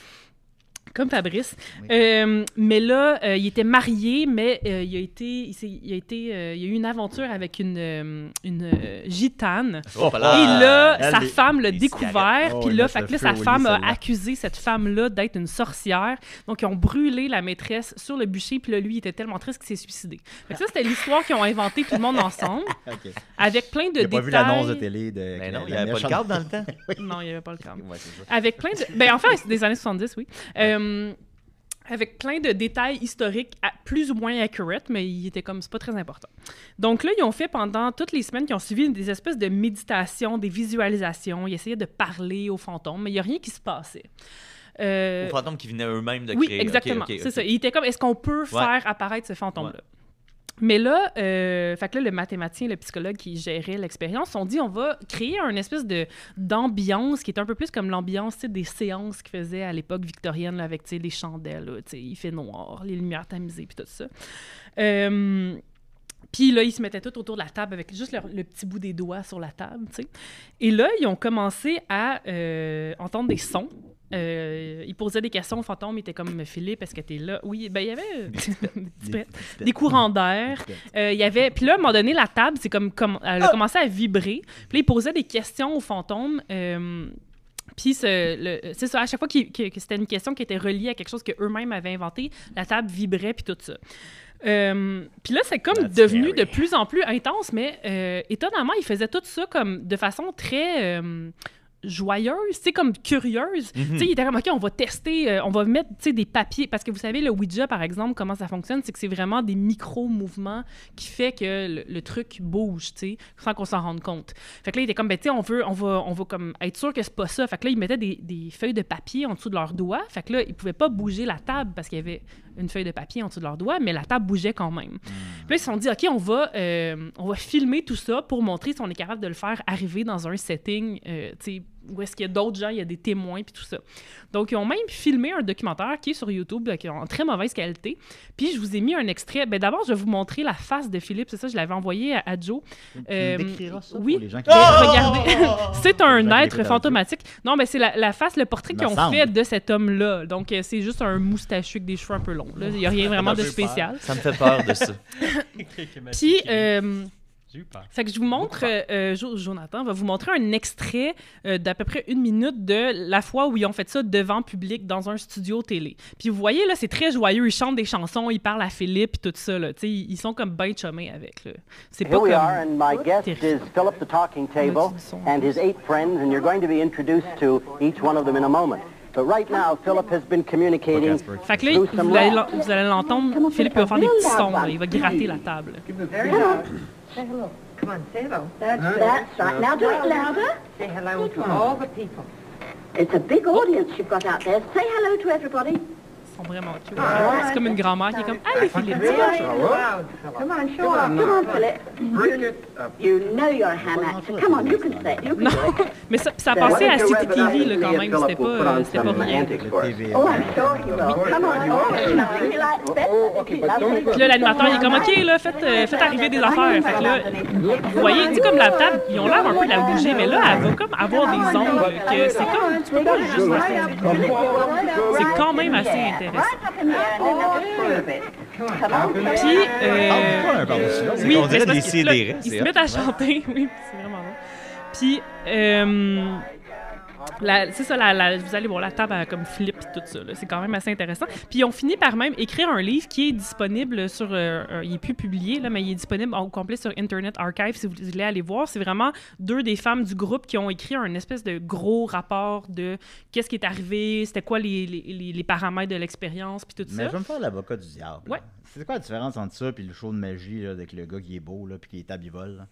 B: Comme Fabrice.
C: Oui.
B: Euh, mais là, euh, il était marié, mais euh, il a été, il, s'est- il a été, euh, il a eu une aventure avec une, euh, une euh, gitane.
E: Oh,
B: Et là,
C: Ah, elle
B: sa
C: est-
B: femme l'a
E: les
B: découvert,
C: cigarettes. Oh,
B: puis
C: ils
B: là,
C: mettent
B: fait
C: le
B: que là,
C: feu
B: sa
C: au lit,
B: femme a
C: celle-là.
B: accusé cette femme-là d'être une sorcière. Donc, ils ont brûlé la maîtresse sur le bûcher, puis là, lui, il était tellement triste qu'il s'est suicidé. Fait que ça, c'était l'histoire qu'ils ont inventée tout le monde ensemble,
C: Ok.
B: avec plein de
C: Il a
B: détails.
C: pas vu l'annonce de télé de.
E: Mais
C: que
E: Ben non,
C: la
E: il n'y avait pas
C: méchante-
E: de cadre dans le temps.
B: Non, il n'y avait pas le temps.
E: Ouais, c'est ça.
B: Avec plein de. Ben, enfin, c'est des années 70, oui. Euh, avec plein de détails historiques à- plus ou moins accurate, mais il était comme, c'est pas très important. Donc là, ils ont fait pendant toutes les semaines qui ont suivi des espèces de méditations, des visualisations. Ils essayaient de parler aux fantômes, mais il n'y a rien qui se passait. Euh,
E: Aux fantômes qui venaient eux-mêmes de
B: oui,
E: créer.
B: exactement. c'est ça. Il était comme, est-ce qu'on peut faire apparaître ce fantôme-là? Mais là, euh, fait que là, le mathématicien, le psychologue qui gérait l'expérience, on dit on va créer un espèce de d'ambiance qui est un peu plus comme l'ambiance tu sais, des séances qu'ils faisaient à l'époque victorienne là, avec tu sais, les chandelles, là, tu sais, il fait noir, les lumières tamisées, puis tout ça. Euh, puis là, ils se mettaient tout autour de la table avec juste leur- le petit bout des doigts sur la table, tu sais. Et là, ils ont commencé à euh, entendre des sons. Euh, ils posaient des questions aux fantômes. Ils étaient comme « Philippe, est-ce que t'es là? » Oui, ben il y avait euh, des, petits pets. Des courants d'air. Euh, Il y avait... Puis là, à un moment donné, la table, c'est comme, comme- elle
C: Ah!
B: a commencé à vibrer. Puis là, ils posaient des questions aux fantômes. euh, puis ce- le- c'est ça, à chaque fois qu'il- que, que c'était une question qui était reliée à quelque chose qu'eux-mêmes avaient inventé, la table vibrait, puis tout ça. Euh, puis là, c'est comme
C: That's
B: devenu de
C: scary.
B: plus en plus intense, mais euh, étonnamment, ils faisaient tout ça comme de façon très... euh, joyeuse, tu sais, comme curieuse.
E: Mhm.
B: Tu sais, il était comme, OK, on va tester, euh, on va mettre, tu sais, des papiers. Parce que vous savez, le Ouija, par exemple, comment ça fonctionne, c'est que c'est vraiment des micro-mouvements qui fait que le, le truc bouge, tu sais, sans qu'on s'en rende compte. Fait que là, il était comme, ben, tu sais, on veut, on va, on va comme être sûr que c'est pas ça. Fait que là, ils mettaient des, des feuilles de papier en dessous de leurs doigts. Fait que là, ils pouvaient pas bouger la table parce qu'il y avait une feuille de papier en dessous de leurs doigts, mais la table bougeait quand même. Puis là, ils se sont dit, OK, on va, euh, on va filmer tout ça pour montrer si on est capable de le faire arriver dans un setting, euh, tu sais, où est-ce qu'il y a d'autres gens, il y a des témoins, puis tout ça. Donc, ils ont même filmé un documentaire qui est sur YouTube, euh, qui est en très mauvaise qualité. Puis, je vous ai mis un extrait. Ben, D'abord, je vais vous montrer la face de Philippe. C'est ça, je l'avais envoyé à, à Joe. Euh,
C: tu décriras ça
B: oui.
C: pour les gens qui
B: Regardez, c'est
C: Les gens
B: un
C: qui
B: être
C: l'écoutent en
B: fantomatique. Non, mais c'est la, la face, le portrait
C: Me
B: qu'ils ont
C: semble.
B: fait de cet homme-là. Donc, euh, c'est juste un moustachu avec des cheveux un peu longs. là. Il n'y a
C: Ah,
B: rien vraiment de
D: J'ai peur.
B: spécial.
E: Ça me fait peur de ça.
B: Puis, euh,
D: J'ai eu peur.
B: fait que je vous montre, euh, euh, Jo- Jonathan va vous montrer un extrait euh, d'à peu près une minute de la fois où ils ont fait ça devant public dans un studio télé. Puis vous voyez, là, c'est très joyeux. Ils chantent des chansons, ils parlent à Philippe et tout ça. Là. Tu sais, Ils ils sont comme ben chumés avec. là. C'est pas
J: Here we
B: comme-
J: are, and my guest is Philip the Talking Table and his eight friends, and you're going to be introduced to each one of them in a moment. But right now, Philip has been communicating
B: Fait que là,
J: through some
B: vous allez,
J: letters.
B: l'en- vous allez l'entendre, Philippe il va faire des petits sons, là. il va gratter la table.
K: Very good. Say hello. Come on, say hello. That's,
L: that's right. Now do it louder.
K: Say hello
L: Good
K: to
L: one.
K: all the people.
L: It's a big audience you've got out there. Say hello to everybody.
B: Ils sont vraiment cute. C'est comme une grand-mère qui est comme « Allez, Philippe!
L: Really
B: viens.
L: loud. Come on, show
B: Come
L: off.
B: on,
L: Come on,
B: now.
L: Philip. You, you know you're a ham actor. Come on, you can say it. You can do it.
B: Mais ça, ça
L: Then
B: passait
L: why
B: à
L: don't you
B: City TV,
L: wrap it
B: là,
L: up
B: quand
L: and
B: même.
L: Philip
B: C'était
L: will
B: pas, c'était pas rien.
L: Oh, I'm sure he will. Come on. Oh, nothing like that.
B: Puis là, l'animateur, il est comme « OK, là, faites, euh, faites arriver des affaires. » Fait que là, vous voyez, tu sais, comme la table, ils ont l'air un peu de la bouger, mais là, elle va comme avoir des ondes, là, que c'est comme, tu peux pas juste rester assis. C'est quand même assez intéressant. Oh, Puis, euh,
E: C'est
B: oui,
E: qu'on dirait
B: mais c'est parce que là,
E: des sidérés,
B: Ils
E: c'est
B: se
E: hot.
B: mettent à chanter, oui, c'est vraiment bon. Puis, euh, la- c'est ça, la- la- vous allez voir la table à, comme flip et tout ça. là. C'est quand même assez intéressant. Puis, on finit par même écrire un livre qui est disponible sur. euh, euh, il n'est plus publié, là, mais il est disponible au complet sur Internet Archive si vous voulez aller voir. C'est vraiment deux des femmes du groupe qui ont écrit un espèce de gros rapport de qu'est-ce qui est arrivé, c'était quoi les, les- les- les paramètres de l'expérience, puis tout ça.
C: Mais je vais me faire l'avocat du diable.
B: Ouais.
C: C'est quoi la différence entre ça et le show de magie là, avec le gars qui est beau là, puis qui est tabivole là,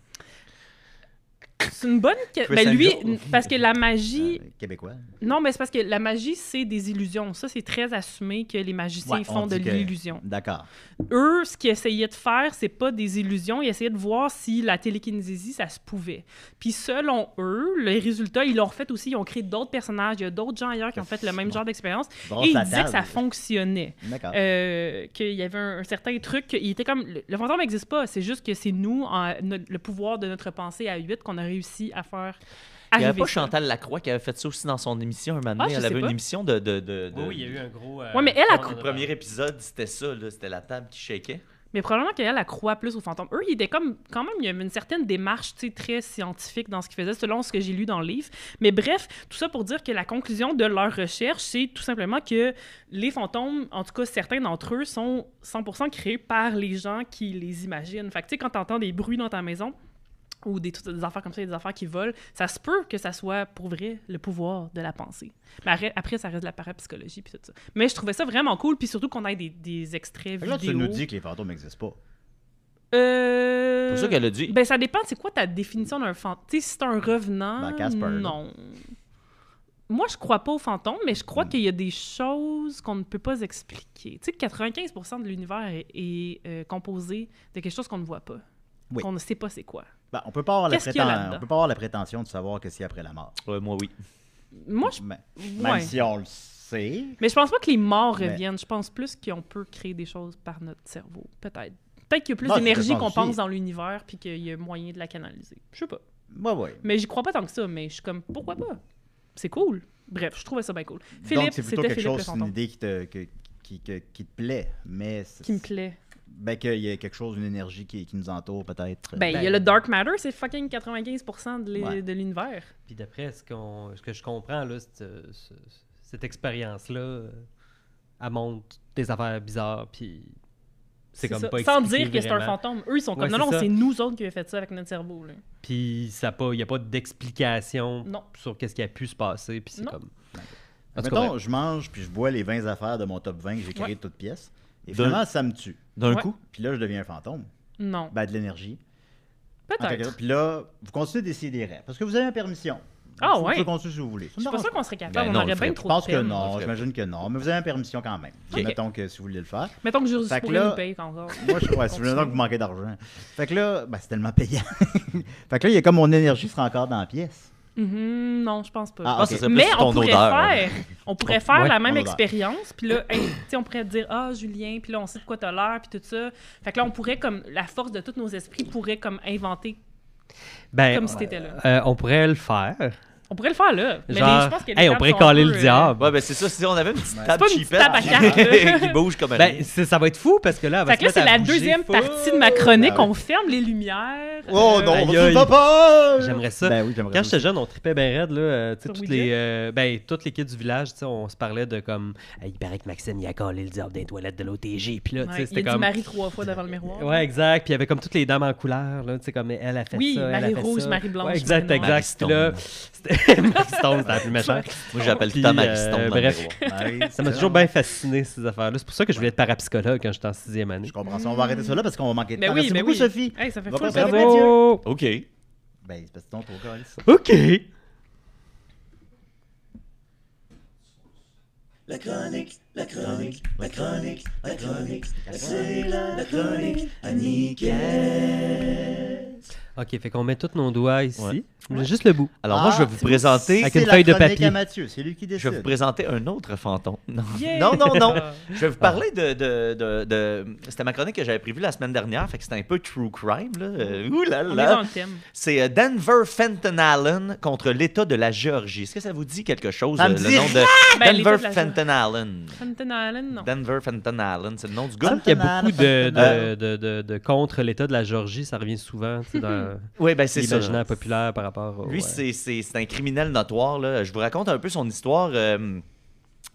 B: C'est une bonne. que-
C: Chris
B: Ben, lui,
C: Angel.
B: n- parce que la magie.
C: euh, québécois?
B: Non, mais c'est parce que la magie, c'est des illusions. Ça, c'est très assumé que les magiciens
C: Ouais, on
B: font de
C: dit que-
B: l'illusion.
C: D'accord.
B: Eux, ce qu'ils essayaient de faire, c'est pas des illusions. Ils essayaient de voir si la télékinésie, ça se pouvait. Puis selon eux, les résultats, ils l'ont fait aussi. Ils ont créé d'autres personnages. Il y a d'autres gens ailleurs qui ont fait le même genre d'expérience.
C: Bon,
B: et ils
C: ça
B: disaient que ça
C: table.
B: fonctionnait.
C: D'accord.
B: Euh, qu'il y avait un, un certain truc. Il était comme. Le, le fantôme n'existe pas. C'est juste que c'est nous, en- no- le pouvoir de notre pensée à 8, qu'on a réussi à faire
E: Il n'y avait
B: arriver.
E: pas
B: ça.
E: Chantal Lacroix qui avait fait ça aussi dans son émission un moment
B: Ah,
E: donné.
B: je
E: elle
B: sais
E: avait
B: pas.
E: une émission de. de, de, de-
D: Oui, il y a eu un gros. euh,
B: Ouais, mais elle a
D: on en
E: Le
D: parlé.
E: premier épisode, c'était ça, là, c'était la table qui shakeait.
B: Mais probablement qu'elle, elle croit plus aux fantômes. Eux, ils étaient comme, quand même, il y avait une certaine démarche tu sais, très scientifique dans ce qu'ils faisaient, selon ce que j'ai lu dans le livre. Mais bref, tout ça pour dire que la conclusion de leur recherche, c'est tout simplement que les fantômes, en tout cas certains d'entre eux, sont 100% créés par les gens qui les imaginent. Fait que, tu sais, quand t'entends des bruits dans ta maison, ou des, toutes des affaires comme ça, des affaires qui volent, ça se peut que ça soit pour vrai le pouvoir de la pensée. Mais arrête- après, ça reste de la parapsychologie puis tout ça. Mais je trouvais ça vraiment cool, puis surtout qu'on ait des, des extraits
C: Fait que Là, tu
B: vidéo.
C: nous dis que les fantômes n'existent pas.
B: Euh...
E: C'est pour ça qu'elle a dit.
B: Ben, ça dépend, c'est quoi ta définition d'un fantôme? Tu sais, si c'est un revenant,
C: Ben, Casper, là.
B: non. Moi, je crois pas aux fantômes, mais je
C: Hmm.
B: crois qu'il y a des choses qu'on ne peut pas expliquer. Tu sais, 95 de l'univers est, est, euh, composé de quelque chose qu'on ne voit pas,
C: Oui.
B: qu'on ne sait pas c'est quoi.
C: Ben, on peut pas avoir la
B: Qu'est-ce qu'il y a
C: préten-
B: là-dedans?
C: on peut pas avoir la prétention de savoir que c'est après la mort.
B: ben
E: Ouais, moi, oui.
B: Moi, je...
C: Mais-
B: ouais.
C: Même si on le sait.
B: Mais je pense pas que les morts
C: Mais-
B: reviennent. Je pense plus qu'on peut créer des choses par notre cerveau, peut-être. Peut-être qu'il y a plus
C: Non, c'est
B: d'énergie
C: ce que je
B: qu'on
C: pense
B: pense
C: aussi.
B: dans l'univers, puis qu'il y a moyen de la canaliser. Je sais pas.
C: Ouais, ouais.
B: Mais j'y crois pas tant que ça, mais je suis comme, pourquoi pas? C'est cool. Bref, je trouvais ça bien cool.
C: Donc,
B: Philippe,
C: c'est plutôt
B: c'était
C: quelque
B: Philippe le
C: chose, c'est une
B: fantôme.
C: idée qui te, que- qui, que- qui te plaît. Mais c'est-
B: Qui me plaît.
C: Ben, qu'il y a quelque chose, une énergie qui, qui nous entoure, peut-être.
B: Ben, il y a le Dark Matter, c'est fucking 95% de l'é-
C: Ouais.
B: de l'univers.
D: Puis d'après ce, qu'on- ce que je comprends, là, c'est, euh, ce- cette expérience-là, euh, elle montre des affaires bizarres, puis C'est comme
B: ça.
D: pas
B: Sans
D: expliqué
B: dire que c'est un
D: vraiment.
B: fantôme. Eux, ils sont comme,
D: Ouais,
B: non, non,
D: ça.
B: c'est nous autres qui avons fait ça avec notre cerveau. Là.
D: Puis ça pas, il n'y a pas d'explication
B: Non.
D: sur qu'est-ce qui a pu se passer. Puis c'est
B: Non.
D: comme. En tout cas,
C: Mettons,
D: bref.
C: je mange puis je bois les 20 affaires de mon top 20 que j'ai créé
B: Ouais.
C: de toutes pièces. Et
E: D'un-
C: finalement, ça me tue.
E: d'un
B: Ouais. coup?
C: Puis là, je deviens un fantôme.
B: Non.
C: Ben, de l'énergie. En quelque
B: Peut-être.
C: sorte. Puis là, vous continuez d'essayer des rêves. Parce que vous avez la permission.
B: Ah
C: Vous
B: ouais.
C: pouvez continuer si vous voulez.
B: Je suis pas sûr qu'on serait capable.
E: Ben
B: on
E: non, on
B: aurait
E: le ferait
B: bien
E: pas.
C: Je
B: trop
C: pense
B: de
C: que
B: peine.
C: non,
E: ferait.
C: j'imagine que non. Mais vous avez la permission quand même.
E: Ok.
C: Mettons que si vous voulez le faire.
B: Mettons que Joseph
C: Fait que
B: Pourri
C: là-
B: nous paye encore.
C: Moi, je ouais, c'est
B: Continue.
C: que vous manquez d'argent. Fait que là, ben, c'est tellement payant. fait que là, il y a comme mon énergie sera encore dans la pièce.
B: Mhm, non, je pense pas.
C: Ah, ok. Ça serait plus
B: Mais on
C: ton
B: pourrait
C: odeur,
B: faire,
C: là.
B: on pourrait faire
C: Ouais,
B: la
C: ton
B: même
C: odeur.
B: expérience, puis là, hey, tu sais, on pourrait dire ah Julien, puis là on sait de quoi t'as l'air, puis tout ça. Fait que là, on pourrait comme la force de tous nos esprits pourrait comme inventer.
D: Ben,
B: Comme si t'étais là.
D: euh, on pourrait le faire.
B: On pourrait le faire là. Mais
D: Genre,
B: je pense que les
D: hey, on
B: tables
D: pourrait
B: sont
D: caler
B: un
D: le
B: peu, euh,
D: diable.
E: Ouais, ben c'est ça. Si on avait une petite
B: C'est
E: table
B: pas une petite
E: cheapette
B: table à
E: qui-
B: cartes, là.
E: qui bouge comme un.
D: Ben, c'est- ça va être fou parce que là, elle va
B: Fait
D: se
B: que là,
D: mettre
B: c'est
D: à
B: la
D: bouger
B: deuxième
D: full.
B: partie de ma chronique.
D: Ah ouais.
B: On ferme les lumières. Euh,
C: Oh non,
D: Aïe,
C: on
D: aïe.
C: va pas
D: J'aimerais ça.
C: Ben oui, j'aimerais
D: Quand
C: ça
D: j'étais jeune, on tripait bien raide. Là, euh, tu sais,
B: Sur
D: toutes,
B: Ouija?
D: les, euh, ben, toutes les kids du village, tu sais, on se parlait de comme. Hey, il paraît que Maxime, il a collé le diable des toilettes de l'OTG. Puis là, tu sais,
B: Ouais, il a
D: c'était
B: dit
D: comme.
B: Marie trois fois devant le miroir.
D: Ouais, exact. Puis il y avait comme toutes les dames en couleur, là, tu sais, comme elle a fait
B: Oui,
D: ça. elle a
B: Marie
D: fait
B: rouge,
D: ça.
B: Marie blanche,
D: Ouais, exact,
B: Marie noire.
D: exact. Puis là, c'était Marie Stone, c'était la plus méchante.
E: Moi, j'appelle
D: Puis,
E: ça Marie Stone dans le
D: bref,
E: miroir.
C: Marie
D: ça m'a toujours bien fasciné, ces affaires-là. C'est pour ça que je voulais être parapsychologue quand j'étais en sixième année. Je
C: comprends ça. On va arrêter ça là parce qu'on va manquer de
B: Ben
C: temps.
B: oui,
C: Merci
B: ben
C: beaucoup,
B: oui.
C: Sophie.
B: Hey, ça fait
C: Va
B: full
C: pas
B: plaisir.
C: perdre Mathieu.
E: OK.
C: Ben, c'est parce que ton tour, Carlis.
D: OK.
A: La chronique, la chronique, la chronique, la chronique, c'est la chronique à Nickel.
D: OK, fait qu'on met tous nos doigts ici. J'ai Juste le bout.
E: Alors, moi, je vais
C: Ah,
E: vous
C: c'est-
E: présenter.
D: Avec
C: c'est
D: une
C: la
D: feuille de
C: chronique
D: papier.
C: à Mathieu, c'est lui qui
E: Je vais vous
C: décide.
E: présenter un autre fantôme. Non,
B: Yeah.
E: non, non, non. Je vais vous parler de. de, de, de- C'était ma chronique que j'avais prévue la semaine dernière, fait que c'était un peu true crime. Là. Euh, ouh là
B: On est
E: là.
B: dans le thème.
E: C'est euh, Denver Fenton Allen contre l'État de la Géorgie. Est-ce que ça vous dit quelque chose,
C: Ça
E: euh,
C: me
E: le
C: dit
E: nom de
B: Ben, l'État
E: Denver
B: de la Géorgie.
E: Fenton Allen?
B: Fountain Island, non.
E: Denver Fenton Allen, c'est le nom du
D: Il me
E: gars.
D: semble qu'il y a beaucoup de, de,
E: Euh,
D: de, de- de contre l'État de la Géorgie. Ça revient souvent tu sais, dans
E: Oui, ben c'est ça.
D: l'imaginaire populaire par rapport au... euh,
E: Lui,
D: ouais.
E: c'est- c'est c'est un criminel notoire. là. Je vous raconte un peu son histoire. Euh,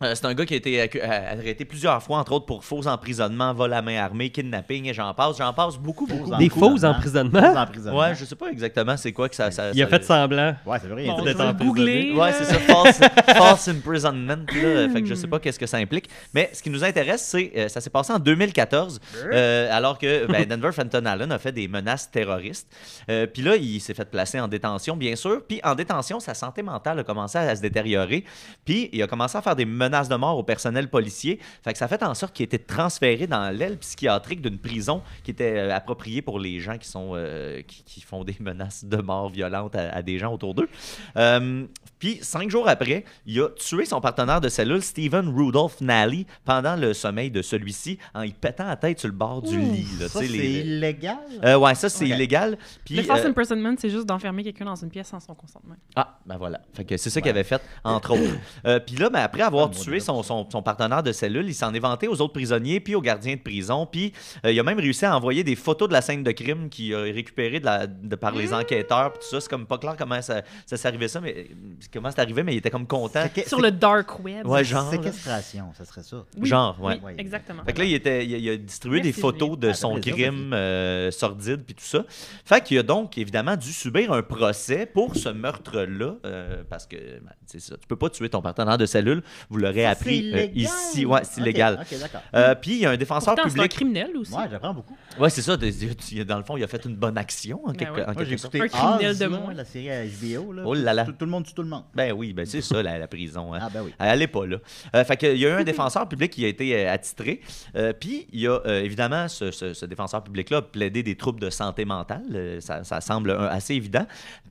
E: euh, c'est un gars qui a été accu- euh, arrêté plusieurs fois, entre autres pour faux emprisonnement, vol à main armée, kidnapping, et j'en passe. J'en passe beaucoup, beaucoup.
D: Des
E: beaucoup.
D: faux emprisonnements?
C: Faux emprisonnements.
E: Ouais, je sais pas exactement c'est quoi que ça. ça-
D: Il a
E: ça-
D: fait semblant.
C: Ouais, ça veut rien
B: Bon,
C: dire.
B: je vais le googler. euh,
E: Ouais, c'est ça, false, false imprisonment. Là, fait que je sais pas qu'est-ce que ça implique. Mais ce qui nous intéresse, c'est euh, ça s'est passé en 2014, euh, alors que ben, Denver Fenton Allen a fait des menaces terroristes. Euh, puis là, il s'est fait placer en détention, bien sûr. Puis en détention, sa santé mentale a commencé à, se détériorer. Puis il a commencé à faire des menaces de mort au personnel policier. Fait que ça a fait en sorte qu'il était transféré dans l'aile psychiatrique d'une prison qui était euh, appropriée pour les gens qui sont euh, qui, qui font des menaces de mort violentes à, à des gens autour d'eux. Euh, puis, cinq jours après, il a tué son partenaire de cellule, Stephen Rudolph Nally, pendant le sommeil de celui-ci, en y pétant la tête sur le bord du lit. là,
C: Ça,
E: tu
C: c'est
E: sais, les-
C: illégal.
E: Euh, ouais, ça, c'est
C: Ok.
E: illégal. Puis,
B: Le false
E: euh,
B: imprisonment, c'est juste d'enfermer quelqu'un dans une pièce sans son consentement.
E: Ah, ben voilà. Fait que c'est ça qu'il avait fait, entre autres. Euh, puis là, ben après avoir tué son, son, son partenaire de cellule, il s'en est vanté aux autres prisonniers, puis aux gardiens de prison, puis euh, il a même réussi à envoyer des photos de la scène de crime qu'il a récupérée de la- de par les enquêteurs, puis tout ça. C'est comme pas clair comment ça, ça s'est arrivé, ça, mais euh, comment c'est arrivé, mais il était comme content.
C: C'est-
B: Sur le dark web.
E: Ouais, genre. là.
C: Séquestration, ça serait ça.
B: Oui,
E: Genre, ouais.
B: oui, exactement.
E: Fait que là, il, était, il, a- il a distribué
B: Merci,
E: des photos de
C: Ah,
E: son
C: t'as raison,
E: crime euh, sordide puis tout ça. Fait qu'il a donc évidemment dû subir un procès pour ce meurtre-là euh, parce que ben, c'est ça, tu peux pas tuer ton partenaire de cellule. Vous l'aurez
C: Ça,
E: appris
C: c'est
E: euh,
C: illégal.
E: ici, ouais, c'est
C: Ok,
E: illégal.
C: ok, d'accord.
E: Euh, puis il y a un défenseur
B: Pourtant, c'est un
E: public.
B: criminel aussi.
C: Ouais, j'apprends beaucoup.
E: Ouais, c'est ça. des- des- Dans le fond, il a fait une bonne action en
B: Ben
E: quelque,
B: oui.
E: en
C: Moi, j'ai
E: quelque sorte.
C: écouté
B: Un criminel
C: Oz,
B: de
C: là,
B: moins.
C: la série à HBO. Là,
E: Oh là là.
C: Tout, tout le monde tue tout le monde.
E: Ben oui, ben c'est ça la, la prison. hein.
C: Ah, ben oui.
E: Elle n'est pas là. Euh, fait qu'il y a eu un défenseur public qui a été euh, attitré. Euh, Puis, il y a euh, évidemment, ce, ce- ce défenseur public-là a plaidé des troubles de santé mentale. Euh, ça, ça semble euh, assez évident.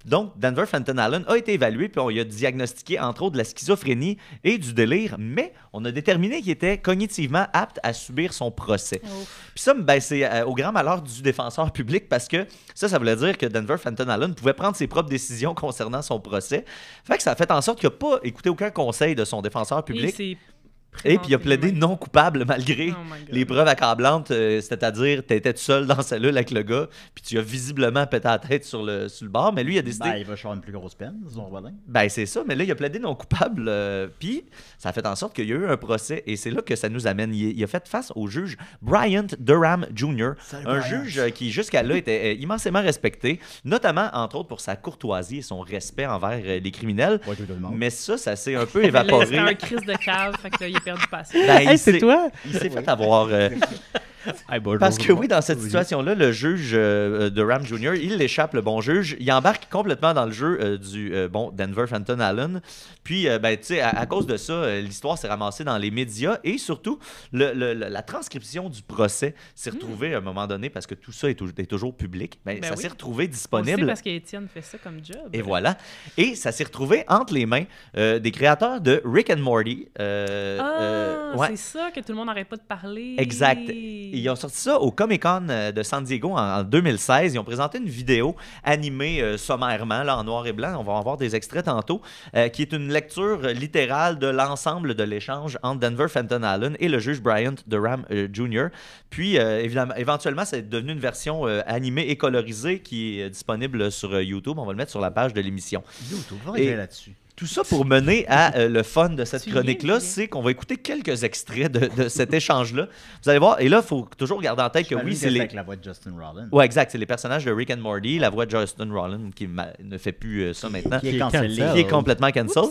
E: Donc, Denver Fenton Allen a été évalué, puis on lui a diagnostiqué, entre autres, de la schizophrénie et du délire, mais on a déterminé qu'il était cognitivement apte à subir son procès. Puis ça, ben, c'est euh, au grand malheur du défenseur public parce que ça, ça voulait dire que Denver Fenton Allen pouvait prendre ses propres décisions concernant son procès. Fait que ça a fait en sorte qu'il n'a pas écouté aucun conseil de son défenseur
B: Et
E: public.
B: c'est oh
E: Et puis il a plaidé non coupable malgré les preuves accablantes, euh, c'est-à-dire t'étais tout seul dans la cellule avec le gars, puis tu as visiblement pété la tête sur le, sur le bar, mais lui il a décidé...
C: Ben, il va choisir une plus grosse peine, son voisin.
E: Ben, c'est ça, mais là, il a plaidé non coupable. euh, Puis, ça a fait en sorte qu'il y a eu un procès, et c'est là que ça nous amène. Il, il a fait face au juge Bryant Durham Jr., un
C: Bryant.
E: juge euh, qui, jusqu'à là, était euh, immensément respecté, notamment, entre autres, pour sa courtoisie et son respect envers euh, les criminels. Mais ça, ça s'est un peu
B: C'était
E: évaporé.
B: un crise de cave, fait que là, il a perdu patience.
E: Ben, il s'est- Il s'est fait avoir. euh, Parce que oui, dans cette situation-là, le juge euh, euh, de Ram Jr., il l'échappe, le bon juge. Il embarque complètement dans le jeu euh, du euh, bon Denver Fenton Allen. Puis, euh, ben, tu sais, à, à cause de ça, euh, l'histoire s'est ramassée dans les médias et surtout, le- le- le- la transcription du procès s'est retrouvée à un moment donné, parce que tout ça est, tou- est toujours public, ben,
B: Hmm. Ben
E: ça
B: oui.
E: s'est retrouvé
B: On le
E: disponible.
B: sait parce qu'Étienne fait ça comme job.
E: Et voilà. Et ça s'est retrouvé entre les mains euh, des créateurs de Rick and Morty. Euh,
B: Ah,
E: euh, ouais.
B: c'est ça que tout le monde n'arrête pas de parler.
E: Exact. Ils ont sorti ça au Comic Con euh, de San Diego en en 2016. Ils ont présenté une vidéo animée euh, sommairement, là, en noir et blanc. On va en voir des extraits tantôt, euh, qui est une lecture euh, littérale de l'ensemble de l'échange entre Denver Fenton Allen et le juge Bryant Durham euh, Jr. Puis, euh, évidemment, éventuellement, c'est devenu une version euh, animée et colorisée qui est euh, disponible sur euh, YouTube. On va le mettre sur la page de l'émission.
C: YouTube, on va
E: Et-
C: régler là-dessus.
E: tout ça pour mener à euh, le fun de cette chronique-là, c'est qu'on va écouter quelques extraits de, de cet échange-là. Vous allez voir, et là, il faut toujours garder en tête que oui,
C: J'imagine
E: c'est
C: que
E: les...
C: avec la voix de Justin Rollins.
E: Ouais, exact, c'est les personnages de Rick and Morty, la voix de Justin Rollin qui ma- ne fait plus euh, ça maintenant.
C: qui est cancellé.
E: Qui est complètement cancel.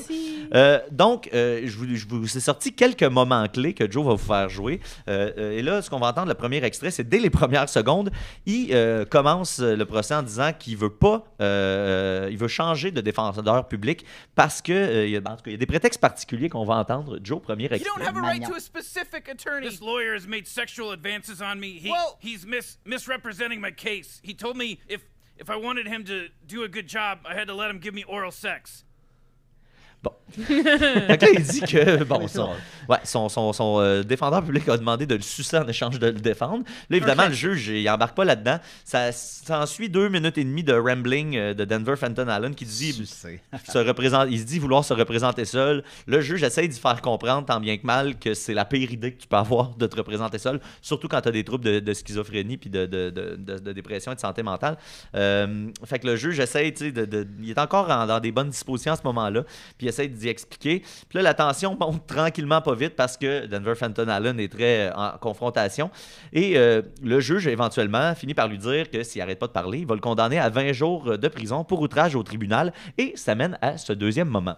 E: Euh, donc, euh, je, vous, je vous ai sorti quelques moments clés que Joe va vous faire jouer. Euh, euh, et là, ce qu'on va entendre, le premier extrait, c'est dès les premières secondes, il euh, commence euh, le procès en disant qu'il veut pas, euh, euh, il veut changer de défenseur public parce que, euh, il y a, en tout cas, il y a des prétextes particuliers qu'on va entendre. Joe, premier extrait.
M: You don't have a right to a specific attorney. This lawyer has made sexual advances on me. He, he's mis- misrepresenting my case. He told me if if I wanted him to do a good job, I had to let him give me oral sex.
E: Fait que là, il dit que bon, son, ouais, son, son- son, euh, défendeur public a demandé de le sucer en échange de le défendre. Là, évidemment,
M: Ok.
E: le juge, il embarque pas là-dedans. Ça s'ensuit deux minutes et demie de rambling euh, de Denver Fenton Allen qui dit se représente, il se dit vouloir se représenter seul. Le juge essaye d'y faire comprendre, tant bien que mal, que c'est la pire idée que tu peux avoir de te représenter seul, surtout quand tu as des troubles de, de schizophrénie puis de, de- de- de- de dépression et de santé mentale. Euh, fait que le juge essaye, tu sais, de, de- il est encore en- dans des bonnes dispositions à ce moment-là, puis il essaye d'y expliquer. Puis là, la tension monte tranquillement, pas vite, parce que Denver Fenton Allen est très euh, en confrontation. Et euh, le juge, éventuellement, finit par lui dire que s'il arrête pas de parler, il va le condamner à 20 jours euh, de prison pour outrage au tribunal. Et ça mène à ce deuxième moment.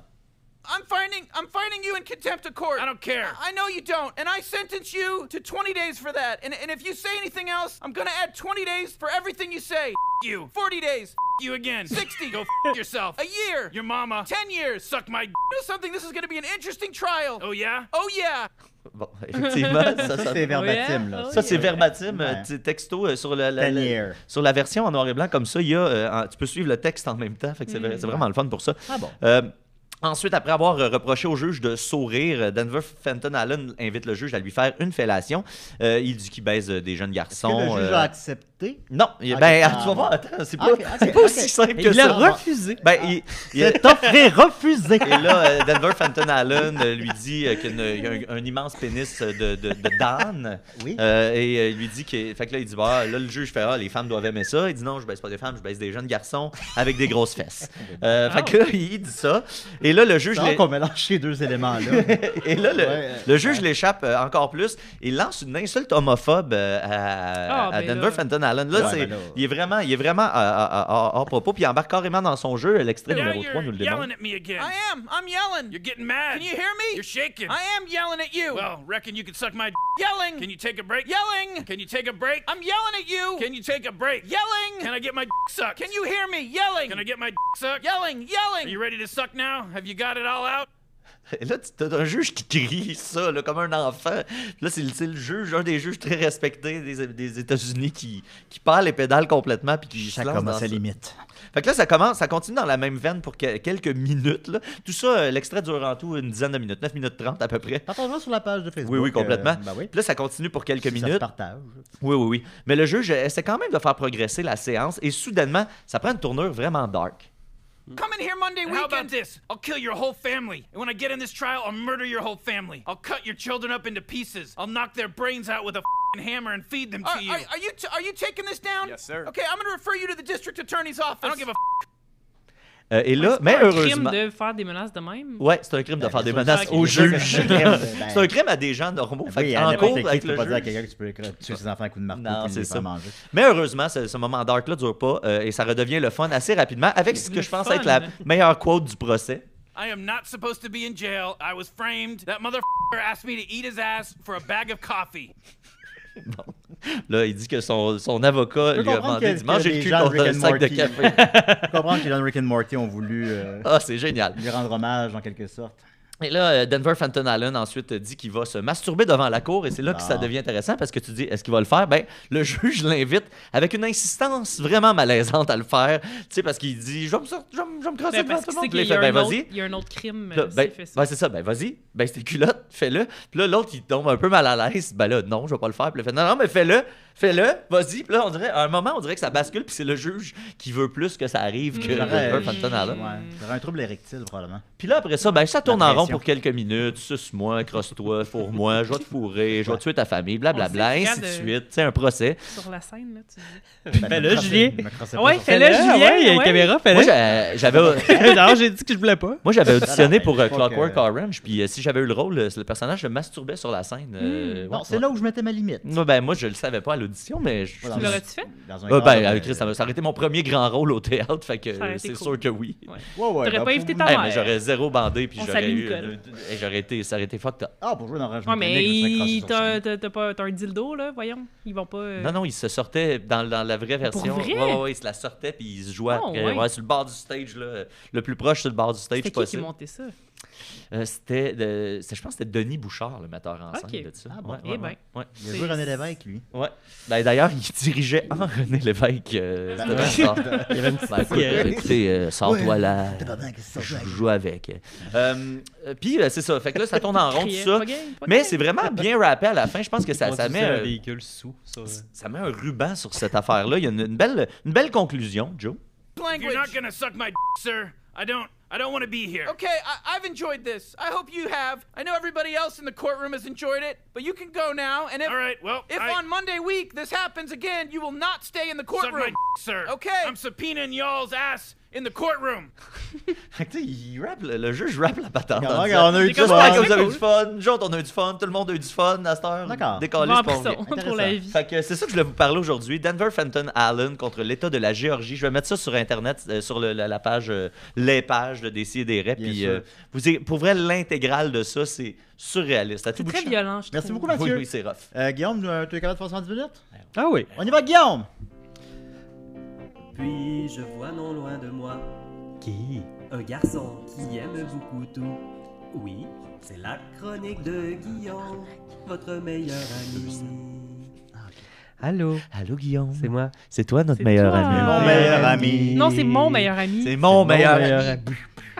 M: I'm finding I'm finding you in contempt of court. I don't care. I know you don't, and I sentence you to 20 days for that. And, and if you say anything else, I'm gonna add 20 days for everything you say. You 40 days. You again. 60. Go yourself. A year. Your mama. 10 years. Suck my. Do something. This is gonna be an interesting trial. Oh yeah. Oh yeah.
E: Bon, effectivement, ça,
C: Ça,
E: ça-
C: c'est verbatim, là.
E: Ça, c'est
C: Ouais.
E: verbatim,
C: Ouais.
E: euh, t- texto euh, sur, la, la- la-
C: Tanière.
E: sur la version en noir et blanc. Comme ça, il y a, euh, en- tu peux suivre le texte en même temps. Fait que c'est vrai-
C: Mm.
E: c'est vraiment le fun pour ça.
C: Ah bon.
E: Euh, Ensuite, après avoir euh, reproché au juge de sourire, euh, Denver Fenton Allen invite le juge à lui faire une fellation. Euh, il dit qu'il baise euh, des jeunes
C: Que
E: garçons.
C: le juge
E: euh,
C: a accepté.
E: Non, il-
C: Ok,
E: ben,
C: ah,
E: tu vas voir,
C: bon.
E: attends, c'est pas,
C: Ok, ok,
E: c'est pas
C: ok.
E: aussi simple
C: Il
E: que ça.
C: l'a Ah. refusé.
E: Ben, il,
C: Cet offre est refusée.
E: Et là, euh, Denver Fenton Allen euh, lui dit euh, qu'il y a une- il y a un, un immense pénis euh, de, de, de Dan.
C: Oui.
E: Euh, et euh, il lui dit que. Fait que là, il dit, bah, là, le juge fait, ah, les femmes doivent aimer ça. Il dit, non, je baisse pas des femmes, je baisse des jeunes garçons avec des grosses fesses. Euh, Fait que là, il dit ça. Et là, le juge.
C: C'est rare
E: l'est-
C: qu'on mélange ces deux éléments-là.
E: et là, le,
C: Ouais,
E: le juge l'échappe euh, encore plus. Il lance une insulte homophobe euh,
C: Ah,
E: à, à
C: ben
E: Denver
C: là.
E: Fenton Allen. Là,
C: Ouais,
E: c'est-
C: ben là.
E: il est vraiment, il est vraiment à- à- à- hors- hors propos. Puis il embarque carrément dans son jeu. L'extrait
M: Now
E: numéro 3
M: you're
E: nous le démontre.
M: yelling at me again. I am. I'm yelling. You're getting mad. Can you hear me? You're shaking. I am yelling at you. Well, reckon you can suck my d- yelling. Can you take a break? Yelling. Can you take a break? I'm yelling at you. Can you take a break? Yelling. Can I get my d- sucked? Can you hear me? Yelling. Can I get my d- sucked? Yelling. Yelling. Are you ready to suck now? Have you got it all out?
E: Et là, tu- t'as un juge qui crie ça, là, comme un enfant. Puis Là, c'est le, c'est le juge, un des juges très respectés des, des États-Unis qui, qui perd les pédales complètement. Puis qui se
C: Ça
E: lance dans
C: commence à
E: ça.
C: limite.
E: Fait que là, ça commence, ça continue dans la même veine pour que- quelques minutes. là. Tout ça, euh, l'extrait dure en tout une dizaine de minutes, 9 minutes 30 à peu près.
C: Partagez-le sur la page de Facebook.
E: Oui, oui, complètement.
C: euh, ben oui.
E: Puis là, ça continue pour quelques
C: Ça se
E: minutes.
C: partage.
E: Oui, oui, oui. Mais le juge euh, essaie quand même de faire progresser la séance et soudainement, ça prend une tournure vraiment dark.
M: Come in here Monday
N: And
M: weekend.
N: How about this? I'll kill your whole family. And when I get in this trial, I'll murder your whole family. I'll cut your children up into pieces. I'll knock their brains out with a fing hammer and feed them to
M: Are,
N: you.
M: are, are you t- are you taking this down?
N: Yes, sir.
M: Okay, I'm gonna refer you to the district attorney's office. I don't give a. F-
E: Euh, et là, mais
B: un
E: heureusement.
B: crime de faire des menaces de même.
E: Ouais, c'est un crime de
C: Ben,
E: faire des
C: c'est
E: menaces
C: sûr que
E: aux
C: c'est un
E: juges.
C: crime. ben.
E: C'est un crime à des gens normaux. Fait
C: Oui,
E: que
C: à
E: en
C: n'importe
E: cours,
C: qui,
E: avec
C: tu
E: le
C: peux pas
E: juge-
C: dire à quelqu'un que tu peux tuer ses enfants à coups de marteau
E: Non,
C: puis
E: c'est
C: les
E: ça.
C: faire manger.
E: Mais heureusement, ce, ce moment dark-là dure pas euh, et ça redevient le fun assez rapidement avec ce que je pense être la
N: fun.
E: meilleure quote du procès.
N: I am not supposed to be in jail. I was framed. That motherfucker asked me to eat his ass for a bag of coffee.
E: Là, il dit que son, son avocat
C: Je
E: lui a
C: comprends
E: demandé
C: que-
E: de
C: que
E: manger
C: les
E: le cul
C: gens de
E: contre
C: Rick
E: un
C: and
E: sac de
C: Morty-
E: café.
C: Je comprends que les gens de Rick and Morty ont voulu euh,
E: Ah, c'est génial.
C: lui rendre hommage en quelque sorte.
E: Et là, euh, Denver Fenton Allen ensuite dit qu'il va se masturber devant la cour et c'est là que ça
C: Non.
E: devient intéressant parce que tu dis est-ce qu'il va le faire Ben le juge l'invite avec une insistance vraiment malaisante à le faire, tu sais parce qu'il dit je vais me sor- je vais me je vais me crosser
B: Ben,
E: devant
B: parce
E: tout
B: qu'il
E: le monde.
B: sait
E: Puis
B: qu'il
E: là, il
B: y, a
E: fait,
B: un
E: ben
B: autre-
E: vas-y.
B: il y a un autre crime.
E: Là,
B: euh,
E: ben,
B: s'il fait ça.
E: ben, c'est ça, ben vas-y, ben c'était culotte, fais-le. Puis là, l'autre, il tombe un peu mal à l'aise. Ben là, non, je vais pas le faire. Puis là, il fait, non, non, mais fais-le, fais-le, vas-y. Puis là, on dirait, à un moment, on dirait que ça bascule, puis c'est le juge qui veut plus que ça arrive que
C: J'aurais-
E: River Fenton Allen.
C: Mm, Ouais, j'aurais un trouble érectile probablement.
E: Puis là, après ça, ben, ça tourne en rond
C: pression.
E: pour quelques minutes. Suce-moi, crosse-toi, fourre-moi, je vais te fourrer, je vais tuer ta famille, blablabla,
B: On sait, euh,
E: ainsi de
B: regarde,
E: suite. C'est un procès.
B: Sur la scène, là, tu dis.
D: Ben, Fais-le, Julien.
B: Ouais, fais-le, Julien.
D: Ouais, il y a une
B: ouais.
D: caméra,
E: Moi,
D: fais-le.
E: j'a- j'avais.
D: non, j'ai dit que je voulais pas.
E: Moi, j'avais auditionné
D: Non, non,
E: pour
D: mais
E: euh,
D: je crois que-
E: Clockwork Orange, puis euh, si j'avais eu le rôle, euh, c'est le personnage, je me masturbais sur la scène.
B: Hmm.
E: euh,
C: Bon,
E: ouais,
C: c'est
E: ouais.
C: là où je mettais ma limite.
E: Moi, ben, moi, je le savais pas à l'audition, mais je.
C: Dans un-
B: l'aurais-tu fait?
C: Dans un
E: Euh, ben,
C: cadre,
E: avec Chris, ça m'a- ça aurait été mon premier grand rôle au théâtre, fait que
B: Ça aurait
E: euh,
B: été
E: c'est
B: cool.
E: sûr que oui.
B: Ouais.
C: Ouais, ouais,
B: T'aurais
C: ben,
B: pas évité
C: pour-
B: ta
E: Hey,
B: mère.
E: mais j'aurais zéro bandé, puis
B: On
E: j'aurais
B: salue
E: eu.
B: Nicole.
E: et j'aurais été. Ça aurait été fucked up.
C: Ah, pour jouer dans Rage
B: Ouais,
C: Mécanique, je me serais
B: mais
C: crassé
B: il-
C: sur
B: t'as t'as- t'as pas t'as un dildo, là, voyons. Ils vont pas. euh, Ah,
E: Non, non, il se sortait dans, dans la vraie version.
B: vrai?
E: Ouais, ouais, il se la sortait, puis il se jouait
B: Oh,
E: après,
B: ouais.
E: ouais, sur le bord du stage, là, le plus proche sur le bord du stage
B: C'était qui qui
E: possible.
B: montait ça?
E: Euh, C'était, de- c'est- je pense que c'était Denis Bouchard, le metteur en scène
B: Ok.
E: de ça.
C: Ah, bon.
B: Eh ben.
E: ouais.
C: Il a joué René Lévesque, lui.
E: Ouais. Ben, D'ailleurs, il dirigeait en René Lévesque. euh,
C: Ben,
E: c'était
C: ouais.
E: bizarre.
C: Il y avait une petite
E: Ben, écoute,
C: affaire.
E: écoutez, euh, sors-toi
C: Ouais.
E: là.
C: Tabarnak, qu'est-ce que ça
E: Je
C: joue
E: joue avec. Euh, euh, Puis, euh, c'est ça. Fait que là, ça tourne en rond, tout
D: Criait,
E: ça.
D: pas game, pas
E: Mais
D: game.
E: c'est vraiment bien rappé à la fin. Je pense que ça,
D: On
E: ça
D: dit
E: met.
D: un
E: euh,
D: véhicule sous. sur-
E: ça met un ruban sur cette affaire-là. Il y a une, une belle, une belle conclusion, Joe.
M: Language.
N: You're not gonna suck my d- sir. I don't. I don't want to be here.
M: Okay, I- I've enjoyed this. I hope you have. I know everybody else in the courtroom has enjoyed it, but you can go now. And if
N: All right, well,
M: if
N: I-
M: on Monday week this happens again, you will not stay in the
N: Suck my
M: courtroom.
N: d- sir.
M: Okay.
N: I'm subpoenaing y'all's ass in the courtroom.
E: Fait que, tu sais, il rappe, le, le juge rappe la patente.
C: Comment
E: en
C: qu'on a
E: disant,
C: eu du
E: J'espère
C: fun.
E: que vous avez eu du fun. Nous autres, on a eu du fun. Tout le monde a eu du fun à cette heure.
C: D'accord.
E: Décalé,
B: On va
E: c'est Ah, pas
B: en prison
E: vrai.
B: Ah, pour la vie.
E: Fait que c'est ça que je voulais vous parler aujourd'hui. Denver Fenton Allen contre l'État de la Géorgie. Je vais mettre ça sur Internet, euh, sur le- la, la page, euh, les pages de Décis et des Rêves. Puis,
C: sûr.
E: euh, vous, irez- pour vrai, l'intégrale de ça, c'est surréaliste. À tout bout de
B: Très
E: champ.
B: violent, je
C: Merci
B: trouve.
C: beaucoup, Mathieu.
E: Oui, oui, c'est rough.
C: Euh, Guillaume, euh, tu es capable de faire 70 minutes?
D: Ah oui.
C: On y va, Guillaume!
O: Puis je vois non loin de moi
D: Qui
O: un garçon qui aime beaucoup tout. Oui, c'est la chronique de Guillaume, votre meilleur ami.
D: Allô.
E: Allô, Guillaume.
D: C'est moi.
E: C'est toi, hein. notre meilleur ami.
C: Mon meilleur ami.
B: euh, Non, c'est mon meilleur ami.
E: C'est mon meilleur
D: meilleur
E: ami.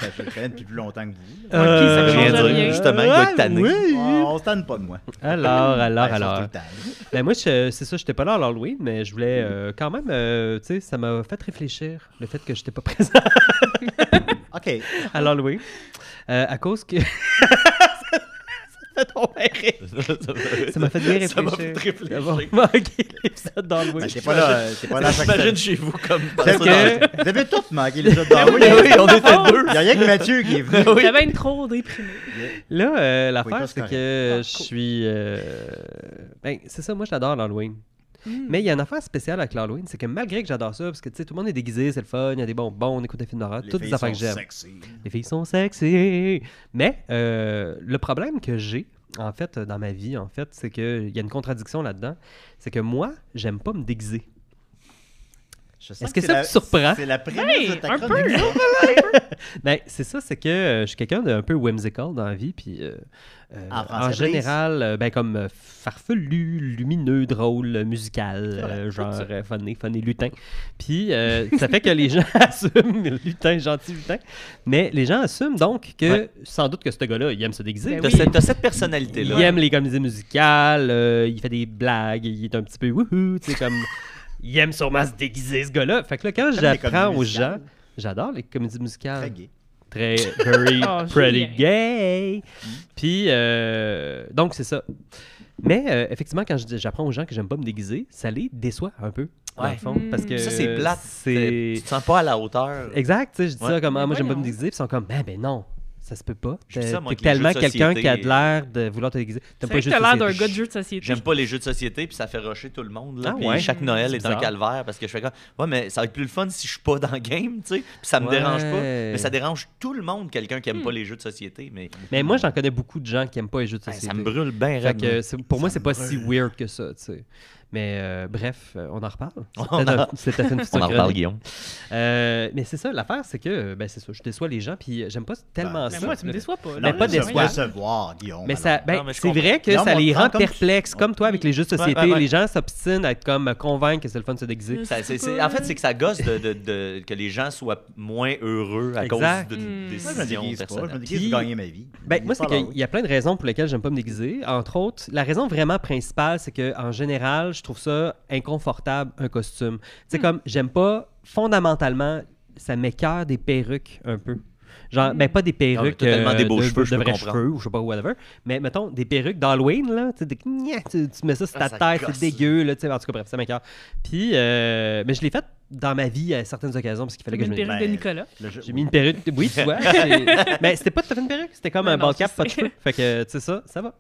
C: Ben, Je le connais depuis plus longtemps que vous.
B: Moi, qui, ça
E: Euh,
B: change
E: rien dire,
B: rien.
E: justement, il doit être tanné.
C: Ouais, on se tanne pas de moi.
D: Alors, alors,
C: Ben,
D: alors.
C: sauf tout le temps.
D: Ben moi, je- c'est ça, j'étais pas là à l'Halloween, mais je voulais
C: Mm.
D: euh, quand même, euh, tu sais, ça m'a fait réfléchir le fait que j'étais pas présent
C: OK.
D: à l'Halloween. Euh, à cause que. ça m'a fait bien réfléchir.
E: Ça m'a fait réfléchir.
D: D'avoir manqué l'épisode d'Halloween.
C: Ben, t'es pas là, euh, t'es pas là chaque
E: J'imagine
C: semaine.
E: chez vous comme
C: Peut-être que- Vous avez tous manqué les autres
D: Ben
C: dans
E: Oui, oui, on était deux.
C: Il n'y a rien que Mathieu qui est venu.
E: Oui.
B: J'avais une trop déprimée.
D: Là, euh,
C: Oui,
D: l'affaire,
C: toi, c'est
D: c'est que je suis. euh, Ben, c'est ça, moi, j'adore l'Halloween.
C: Mm.
D: Mais il y a une affaire spéciale avec l'Halloween, c'est que malgré que j'adore ça, parce que tu sais, tout le monde est déguisé, c'est le fun, il y a des bonbons, on écoute des films d'horreur,
C: Les
D: toutes les
C: filles
D: affaires que
C: sont
D: j'aime.
C: sexy.
D: Les filles sont sexy. Mais euh, le problème que j'ai, en fait, dans ma vie, en fait, c'est qu'il y a une contradiction là-dedans. C'est que moi, j'aime pas me déguiser.
C: Je sens
D: Est-ce
C: que
D: que
C: c'est
D: ça
C: la-
D: vous surprend?
C: C'est la prémisse
B: Hey,
C: de ta
B: un peu.
C: chronique.
D: Ben, c'est ça, c'est que euh, je suis quelqu'un d'un peu whimsical dans la vie, puis euh, euh,
C: En français,
D: en
C: Brice.
D: général, euh, ben, comme euh, farfelu, lumineux, drôle, euh, musical, euh, genre
C: ça.
D: euh, funny, funny, lutin. Puis euh, ça fait que les gens assument, lutin, gentil lutin, mais les gens assument donc que,
E: Ouais.
D: sans doute que ce gars-là, il aime se déguiser.
B: Ben
E: T'as
B: oui.
E: cette, t'as cette
D: Il
E: personnalité-là.
D: aime les comédies musicales, euh, il fait des blagues, il est un petit peu wouhou, tu sais, comme. il aime sûrement se déguiser, ce gars-là. Fait que là, quand
C: J'aime les
D: j'apprends
C: comédies
D: aux gens.
C: musicales.
D: J'adore les comédies musicales.
C: Très gay.
D: Très, very
B: Oh,
D: pretty
B: Julien.
D: gay. Puis, euh, donc, c'est ça. Mais, euh, effectivement, quand je- j'apprends aux gens que j'aime pas me déguiser, ça les déçoit un peu. Dans
E: Ouais.
D: le fond,
E: Mm.
D: parce que
E: Ça, c'est plate.
D: c'est-
E: Tu te sens pas à la hauteur.
D: Exact, tu sais, je dis
E: Ouais.
D: ça comme ah, moi
E: Mais
D: j'aime pas me
E: voyons.
D: déguiser, puis ils sont comme ben ben non, ça se peut pas.
E: Je dis
D: T'es
E: ça, moi,
D: t'es
E: avec les jeux
D: tellement
E: de
D: quelqu'un
E: société.
D: qui a de l'air de vouloir te déguiser.
E: C'est
D: T'aimes
E: vrai
D: pas les
E: que
D: jeux
E: t'as
D: de
E: l'air
D: société.
B: d'un gars de jeu de société.
E: J'aime pas les jeux de société, puis ça fait rusher tout le monde. Là,
D: Ah
E: puis
D: ouais?
E: chaque Noël
D: C'est
E: est, un
D: bizarre.
E: calvaire parce que je fais comme, ouais, mais ça va être plus le fun si je suis pas dans le game, tu sais. Puis ça me
D: Ouais.
E: dérange pas. Mais ça dérange tout le monde, quelqu'un qui aime
B: Hmm.
E: pas les jeux de société. Mais,
D: Mais moi j'en connais beaucoup de gens qui aiment pas les jeux de
E: Hey,
D: société.
E: ça me brûle bien
D: Fait que,
E: raide, moi.
D: c'est- Pour moi
E: Ça
D: c'est
E: me
D: pas si
E: brûle.
D: weird que ça, tu sais. Mais euh, bref, euh, on en reparle.
E: On
D: C'était
E: en-
D: un- c'était une
E: on en
D: future
E: reparle,
D: chronique.
E: Guillaume.
D: Euh, mais c'est ça, l'affaire, c'est que ben, c'est ça, je déçois les gens, puis j'aime pas tellement
B: Mais
D: ça.
B: moi, tu me déçois pas,
D: Ben,
B: là.
D: pas
B: Tu me
D: déçois.
C: décevoir, Guillaume,
D: Mais, ça,
C: alors.
D: ben,
C: Non, mais je
D: c'est
C: comprends.
D: vrai que
C: Non,
D: ça
C: mais on
D: les
C: le prend
D: rend
C: comme tu-
D: perplexes, comme toi avec les jeux de
E: Ouais,
D: société.
E: ouais, ouais.
D: Les gens s'obstinent à être comme me convaincre que c'est le fun de se déguiser.
E: Ça- c'est- c'est- en fait, c'est que ça gosse de, de- de- que les gens soient moins heureux à
D: Exact.
E: cause d'une
C: Moi, je me
E: décision
C: déguise pas. Je me
E: personnelle.
C: déguise
D: Puis-
C: pour gagner ma vie.
D: Ben, moi, c'est
C: Voilà,
D: qu'il y a plein de raisons pour lesquelles j'aime pas me déguiser. Entre autres, la raison vraiment principale, c'est que en général, je trouve ça inconfortable, un costume. Tu sais, comme, j'aime pas, fondamentalement, ça m'écœure des perruques un peu. Genre, ben pas des
E: Non, mais
D: perruques euh,
E: t'as tellement des beaux
D: de,
E: cheveux,
D: de
E: je peux
D: vrais
E: comprendre.
D: cheveux ou je sais pas, whatever. Mais mettons, des perruques d'Halloween, là, tu, sais, des- gna, tu, tu mets ça sur ta
E: Ah, ça
D: tête,
E: gosse.
D: c'est dégueu, là, tu sais, en tout cas, bref, ça m'écœure. Puis, euh, mais je l'ai fait dans ma vie à certaines occasions parce qu'il fallait
B: T'as
D: que je
B: mis une
D: me
B: perruque de Ben, Nicolas. le jeu-
D: J'ai mis une perruque, oui, tu vois. c'est- Mais c'était pas tout à fait une perruque, c'était comme
B: Non,
D: un
B: non,
D: ball
B: je
D: cap, pas de
B: sais.
D: cheveux. Fait que, tu sais, ça, ça va.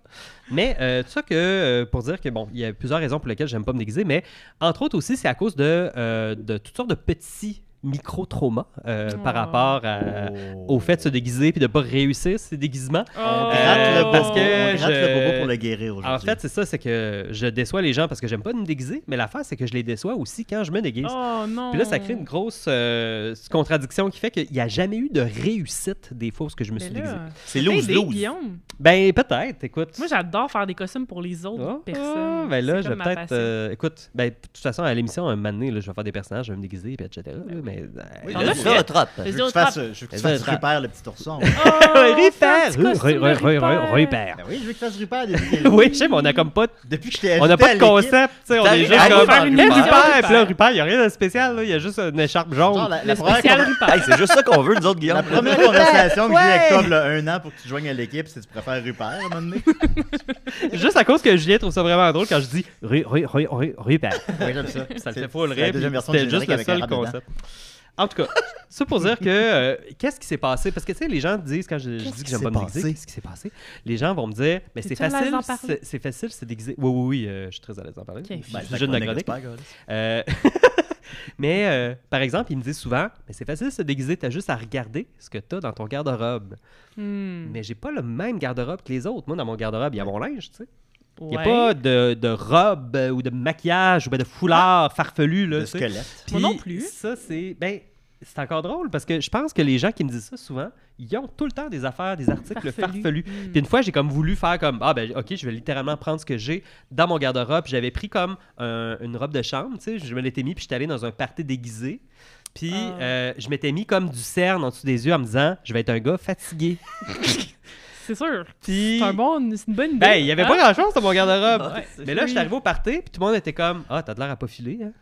D: Mais, euh, tout ça que, euh, pour dire que, bon, il y a plusieurs raisons pour lesquelles j'aime pas me déguiser, mais entre autres aussi, c'est à cause de, euh, de toutes sortes de petits micro-traumas euh,
B: Oh.
D: par rapport à- euh, au fait de se déguiser puis de pas réussir ses déguisements.
C: On gratte le bobo-
D: Euh, parce que
C: on gratte le
D: je-
C: bobo pour le guérir aujourd'hui.
D: En fait, c'est ça, c'est que je déçois les gens parce que j'aime pas me déguiser, mais l'affaire, c'est que je les déçois aussi quand je me déguise.
B: Oh, non.
D: Puis là, ça crée une grosse euh, contradiction qui fait qu'il n'y a jamais eu de réussite des fois parce que je me
B: Mais
D: suis
B: là,
D: déguisé.
B: C'est t'as aidé, lose-lose. Guillaume.
D: Ben, peut-être, écoute.
B: Moi, j'adore faire des costumes pour les autres personnes.
D: Ah, ben là,
B: C'est
D: je
B: comme
D: vais
B: ma
D: peut-être.
B: passion.
D: euh, écoute, ben, de toute façon, à l'émission, un moment donné, là, je vais faire des personnages, je vais me déguiser, puis etc.
B: Ben
D: là, mais.
C: Oui,
D: euh,
C: le
D: euh,
C: zootrope.
D: euh,
C: Je veux que tu fasses- je veux que tu fasses Rupert, le petit ourson.
D: Ouais,
C: faire
B: Oh, Ah,
D: Rupert!
C: un petit costume de
D: Rupert! Rupert!
C: Ben oui, je veux que tu fasses Rupert.
D: Oui, je sais, mais on a comme pas. Depuis que je On n'a
C: ajouté
D: pas
C: à
D: de
C: l'équipe,
D: concept, tu sais, on
C: t'as
D: est
C: vu- Ah,
D: juste
C: oui,
D: comme.
C: par
D: Rupert,
C: Rupert.
D: puis là, Rupert, il n'y a rien de spécial, là, il y a juste une écharpe jaune.
C: Genre, la- la Le première spécial con- Rupert.
E: Hey, c'est juste ça qu'on veut, nous autres, Guillaume.
C: La première conversation que j'ai eu avec toi, il y a un an, pour que tu te joignes à l'équipe, c'est que tu préfères Rupert à un moment donné.
D: Juste à cause que Julien trouve ça vraiment drôle quand je dis Ru- Ru- Ru- Ru- Rupert.
C: Oui, j'aime ça.
D: Ça le
C: C'est-
D: fait pas le
C: c'est
D: rire.
C: la deuxième
D: puis
C: version
D: C'était
C: du
D: juste
C: générique
D: le
C: avec
D: seul
C: Arabe dedans.
D: concept. En tout cas, ça pour dire que euh, qu'est-ce qui s'est passé? Parce que tu sais, les gens disent quand je, je dis que
C: qui
D: j'aime
C: s'est
D: pas me déguiser,
C: passé?
D: qu'est-ce qui s'est passé? Les gens vont me dire, mais c'est
C: T'es-tu à l'aise
D: facile,
C: d'en parler?
D: c'est- c'est facile de se déguiser. Oui, oui, oui, euh, je suis très à l'aise d'en parler.
C: Ok.
D: Je suis
C: Ben,
D: le
C: c'est
D: jeune
C: la
D: de la
C: chronique
D: chronique.
C: expert,
D: Euh, mais euh, par exemple, ils me disent souvent, mais c'est facile de se déguiser, t'as juste à regarder ce que t'as dans ton garde-robe.
B: Hmm.
D: Mais j'ai pas le même garde-robe que les autres. Moi, dans mon garde-robe, il y a mon linge, tu sais. Il n'y a
B: Ouais.
D: pas de, de robe euh, ou de maquillage ou ben, de foulard farfelu. Là,
C: De
D: tu sais.
C: squelette.
D: Puis Ça, c'est. Ben, c'est encore drôle parce que je pense que les gens qui me disent ça souvent, ils ont tout le temps des affaires, des articles
B: Farfelus.
D: farfelus. Puis une fois, j'ai comme voulu faire comme Ah, ben, OK, je vais littéralement prendre ce que j'ai dans mon garde-robe. Puis J'avais pris comme un- une robe de chambre, tu sais, je me l'étais mis, puis j'étais allé dans un party déguisé. Puis
B: Ah.
D: euh, je m'étais mis comme du cerne en dessous des yeux en me disant Je vais être un gars fatigué.
B: C'est sûr.
D: Puis-
B: C'est un bon- c'est une bonne idée.
D: Ben, il y avait
B: hein?
D: pas grand-chose dans mon garde-robe.
B: Ouais.
D: Mais là, je suis
B: Oui.
D: arrivé au party, puis tout le monde était comme Ah, t'as de l'air à pas filer. Hein?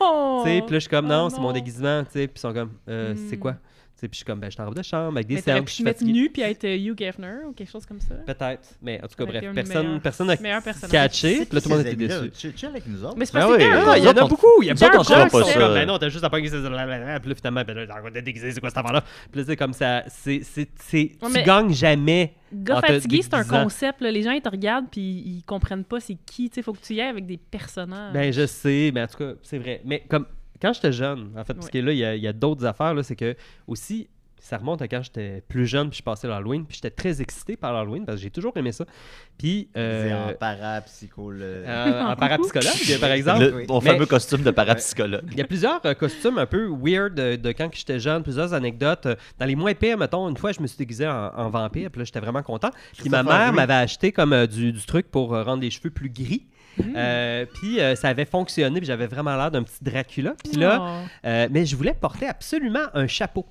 B: Oh!
D: Tu sais, puis là, je suis comme Non,
B: Oh Hmm.
D: c'est mon déguisement. tu sais. Puis ils sont comme Euh, C'est quoi Tu sais, Puis je suis comme Ben, je suis en robe de chambre avec des
B: Mais t'aurais
D: cernes.
B: pu
D: je
B: te
D: suis
B: mettre
D: fatigué. Ben
B: nu puis être euh, Hugh Geffner ou quelque chose comme ça.
D: Peut-être. Mais en tout cas,
B: Avec
D: bref,
B: un
D: personne
B: meilleur-
D: personne n'a
B: meilleur personnage.
D: catché. Puis là, tout le monde
C: Ces
D: était
C: amis-là,
D: déçu.
C: tu- Chill avec nous autres.
B: Mais c'est
D: Ben
B: parce
D: oui,
B: que
D: non, il y en a beaucoup. Il y a
B: Jared
D: beaucoup de gens
B: Jack,
D: qui sont
B: c'est-
D: comme, ben non, t'as juste à pas déguiser. blablabla. Puis là, finalement, ben là, t'as encore déguisé, c'est quoi cette affaire-là? Puis là, c'est comme ça, c'est, c'est, c'est,
B: Ouais,
D: tu
B: mais-
D: gagnes jamais.
B: Gars
D: en te
B: fatigué, c'est un
D: déguisant.
B: concept. là. Les gens, ils te regardent puis ils comprennent pas c'est qui. Tu sais, faut que tu y ailles avec des personnages.
D: Ben, je sais, mais en tout cas, c'est vrai. Mais comme quand j'étais jeune, en fait, parce que là, il y a, il y a d'autres affaires, là, c'est que aussi, ça remonte à quand j'étais plus jeune, puis je passais l'Halloween, puis j'étais très excité par l'Halloween, parce que j'ai toujours aimé ça. Puis. euh,
C: C'est en parapsychologue.
D: euh, en parapsychologue, par exemple.
E: Le- ton
D: Mais-
E: fameux costume de parapsychologue.
D: Il y a plusieurs euh, costumes un peu weird euh, de, quand que j'étais jeune, plusieurs anecdotes. Euh, Dans les moins pires, mettons, une fois, je me suis déguisé en, en vampire, puis là, j'étais vraiment content. Puis ma
C: Christopher
D: mère
C: Lee.
D: m'avait acheté comme euh, du, du truc pour euh, rendre les cheveux plus gris.
B: Mm.
D: Euh, puis euh, ça avait fonctionné, puis j'avais vraiment l'air d'un petit Dracula. Puis là,
B: Oh.
D: euh, mais je voulais porter absolument un chapeau.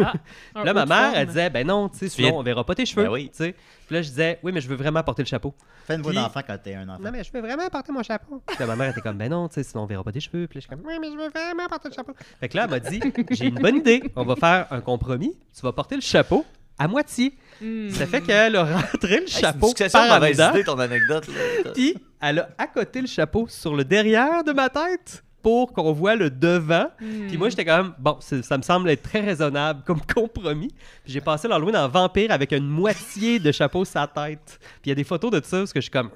B: Ah, un
D: là, ma
B: haut de
D: mère,
B: forme.
D: elle disait, ben non, tu sais,
E: viens
D: sinon,
E: de-
D: on verra pas tes cheveux.
E: Ben oui.
D: tu sais. Puis là, je disais, oui, mais je veux vraiment porter le chapeau.
C: Fais une voix
D: Puis-
C: d'enfant quand t'es un enfant.
D: Non, mais je veux vraiment porter mon chapeau. Puis là, ma mère était comme, ben non, tu sais, sinon, on verra pas tes cheveux. Puis là, je suis comme, oui, mais je veux vraiment porter le chapeau. Fait que là, elle m'a dit, j'ai une bonne idée. On va faire un compromis. Tu vas porter le chapeau à moitié.
B: Hmm.
D: Ça fait qu'elle a rentré le
E: c'est une
D: chapeau
E: succession de
D: par en
E: mauvaises
D: dedans.
E: idées, ton anecdote. là. Ben
D: Puis elle a accoté le chapeau sur le derrière de ma tête pour qu'on voit le devant.
B: hmm.
D: Puis moi, j'étais quand même, bon, c'est- ça me semble être très raisonnable comme compromis. Puis j'ai passé l'Halloween en vampire avec une moitié de chapeau sur la tête. Puis il y a des photos de ça parce que je suis comme.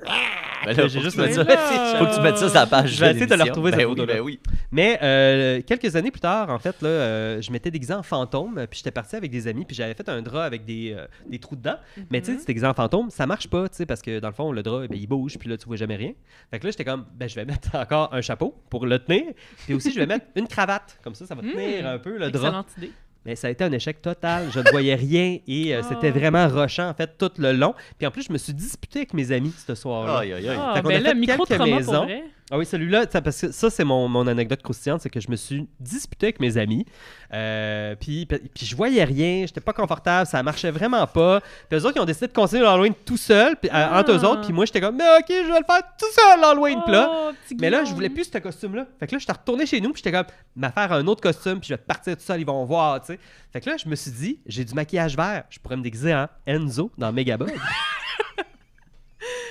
D: Puis
E: Ben là,
D: j'ai
E: faut
D: juste
E: que
D: me
E: tu
D: dire,
E: mettes ça- faut que tu mettes ça sur la page
D: Je vais
E: de
D: essayer de le
E: l'émission.
D: retrouver,
E: Ben
D: cette
E: oui,
D: photo-là.
E: ben oui.
D: Mais euh, quelques années plus tard, en fait, là, euh, je m'étais déguisé en fantôme, puis j'étais parti avec des amis, puis j'avais fait un drap avec des, euh, des trous dedans. Mais tu sais, tu déguisé en fantôme, ça marche pas, tu sais, parce que dans le fond, le drap, eh ben, il bouge, puis là, tu vois jamais rien. Fait que là, j'étais comme, ben, je vais mettre encore un chapeau pour le tenir, puis aussi, je vais mettre une cravate. Comme ça, ça va tenir un peu le drap.
B: Excellente idée.
D: Mais ça a été un échec total. Je ne voyais rien et euh,
B: Ah.
D: c'était vraiment rochant, en fait, tout le long. Puis en plus, je me suis disputé avec mes amis ce soir-là.
E: Aïe, aïe, aïe.
B: Ah,
D: Fait qu'on
B: ben
D: a
B: là,
D: fait
B: micro-trauma
D: quelques
B: pour
D: maisons.
B: vrai.
D: Ah oui, celui-là, ça, parce que ça, c'est mon, mon anecdote croustillante, c'est que je me suis disputé avec mes amis, euh, puis, puis puis je voyais rien, j'étais pas confortable, ça marchait vraiment pas. Puis eux autres, ils ont décidé de continuer l'Halloween tout seul, puis, euh, entre eux autres, puis moi, j'étais comme, mais ok, je vais le faire tout seul, l'Halloween, puis là.
B: Oh, petit
D: Mais là, je
B: Guillaume.
D: voulais plus ce costume-là. Fait que là, j'étais retourné chez nous, puis j'étais comme, m'affaire un autre costume, puis je vais partir tout seul, ils vont voir, tu sais. Fait que là, je me suis dit, j'ai du maquillage vert, je pourrais me déguiser en Enzo dans Megabug.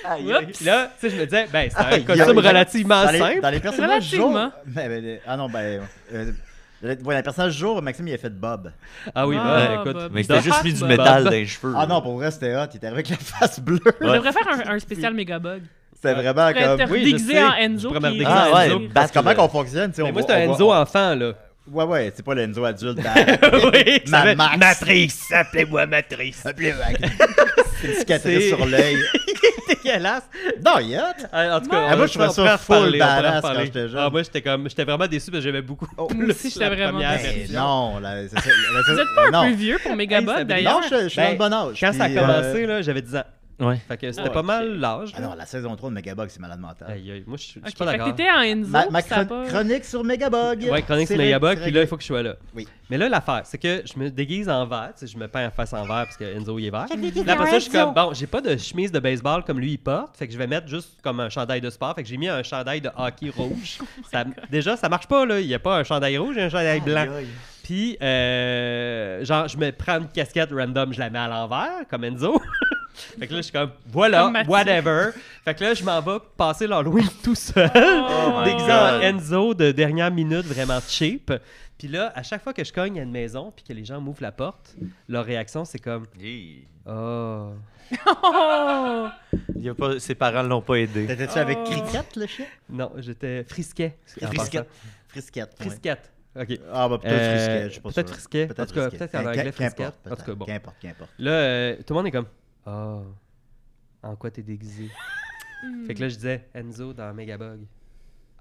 E: Aïe, aïe.
D: Puis là, tu sais, je me disais, ben, c'est un
C: Aïe,
D: Ah, costume
C: aïe.
D: relativement
C: Dans les-
D: simple.
C: Dans les personnages du jour.
B: Relativement.
C: Ben, ben, euh, ah non, ben. euh, euh, ouais, dans les personnages du jour, Maxime, il a fait Bob.
D: Ah oui,
B: Ah,
C: bah,
D: ben, écoute.
B: Bob.
E: Mais c'était juste mis du métal dans les cheveux.
C: Ah non, pour vrai, c'était hot. Il était avec la face bleue.
B: On devrait faire un, un spécial Megabug.
C: C'était vraiment
B: Te- te
C: comme.
D: Ah, oui, je
B: déguiser
D: sais.
B: en
D: Je
B: Enzo.
D: pourrais me
B: puis- euh,
D: déguiser en
C: Ah ouais,
D: Enzo.
C: parce que comment qu'on fonctionne, tu sais.
D: Mais
C: on
D: moi,
C: va-
D: c'est un
C: on va-
D: Enzo enfant, là.
C: Ouais, ouais, c'est pas l'Enzo adulte.
D: oui, ça
C: Ma
D: va-
C: Max.
D: Matrix, appelez-moi Matrix.
C: C'est une cicatrice
D: C'est-
C: sur l'œil.
D: Dégueulasse.
C: Non, il y a.
D: Ah, En tout cas,
C: Ah, moi, je
D: on-
C: trouvais
D: on
C: ça
D: pourrait en
C: full
D: reparler, on pourrait en
C: badass
D: reparler.
C: quand j'étais jeune.
D: Ah, moi, j'étais comme, j'étais vraiment déçu parce que j'aimais beaucoup.
B: Moi
D: le-
B: aussi, Oh, j'étais
D: la
B: vraiment
D: première
B: déçue.
C: Ben
D: version.
C: non, là, c'est ça. là, c'est-
B: Vous êtes pas un
C: non.
B: peu vieux pour
D: Hey, ça
B: Megabug,
D: me
B: d'ailleurs?
C: Non, je, je suis
D: Ben,
C: dans le bon âge.
D: Quand ça a
C: puis, euh,
D: commencé, là, j'avais 10 ans.
E: Ouais.
D: Fait que c'était
C: Ouais,
D: pas mal l'âge.
C: Ah
D: là.
C: non, la saison 3 de Megabug, c'est malade mental.
D: Aïe, aïe, Moi, je suis je
B: Ok,
D: suis pas
B: fait que
D: d'accord.
B: t'étais en Enzo.
C: Ma, ma
B: puis ça a
C: chron-
B: pas-
C: chronique sur Megabug.
D: Ouais, Chronique
C: C'est
D: sur Megabug,
C: réglé,
D: puis là, il
C: réglé.
D: faut que je sois là.
C: Oui.
D: Mais là, l'affaire, c'est que je me déguise en vert, tu sais, je me peins en face en vert parce que Enzo, il est vert.
I: Je me déguise
D: Là, après
I: en
D: ça, je suis
I: Enzo.
D: comme, bon, j'ai pas de chemise de baseball comme lui, il porte, fait que je vais mettre juste comme un chandail de sport, fait que j'ai mis un chandail de hockey rouge. Ça- déjà, ça marche pas, là. Il y a pas un chandail rouge, il y a un chandail blanc. Puis, euh, genre, je me prends une casquette random, je la mets à l'envers, comme Enzo. fait que là, je suis comme, voilà,
B: Comme Mathieu.
D: whatever. Fait que là, je m'en vais passer l'Halloween tout seul.
B: Oh.
D: déguisé en Enzo de dernière minute, vraiment cheap. Puis là, à chaque fois que je cogne à une maison, puis que les gens m'ouvrent la porte, leur réaction, c'est comme,
E: Hi.
D: oh.
B: Oh!
E: Il y a pas- Ses parents l'ont pas aidé.
C: T'étais-tu avec Cricket, le chien
D: Non, j'étais frisquet. en
C: Frisquet.
D: passant.
C: Frisquet. ouais.
D: Frisquette. OK.
C: Ah, bah, peut-être
D: Euh,
C: Frisquet, je sais pas
D: peut-être
C: sûr.
D: Frisquet. En tout cas,
C: Frisquet.
D: peut-être en
C: Qu'im-
D: anglais, Frisquet.
C: Qu'importe,
D: En tout cas, bon.
C: peut-être. Qu'importe, qu'importe.
D: Là, euh, tout le monde est comme Ah, en quoi t'es déguisé
B: Hmm.
D: Fait que là, je disais Enzo dans Megabug.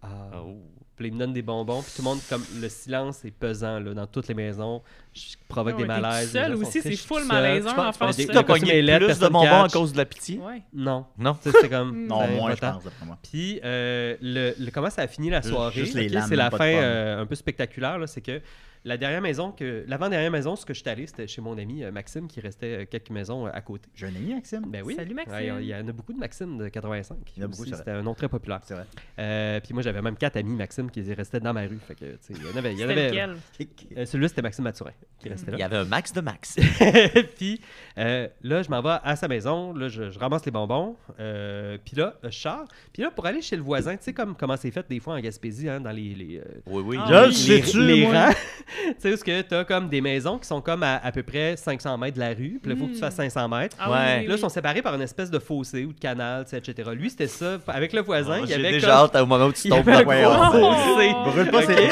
D: Ah.
C: Oh.
D: Puis là, il me donne des bonbons, puis tout le monde, comme le silence est pesant là, dans toutes les maisons. Je provoque
B: Ah Ouais,
D: des
B: t'es tout
D: malaises. les
B: seul
D: gens sont
B: aussi,
D: tristes,
B: c'est
D: je ben, suis
B: full
D: tout
B: malaisant,
D: seul. Tu penses-
B: enfant
D: tu penses-
B: seul.
E: T'as
B: T'as
E: pogné plus de bonbons à cause de la pitié?
B: Ouais.
D: Non.
E: Non.
D: Tu sais, C'était
B: Hmm.
D: comme.
C: Non,
D: ben,
C: moins, je
D: va-t'en.
C: pense, d'après moi.
D: Puis, euh, le, le- comment ça a fini la
C: Juste-
D: soirée?
C: juste les
D: ok,
C: lames,
D: c'est la
C: pas
D: fin
C: de pommes.
D: euh, un peu spectaculaire. là, C'est que la dernière maison, que l'avant-dernière maison, ce que je suis allé, c'était chez mon ami euh, Maxime, qui restait euh, quelques maisons euh, à côté.
C: J'ai un ami, Maxime.
D: Ben oui.
B: Salut, Maxime.
D: Ouais, Il y en a beaucoup de Maxime de 85.
C: Il y en a beaucoup,
D: Aussi,
C: c'est vrai.
D: C'était un nom très populaire.
C: C'est vrai.
D: Euh, puis moi, j'avais même quatre amis Maxime qui restaient dans ma rue. Fait que, tu sais, il y en avait. il y en
B: C'était
D: avait-
B: lequel?
D: Euh, celui-là, c'était Maxime Maturin qui restait là.
E: Il y avait un max de max.
D: puis euh, là, je m'en vais à sa maison, là, je, je ramasse les bonbons, euh, puis là, je sors. Puis là, pour aller chez le voisin, tu sais comme comment c'est fait des fois en Gaspésie, hein, dans les, les, euh,
E: Oui, oui.
B: Ah,
C: Je
B: oui.
C: le sais-tu,
D: les
C: moi?
D: rangs, tu sais, où est-ce que t'as comme des maisons qui sont comme à, à peu près 500 mètres de la rue, puis là, il
C: Hmm.
D: faut que tu fasses 500 mètres.
B: Ah
E: Ouais.
B: oui,
D: Là,
B: oui,
D: ils sont séparés par une espèce de fossé ou de canal, tu sais, etc. Lui, c'était ça. Avec le voisin, il y
E: Ah, J'ai
D: avait
E: déjà
D: comme-
E: hâte au moment où tu
D: il y
E: tombes
D: avait
E: dans
D: un
E: le
C: Ouais, on
D: gros fossé.
B: Oh.
C: Brûle pas
D: Ok.
C: ses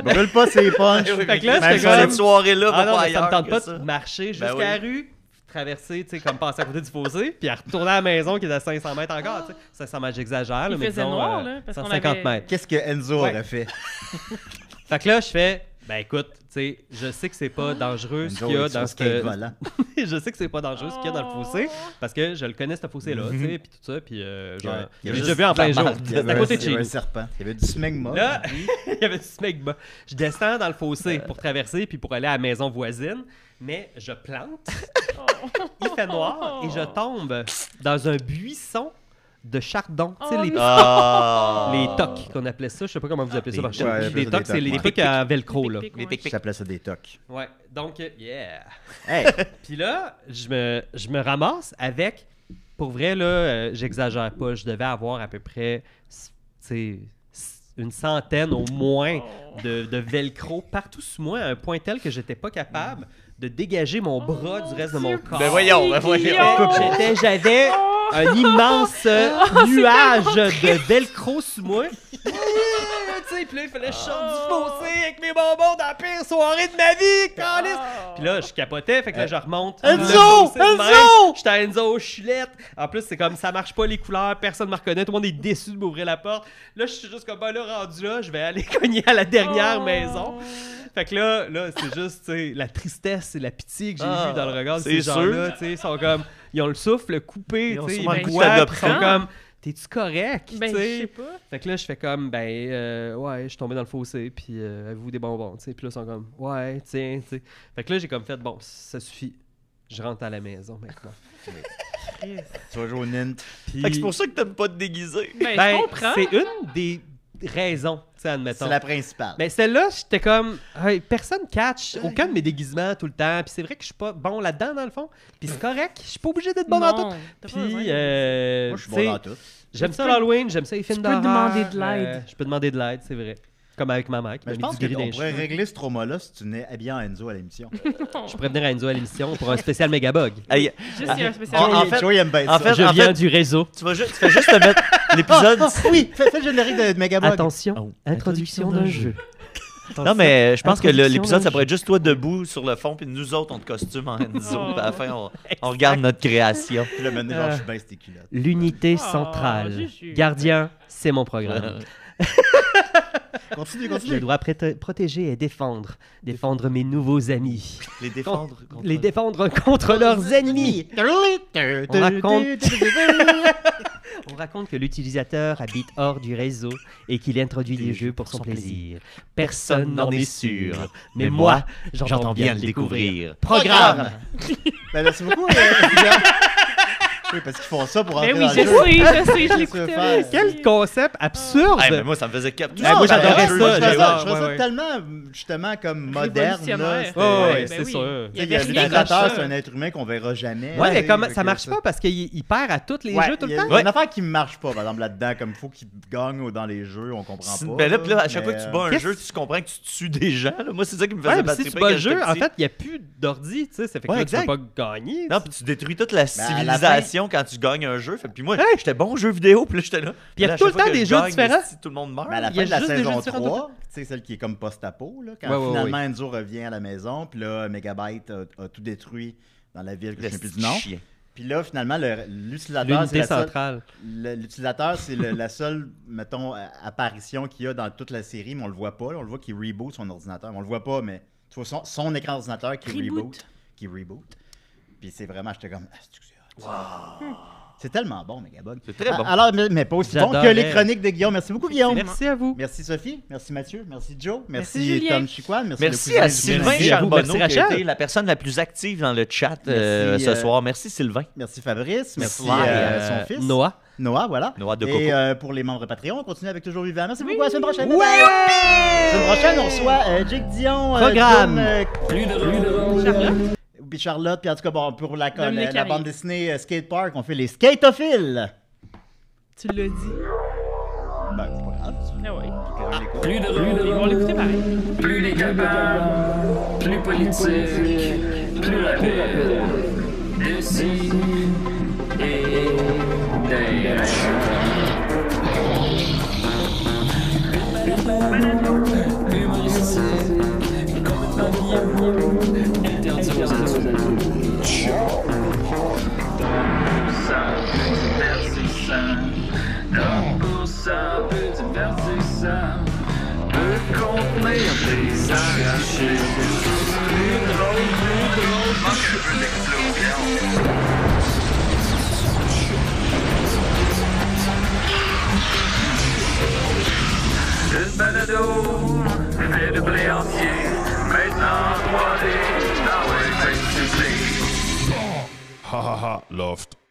C: brûle- brûle pas ses punchs.
D: Fait que là,
C: Même
D: c'était
C: si on est
D: comme-
E: cette soirée-là, va
D: Ah non,
E: pas
D: mais ça
E: ailleurs
D: me tente
E: que
D: pas
E: ça. Ben
D: de marcher jusqu'à
E: oui.
D: la rue, traverser, tu sais, comme passer à côté du fossé, puis à retourner à la maison qui est à 500 mètres encore, tu sais. 500 mètres, j'exagère, là,
B: Il
D: mais
B: faisait
D: disons,
B: noir,
D: euh,
B: là, parce qu'on
D: 150
B: avait-
D: mètres.
C: Qu'est-ce que Enzo
D: Ouais.
C: aurait fait?
D: Fait que là, je fais, ben écoute, tu sais, je sais que c'est
B: Ah.
D: pas dangereux ce
C: Enzo,
D: qu'il y a
C: il se
D: dans
C: trouve qu'il est
D: ce
C: volant.
D: je sais que c'est pas dangereux ce qu'il y a dans le
B: Oh.
D: fossé parce que je le connais ce fossé là,
C: Mhm.
D: tu sais, puis tout ça, puis euh, genre,
C: Ouais. Il y
D: j'ai
C: avait
D: déjà
C: juste
D: vu en
C: de la
D: plein jour.
C: marde. Il y
D: C'était
C: avait
D: à
C: un-
D: côté
C: il
D: de
C: y
D: chez
C: avait un
D: nous.
C: serpent. Il y avait du smegma.
D: Là, il y avait du smegma. Je descends dans le fossé
C: Euh.
D: pour traverser puis pour aller à la maison voisine, mais je plante. il fait noir et je tombe dans un buisson de chardon, tu sais
B: Oh
D: les
B: non!
E: Ah!
D: les tocs qu'on appelait ça, je sais pas comment vous appelez ça,
C: Les
D: par
C: tocs. Ah, Ouais, on appelle
D: les
C: ça
D: tocs
C: des
D: c'est
C: tocs,
D: les
C: ouais.
D: trucs à velcro là.
B: Les pic-pic.
C: J'appelais ça des tocs.
D: Ouais, donc, euh, yeah.
C: Hey.
D: Puis là, je me, je me ramasse avec. Pour vrai, là, euh, j'exagère pas. Je devais avoir à peu près, s- tu sais, s- une centaine au moins de, de velcro partout sous moi, à un point tel que j'étais pas capable de dégager mon bras du reste de
B: Oh,
D: mon corps.
E: Ben voyons, ben voyons.
D: J'étais- Oh, J'étais, j'avais un immense euh,
E: Oh, c'est
D: nuage
E: tellement
D: de velcro sous moi. tu sais, puis là, il fallait que je sorte du fossé avec mes bonbons dans la pire soirée de ma vie, câlisse. Puis là, je capotais, fait que là, je remonte.
E: Enzo!
D: Le fossé de même.
E: Enzo!
D: J'étais à Enzo Chulette. En plus, c'est comme ça marche pas les couleurs, personne me reconnaît, tout le monde est déçu de m'ouvrir la porte. Là, je suis juste comme, ben là, rendu là, je vais aller cogner à la dernière
E: Oh.
D: maison. Fait que là, là c'est juste tu sais, la tristesse et la pitié que j'ai
E: Ah,
D: vue dans le regard de
E: c'est
D: ces
E: sûr.
D: gens-là. tu sais, Ils sont comme, ils ont le souffle coupé,
E: Ils ont
D: tu sais,
E: sûrement le
D: ils
E: goût
D: boivent,
E: d'adopter.
D: puis ils sont comme, t'es-tu correct?
B: Ben,
D: Tu sais.
B: je sais pas.
D: Fait que là, je fais comme, ben, euh, ouais, je suis tombé dans le fossé, puis euh, avez-vous des bonbons, tu sais. Puis là, ils sont comme, ouais, tiens, tu sais. Fait que là, j'ai comme fait, bon, ça suffit. Je rentre à la maison maintenant.
C: Tu vas jouer au Nint.
D: Puis-
E: Fait que c'est pour ça que t'aimes pas te déguiser.
B: Ben,
D: Ben,
B: je comprends.
D: c'est une des raisons, tu sais, admettons.
C: C'est la principale.
D: Mais Ben, celle-là, j'étais comme, Hey, personne catch aucun de mes déguisements tout le temps. Puis c'est vrai que je suis pas bon là-dedans, dans le fond. Puis c'est correct, je suis pas obligé d'être bon dans
B: Non,
D: tout.
B: t'as pas besoin.
D: Puis, euh,
C: Moi, je suis
D: tu sais,
C: bon dans tout.
D: J'aime
B: Tu
D: ça
B: peux-
D: l'Halloween, j'aime ça les films
B: tu peux
D: d'horreur. Euh,
B: demander de l'aide.
D: je peux demander de l'aide, c'est vrai. Comme avec ma mère qui
C: Mais Ben,
D: m'a
C: je
D: mis
C: pense
D: du gris dans
C: qu'on
D: les
C: pourrait
D: cheveux.
C: régler ce trauma-là si tu venais habillant Enzo à l'émission.
D: Je pourrais venir à Enzo à l'émission pour un spécial Megabug.
E: Aïe.
B: Juste il y a un spécial.
D: Ah,
E: En, en fait,
C: Joey aime bien
E: en
C: ça.
E: fait,
D: Je
E: en
D: viens
E: fait,
D: du réseau.
E: tu, vas juste, tu fais juste te mettre l'épisode.
C: Ah, ah, oui, fais, fais le Oh, générique de Megabug.
D: Attention, introduction d'un jeu.
E: Non, mais je pense que le-
D: Introduction,
E: l'épisode, ça
D: je-
E: pourrait être juste toi debout sur le fond, puis nous autres, on te costume en Enzo.
B: Oh.
E: Puis à la fin, on, on regarde notre création.
C: Puis le mener, genre, je suis bien c'était culotte.
D: L'unité
B: Ah,
D: centrale.
B: Juju.
D: Gardien, c'est mon programme.
C: Continue,
D: Je
C: continue.
D: dois prét- protéger et défendre. Défendre mes nouveaux amis.
E: Les défendre. contre-
D: Les défendre contre leurs ennemis. On raconte... On raconte que l'utilisateur habite hors du réseau et qu'il introduit des jeux pour son plaisir. Personne n'en est sûr. Mais moi, j'entends bien le découvrir. Programme
C: Ben, merci beaucoup. euh, Julien. oui, parce qu'ils font ça pour entrer
B: Ben oui,
D: ah,
C: dans
B: je
C: le jeu.
B: sais, je sais, je
C: Qu'est-ce que tu veux
B: l'écoutais.
C: faire?
D: Quel concept absurde
E: Eh, mais moi, ça me faisait cap.
C: Non,
D: moi,
C: ben,
D: j'adorais
C: ouais, moi,
D: ça,
C: je trouvais
D: j'adore,
C: Je trouvais
D: ouais,
C: ça
D: ouais.
C: tellement, justement, comme moderne. là,
B: Révolutionnaire.
C: c'était-
D: Oh,
B: Ouais,
D: ouais,
B: ben
D: c'est
B: oui.
D: sûr.
B: Il y
C: Tu sais,
B: avait
C: Le
B: rien comme
C: dictateur, c'est
B: ça.
C: un être humain qu'on verra jamais.
D: Ouais, mais comment,
C: Fait
D: ça
C: que
D: marche
C: ça-
D: pas parce qu'il il perd à tous les
C: Ouais,
D: jeux tout
C: il
D: le
C: y a-
D: temps.
C: il y a Une affaire qui marche pas, par exemple, là-dedans, comme il faut qu'il gagne ou dans les jeux, on comprend pas.
E: Ben là, puis là, à chaque
C: mais, euh,
E: fois que tu bats un
D: qu'est-ce-
E: jeu, tu comprends que tu tues des gens. là. Moi, c'est ça qui me faisait
D: Ouais, mais
E: battre
D: si tu
E: triper
D: bats
E: quand
D: le jeu,
E: j'étais
D: en
E: petit.
D: fait, il n'y a plus d'ordi, tu sais. Ça fait que
E: Ouais,
D: là, tu peux
E: exact.
D: pas gagner.
E: Non,
D: tu
E: puis tu détruis toute la
C: à la
E: civilisation quand tu gagnes un jeu. Fait- Puis moi, j'étais bon au jeu vidéo, puis là, j'étais là.
D: il y a
E: Là, à
D: tout le
E: chaque fois
D: temps
E: que
D: des
E: je
D: jeux
E: gagne,
D: différents.
E: si Tout le monde meurt.
C: Mais à la
D: Ah, Il y a
C: fin de la
D: juste des jeux
C: saison
D: différents tout le temps.
C: 3, tu sais, celle qui est comme post-apo, là, quand
D: Ouais, ouais,
C: finalement Enzo revient à la maison, puis là, Megabyte a, a tout détruit dans la ville que je ne sais plus du nom.
E: Chien.
C: Puis là, finalement, le- l'utilisateur, c'est
D: L'unité
C: la seule-
D: centrale.
C: le- l'utilisateur, c'est le- la seule, mettons, a- apparition qu'il y a dans toute la série, mais on le voit pas. là. On le voit qui reboot son ordinateur. On le voit pas, mais tu vois son, son écran d'ordinateur qui reboot.
B: Reboot.
C: Qui reboot. Puis c'est vraiment, j'étais comme, Ah, c'est que c'est hot. C'est tellement bon, Megabug.
E: C'est très
C: Ah,
E: bon.
C: Alors, mais, mais pas aussi bon que les
D: J'adorais.
C: chroniques de Guillaume. Merci beaucoup, Guillaume.
D: Merci à vous.
C: Merci Sophie, merci Mathieu, merci Joe, merci,
B: Merci, Julien.
C: Tom Chiquan, merci,
E: Merci
C: le cousin
E: à
C: du
E: Sylvain
C: Ménagé.
D: Merci à vous.
E: Charbonneau, qui
D: Merci,
E: a
D: Rachel.
E: été la personne la plus active dans le chat euh,
C: Merci,
E: ce
C: euh,
E: soir. Merci, Sylvain.
C: Merci Fabrice, merci
E: Merci,
C: euh,
E: euh,
C: son fils.
D: Noah.
C: Noah, voilà.
E: Noah de Coco.
C: Et euh, pour les membres Patreon, on continue avec Toujours Vivant. Merci beaucoup, à la semaine prochaine.
D: Ouais!
C: La semaine prochaine, on reçoit euh, Jake Dion, euh,
D: Programme.
C: Dom, euh,
A: Plus de rôle.
C: puis Charlotte, puis en tout cas, bon, pour la, con-
B: Dominique
C: la
B: Harry.
C: bande dessinée euh, Skate Park, on fait les skatophiles.
D: ah.
B: Tu l'as dit.
C: Ben, c'est pas grave, tu-
B: Ah ouais.
C: quelqu'un l'écoute.
A: Plus de
B: Ils vont
A: rôle.
B: l'écouter pareil.
A: Plus les capables. Plus politique. Plus rapide. D'ici et d'ailleurs. Humoristique. Complètement vieillot. Interdit aux adultes. divertissant. 30% plus divertissant. Peu peut contenir des arachides. Plus drôle, plus drôle, manque un peu d'explosion. Une balado fait de blé entier, maintenant 3D dans un petit blé.
P: Ha ha ha, Loft.